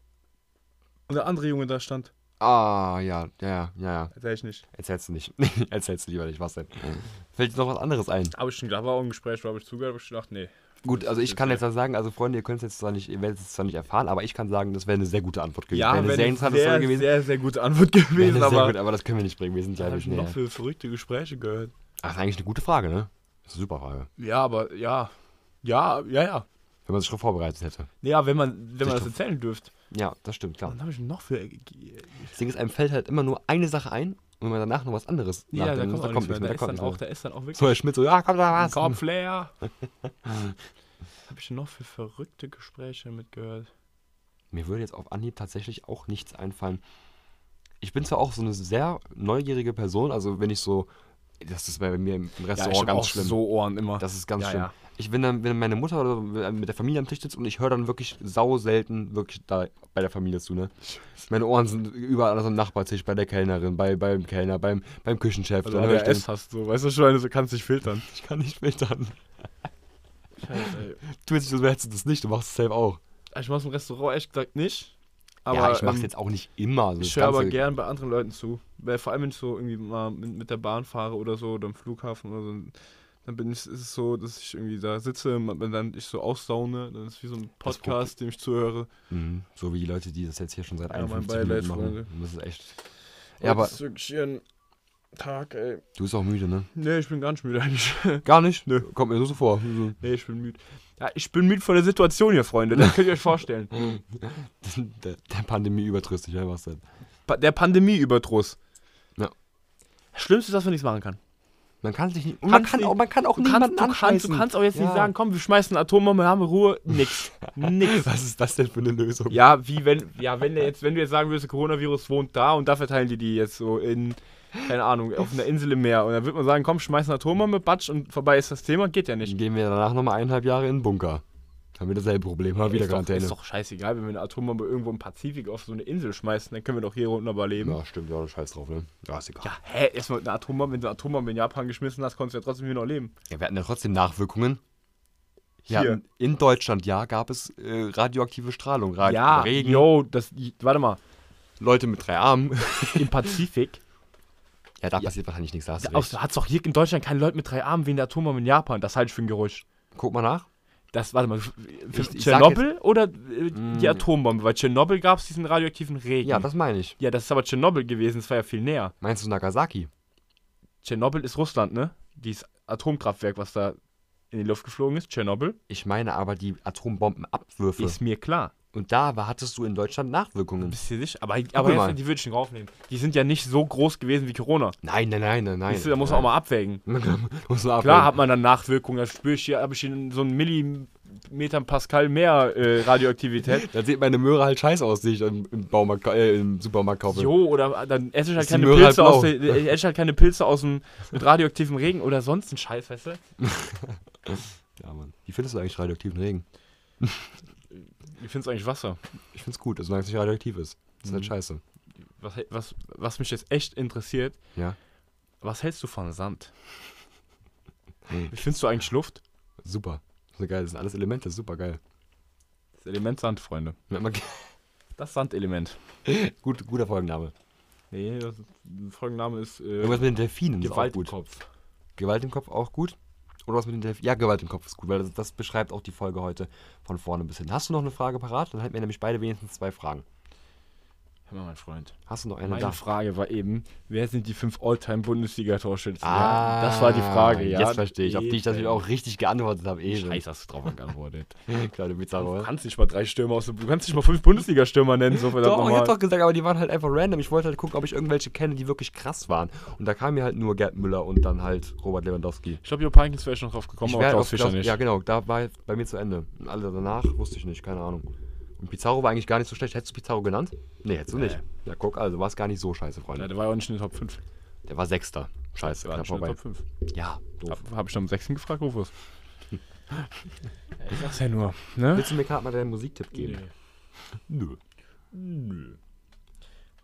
Speaker 2: Und der andere Junge da stand.
Speaker 1: Ah, ja, ja, ja, ja.
Speaker 2: Erzähl ich nicht.
Speaker 1: Erzählst du nicht. *laughs* Erzählst du lieber nicht, was denn? Fällt dir noch was anderes ein?
Speaker 2: Aber ich da war auch ein Gespräch, da habe ich zugehört, aber ich gedacht, nee.
Speaker 1: Gut, also ich kann jetzt was sagen, also Freunde, ihr könnt es jetzt zwar nicht, ihr werdet es zwar nicht erfahren, aber ich kann sagen, das wäre eine sehr gute Antwort gewesen. wäre eine sehr interessante Folge gewesen.
Speaker 2: sehr, sehr gute Antwort
Speaker 1: wäre eine
Speaker 2: gewesen,
Speaker 1: sehr
Speaker 2: aber.
Speaker 1: gut, aber das können wir nicht bringen, wir sind ja
Speaker 2: Was hab
Speaker 1: nicht
Speaker 2: ich denn
Speaker 1: näher.
Speaker 2: noch für verrückte Gespräche gehört?
Speaker 1: Ach, das ist eigentlich eine gute Frage, ne? Das ist eine super Frage.
Speaker 2: Ja, aber ja. Ja, ja, ja.
Speaker 1: Wenn man sich schon vorbereitet hätte.
Speaker 2: Ja, wenn man, wenn
Speaker 1: Sicher.
Speaker 2: man das erzählen dürft.
Speaker 1: Ja, das stimmt, klar.
Speaker 2: Dann habe ich noch für.
Speaker 1: Das Ding ist, einem fällt halt immer nur eine Sache ein und wenn man danach noch was anderes
Speaker 2: Ja, da
Speaker 1: nachdenkt,
Speaker 2: kommt, auch nichts mehr. Da, ist
Speaker 1: kommt
Speaker 2: dann
Speaker 1: nichts
Speaker 2: auch,
Speaker 1: mehr.
Speaker 2: da ist dann auch wirklich.
Speaker 1: So, Herr Schmidt so, ja, kommt da was.
Speaker 2: *laughs* Korb Flair. Habe ich denn noch für verrückte Gespräche mitgehört?
Speaker 1: Mir würde jetzt auf Anhieb tatsächlich auch nichts einfallen. Ich bin zwar auch so eine sehr neugierige Person, also wenn ich so, das ist bei mir im Restaurant
Speaker 2: hab
Speaker 1: ganz schlimm.
Speaker 2: so Ohren immer.
Speaker 1: Das ist ganz
Speaker 2: Ja,
Speaker 1: schlimm.
Speaker 2: ja.
Speaker 1: Ich bin dann, wenn meine Mutter oder mit der Familie am Tisch sitzt und ich höre dann wirklich sau selten wirklich da bei der Familie zu, ne? Meine Ohren sind überall anders am Nachbartisch, bei der Kellnerin, bei, beim Kellner, beim, beim Küchenchef.
Speaker 2: also
Speaker 1: dann höre ich, dann,
Speaker 2: ADS hast du, weißt du schon, du kannst dich filtern.
Speaker 1: ich kann nicht filtern.
Speaker 2: *laughs* Scheiße,
Speaker 1: Du jetzt nicht, so hättest du das nicht, du machst es selbst auch.
Speaker 2: ey. Ich mach's im Restaurant ehrlich gesagt nicht. Aber
Speaker 1: ja, ich mach's
Speaker 2: ähm,
Speaker 1: jetzt auch nicht immer. so
Speaker 2: Ich
Speaker 1: das
Speaker 2: höre aber
Speaker 1: Ganze-
Speaker 2: gern bei anderen Leuten zu. Weil vor allem, wenn ich so irgendwie mal mit, mit der Bahn fahre oder so oder im Flughafen oder so, dann bin ich, ist es so, dass ich irgendwie da sitze, ma- wenn dann ich so aussaune, dann ist es wie so ein
Speaker 1: Das
Speaker 2: Podcast, dem ich zuhöre.
Speaker 1: Mhm, so wie die Leute, die das jetzt hier schon seit
Speaker 2: Ja,
Speaker 1: 51
Speaker 2: mein Beileid,
Speaker 1: Minuten machen.
Speaker 2: Freunde.
Speaker 1: Das ist echt. Ja, aber
Speaker 2: Das ist wirklich hier ein Tag, ey.
Speaker 1: du bist auch müde, ne?
Speaker 2: Nee, ich bin ganz müde eigentlich. *laughs*
Speaker 1: Gar nicht? Nö. Kommt mir nur so vor.
Speaker 2: nee, ich bin müde. Ja, ich bin müde von der Situation hier, Freunde. Das könnt ihr euch *laughs* vorstellen.
Speaker 1: *laughs* der, der Pandemie übertröstlich, ja, was denn?
Speaker 2: Pa der Pandemie-Überdruss.
Speaker 1: Ja.
Speaker 2: Das Schlimmste ist, dass man nichts machen kann.
Speaker 1: Man kann sich nicht. Und man
Speaker 2: Kannst
Speaker 1: kann,
Speaker 2: nicht-
Speaker 1: auch, man kann auch
Speaker 2: Du kannst,
Speaker 1: niemanden
Speaker 2: du, kannst, du
Speaker 1: anscheißen.
Speaker 2: kannst auch jetzt
Speaker 1: Ja.
Speaker 2: nicht sagen, komm, wir schmeißen eine Atombombe, haben wir Ruhe. *laughs* Nix. Nix.
Speaker 1: Was ist das denn für eine Lösung?
Speaker 2: Ja, wie wenn, ja, wenn der jetzt, wenn du jetzt sagen würdest, der Coronavirus wohnt da und da verteilen die die jetzt so in, keine Ahnung, auf einer Insel im Meer. Und dann würde man sagen, komm, schmeiß eine Atombombe, batsch und vorbei ist das Thema, geht ja nicht.
Speaker 1: Gehen wir danach nochmal eineinhalb Jahre in den Bunker. Haben wir dasselbe Problem, haben wieder
Speaker 2: ist, doch,
Speaker 1: Quarantäne.
Speaker 2: ist doch scheißegal, wenn wir eine Atombombe irgendwo im Pazifik auf so eine Insel schmeißen, dann können wir doch hier unten aber leben. Ja.
Speaker 1: ja, stimmt, ja, scheiß drauf, ne? Ja, ist egal. Ja.
Speaker 2: hä, erstmal eine Atombombe, wenn du eine Atombombe in Japan geschmissen hast, konntest du ja trotzdem hier noch leben.
Speaker 1: wir hatten ja trotzdem Nachwirkungen. Wir
Speaker 2: Hier.
Speaker 1: hatten, in Deutschland, ja, gab es äh, radioaktive Strahlung, Rad
Speaker 2: ja,
Speaker 1: Regen,
Speaker 2: yo, das, warte mal,
Speaker 1: Leute mit drei Armen. *laughs*
Speaker 2: im Pazifik,
Speaker 1: Ja, da passiert wahrscheinlich nichts, da hast du
Speaker 2: aus-
Speaker 1: recht.
Speaker 2: da hat's doch hier in Deutschland keine Leute mit drei Armen wie in der Atombombe in Japan, das halte ich für ein Geräusch.
Speaker 1: Guck mal nach.
Speaker 2: Das, warte mal, f-
Speaker 1: Ich- ich sag Mm.
Speaker 2: Tschernobyl oder äh, die Atombombe? Weil Tschernobyl gab es diesen radioaktiven Regen.
Speaker 1: Ja, das meine ich.
Speaker 2: ja, das ist aber Tschernobyl gewesen, das war ja viel näher.
Speaker 1: Meinst du Nagasaki?
Speaker 2: Tschernobyl ist Russland, ne? Dieses Atomkraftwerk, was da in die Luft geflogen ist, Tschernobyl,
Speaker 1: Ich meine aber die Atombombenabwürfe.
Speaker 2: ist mir klar.
Speaker 1: Und da war, hattest du in Deutschland Nachwirkungen.
Speaker 2: Bist du sicher? Aber, aber
Speaker 1: mal.
Speaker 2: jetzt, die würde ich nicht raufnehmen. Die sind ja nicht so groß gewesen wie Corona.
Speaker 1: Nein, nein, nein, nein, nein.
Speaker 2: Siehst du, da
Speaker 1: *laughs*
Speaker 2: muss man auch mal abwägen.
Speaker 1: mal. muss man
Speaker 2: Klar
Speaker 1: abwägen.
Speaker 2: hat man dann Nachwirkungen, da spüre ich hier, habe ich hier so einen Millimeter Pascal mehr äh, Radioaktivität.
Speaker 1: Dann sieht meine Möhre halt scheiße aus, die ich im, im, Baumarkt, äh, im Supermarkt kaufe.
Speaker 2: Jo, oder dann esse ich halt
Speaker 1: Ist die
Speaker 2: keine
Speaker 1: Möhre
Speaker 2: Pilze
Speaker 1: halt
Speaker 2: aus
Speaker 1: blau?
Speaker 2: der, ich esse halt keine Pilze aus dem mit radioaktivem Regen oder sonst ein Scheiß, weißt du?
Speaker 1: Ja, Mann. Wie findest du eigentlich radioaktiven Regen?
Speaker 2: Ich find's eigentlich Wasser.
Speaker 1: Ich find's gut, solange es nicht radioaktiv ist. Das ist
Speaker 2: Mhm.
Speaker 1: halt scheiße.
Speaker 2: Was, was, was mich jetzt echt interessiert,
Speaker 1: Ja.
Speaker 2: was hältst du von Sand?
Speaker 1: Hm.
Speaker 2: Wie findest du eigentlich Luft?
Speaker 1: Super. Das ist geil. Das sind alles Elemente, super geil.
Speaker 2: Das Element Sand, Freunde. Das Sandelement.
Speaker 1: Gut, guter Folgenname.
Speaker 2: Nee, das Folgenname ist äh,
Speaker 1: Irgendwas mit den Delfinen
Speaker 2: Gewalt
Speaker 1: ist auch
Speaker 2: im
Speaker 1: gut.
Speaker 2: Kopf.
Speaker 1: Gewalt im Kopf auch gut. Oder was mit den Delfinen? Ja, Gewalt im Kopf ist gut, weil das, das beschreibt auch die Folge heute von vorne bis hin. Hast du noch eine Frage parat? Dann halten wir nämlich beide wenigstens zwei Fragen.
Speaker 2: Hör mal, mein Freund.
Speaker 1: Hast du noch eine
Speaker 2: Meine
Speaker 1: da?
Speaker 2: Frage war eben, wer sind die fünf All-Time-Bundesliga-Torschützen?
Speaker 1: Ah,
Speaker 2: ja, das war die Frage, ja.
Speaker 1: Jetzt verstehe ich, auf die ich natürlich
Speaker 2: Eben.
Speaker 1: auch richtig geantwortet habe. Eben.
Speaker 2: Scheiße, hast du drauf geantwortet.
Speaker 1: *laughs* Kleine
Speaker 2: *laughs* Du
Speaker 1: Pizzarolle.
Speaker 2: kannst nicht mal drei Stürmer aus dem, du kannst nicht mal fünf Bundesliga-Stürmer nennen, so verdammt
Speaker 1: Doch, ich hab
Speaker 2: nochmal.
Speaker 1: doch gesagt, aber die waren halt einfach random. Ich wollte halt gucken, ob ich irgendwelche kenne, die wirklich krass waren. Und da kam mir halt nur Gerd Müller und dann halt Robert Lewandowski.
Speaker 2: Ich glaube, Jo Parkins wäre schon drauf gekommen,
Speaker 1: Ich
Speaker 2: aber
Speaker 1: wär
Speaker 2: Klaus
Speaker 1: auf
Speaker 2: Fischer
Speaker 1: Klaus-
Speaker 2: nicht.
Speaker 1: Ja, genau, da war bei mir zu Ende. Und alle danach wusste ich nicht, keine Ahnung. Und Pizarro war eigentlich gar nicht so schlecht. Hättest du Pizarro genannt? Nee, hättest du nicht. Ja, guck, also war es gar nicht so scheiße,
Speaker 2: Ja,
Speaker 1: Freunde.
Speaker 2: der war ja auch nicht in den Top 5.
Speaker 1: Der war Sechster. Scheiße,
Speaker 2: War
Speaker 1: knapp
Speaker 2: nicht in den
Speaker 1: vorbei.
Speaker 2: Top 5.
Speaker 1: Ja, doof.
Speaker 2: Habe hab ich noch am 6. gefragt, *laughs* Rufus? ich sag's ja nur, ne?
Speaker 1: Willst du mir gerade mal deinen Musiktipp geben? Nö.
Speaker 2: Nö.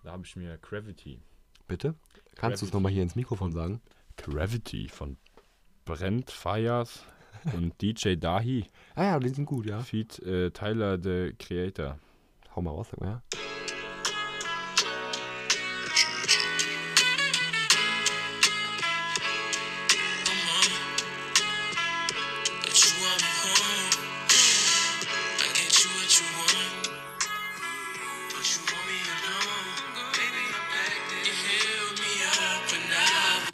Speaker 2: Da habe ich mir Gravity.
Speaker 1: Bitte? Kannst du es
Speaker 2: Gravity.
Speaker 1: nochmal hier ins Mikrofon sagen?
Speaker 2: Gravity von Brent Fires und *laughs* DJ Dahi
Speaker 1: Ah ja, die sind gut, ja.
Speaker 2: feat. Äh, Tyler the Creator.
Speaker 1: Hau mal raus, sag mal, ja.
Speaker 5: Get you Mm-hmm. what you want. I get you what you want. But you want me alone. Baby, I'm acting. You held me up and I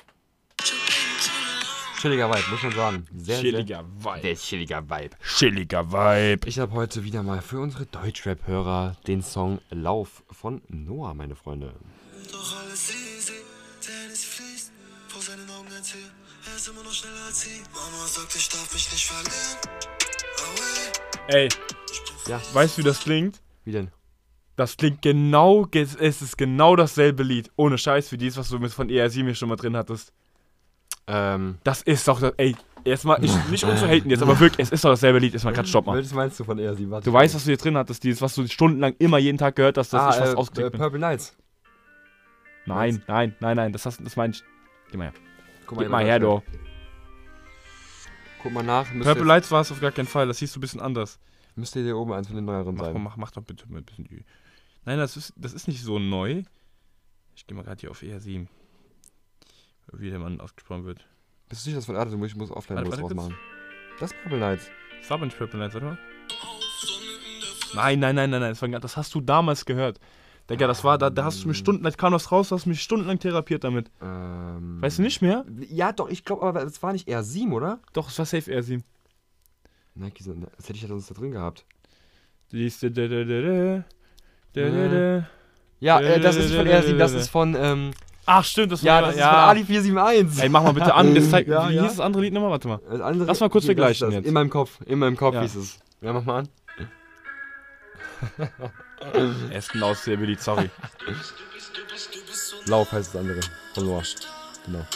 Speaker 5: put your baby too long.
Speaker 1: Chilliger Vibe, muss man sagen. Sehr,
Speaker 2: Chilliger
Speaker 1: Sehr,
Speaker 2: Vibe.
Speaker 1: sehr chilliger Vibe.
Speaker 2: Chilliger Vibe.
Speaker 1: Ich habe heute wieder mal für unsere Deutschrap-Hörer den Song Lauf von Noah, meine Freunde.
Speaker 5: Doch alles easy, denn es fließt vor seinen Augen ein Ziel. Er ist immer noch schneller als sie. Mama sagt, ich darf mich nicht verlieren. Away.
Speaker 2: Ey,
Speaker 1: Ja,
Speaker 2: weißt du, wie das klingt?
Speaker 1: wie denn?
Speaker 2: Das klingt genau, ge- es ist genau dasselbe Lied. Ohne Scheiß, wie dies, was du mit von ERC mir schon mal drin hattest.
Speaker 1: Ähm,
Speaker 2: Das ist doch, das, ey, erstmal, ich, nicht um zu haten jetzt, aber wirklich, es ist doch dasselbe Lied. Erstmal gerade stopp mal.
Speaker 1: welches meinst du von er? Sie
Speaker 2: Du weißt, was du hier drin hattest, dieses, was du stundenlang immer jeden Tag gehört hast, dass
Speaker 1: ah,
Speaker 2: ich was
Speaker 1: äh, äh,
Speaker 2: ausgeklickt bin.
Speaker 1: Purple Nights.
Speaker 2: Nein, nein, nein, nein, das, hast, das meine ich. Geh mal her.
Speaker 1: Guck
Speaker 2: Gib mal her, du.
Speaker 1: Guck mal nach. Müsste,
Speaker 2: Purple Lights war es auf gar keinen Fall, das siehst du ein bisschen anders.
Speaker 1: müsste hier oben eins von den neueren
Speaker 2: Mach, mal-
Speaker 1: sein.
Speaker 2: mach, mach doch bitte mal ein bisschen. Ü. Nein, das ist, das ist nicht so neu. Ich gehe mal gerade hier auf ER7. Wie der Mann ausgesprochen wird.
Speaker 1: Bist du sicher, dass von Erde? Ich muss offline was
Speaker 2: Warte, warte kurz.
Speaker 1: rausmachen. Das ist Purple Nights.
Speaker 2: Das war aber nicht Purple Lights, warte mal. Nein, nein, nein, nein, nein, das, war, gar- das hast du damals gehört. Digga, das war, da, da hast
Speaker 1: Mm.
Speaker 2: du mich stundenlang, kam das raus, hast mich stundenlang therapiert damit.
Speaker 1: Ähm,
Speaker 2: Weißt du nicht mehr?
Speaker 1: Ja, doch, ich glaube, aber das war nicht er 7 oder?
Speaker 2: Doch, es war safe E ER7.
Speaker 1: Nike, sind- das hätte ich ja sonst da drin gehabt.
Speaker 2: Dies, da, da, da, da, da, da,
Speaker 1: Mm.
Speaker 2: da.
Speaker 1: Ja, äh, das ist nicht von er 7 das ist von, ähm,
Speaker 2: Ach, stimmt, das war
Speaker 1: ja, das ist von Ali 471.
Speaker 2: Ey, mach mal bitte an. Das
Speaker 1: *laughs*
Speaker 2: zeigt,
Speaker 1: Ja,
Speaker 2: wie
Speaker 1: ja.
Speaker 2: hieß das andere Lied nochmal? Warte mal.
Speaker 1: Das andere,
Speaker 2: Lass mal kurz
Speaker 1: Hier, das ist
Speaker 2: vergleichen
Speaker 1: das.
Speaker 2: jetzt.
Speaker 1: In meinem Kopf, in meinem Kopf
Speaker 2: Ja.
Speaker 1: hieß es. Ja, mach mal an.
Speaker 2: Aston aus genau Lied, sorry.
Speaker 1: Lauf heißt das andere. Von Noah. Genau.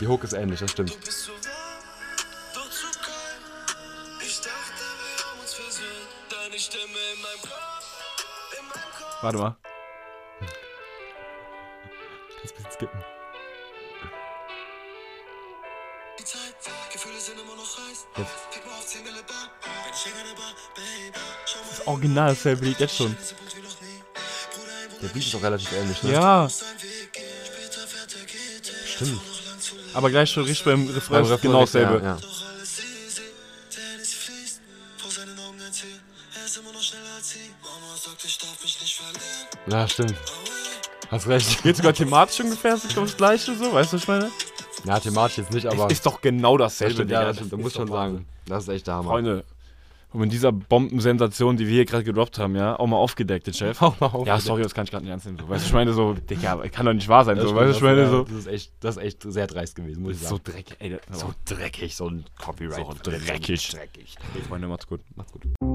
Speaker 1: Die Hook ist ähnlich, das stimmt.
Speaker 5: Bist du warm, doch zu kalt. Ich dachte, wir haben uns versöhnt. Deine Stimme in meinem Kopf, in meinem Kopf.
Speaker 2: Warte mal.
Speaker 1: Kannst ein bisschen skippen.
Speaker 5: Die Zeit, Gefühle sind immer noch heiß. Pick mal auf Single Bar, wenn ich hänge in der Bar, Baby. Schau mal, das
Speaker 2: Original dasselbe Lied, jetzt schon.
Speaker 5: wie noch nie. Bruder, ein
Speaker 1: Der
Speaker 5: Bruder,
Speaker 1: Beat ist auch relativ ähnlich, ne?
Speaker 2: Ja,
Speaker 5: sein Weg geht. Später fährt er geht.
Speaker 1: Stimmt.
Speaker 2: aber gich schon richtig beim
Speaker 1: Beim
Speaker 2: Refrain.
Speaker 1: Refrain
Speaker 2: Genau
Speaker 1: rechts,
Speaker 2: dasselbe.
Speaker 1: Ja, ja.
Speaker 5: Doch alles easy, denn es fließt vor seinen Augen ein Ziel. Er ist immer noch schneller als sie. Mama sagt, ich darf mich nicht verlieren.
Speaker 1: ja, stimmt. Hast recht.
Speaker 2: Geht sogar thematisch ungefähr so ums Gleiche, so, weißt du, was ich meine?
Speaker 1: Ja, thematisch jetzt nicht, aber.
Speaker 2: es ist doch genau
Speaker 1: das
Speaker 2: dasselbe,
Speaker 1: stimmt,
Speaker 2: Digga.
Speaker 1: ja, das stimmt. Da
Speaker 2: ist
Speaker 1: muss ich
Speaker 2: doch
Speaker 1: schon sagen. Das ist echt der Hammer.
Speaker 2: Freunde, und mit dieser Bombensensation, die wir hier gerade gedroppt haben, ja, *laughs* auch mal aufgedeckt, den Chef.
Speaker 1: Hau mal auf.
Speaker 2: Ja, sorry, das kann ich gerade nicht ernst nehmen, so. *laughs* Weißt du, ich meine, so, Digga, kann doch nicht wahr sein,
Speaker 1: Das
Speaker 2: so,
Speaker 1: stimmt,
Speaker 2: weißt du, ich meine,
Speaker 1: das,
Speaker 2: so.
Speaker 1: das ist echt, das ist echt sehr dreist gewesen, muss ich sagen.
Speaker 2: dreckig, ey. das-
Speaker 1: So dreckig, so ein Copyright.
Speaker 2: So dreckig.
Speaker 1: Dreckig.
Speaker 2: Ey, Freunde, macht's gut.
Speaker 1: Macht's gut.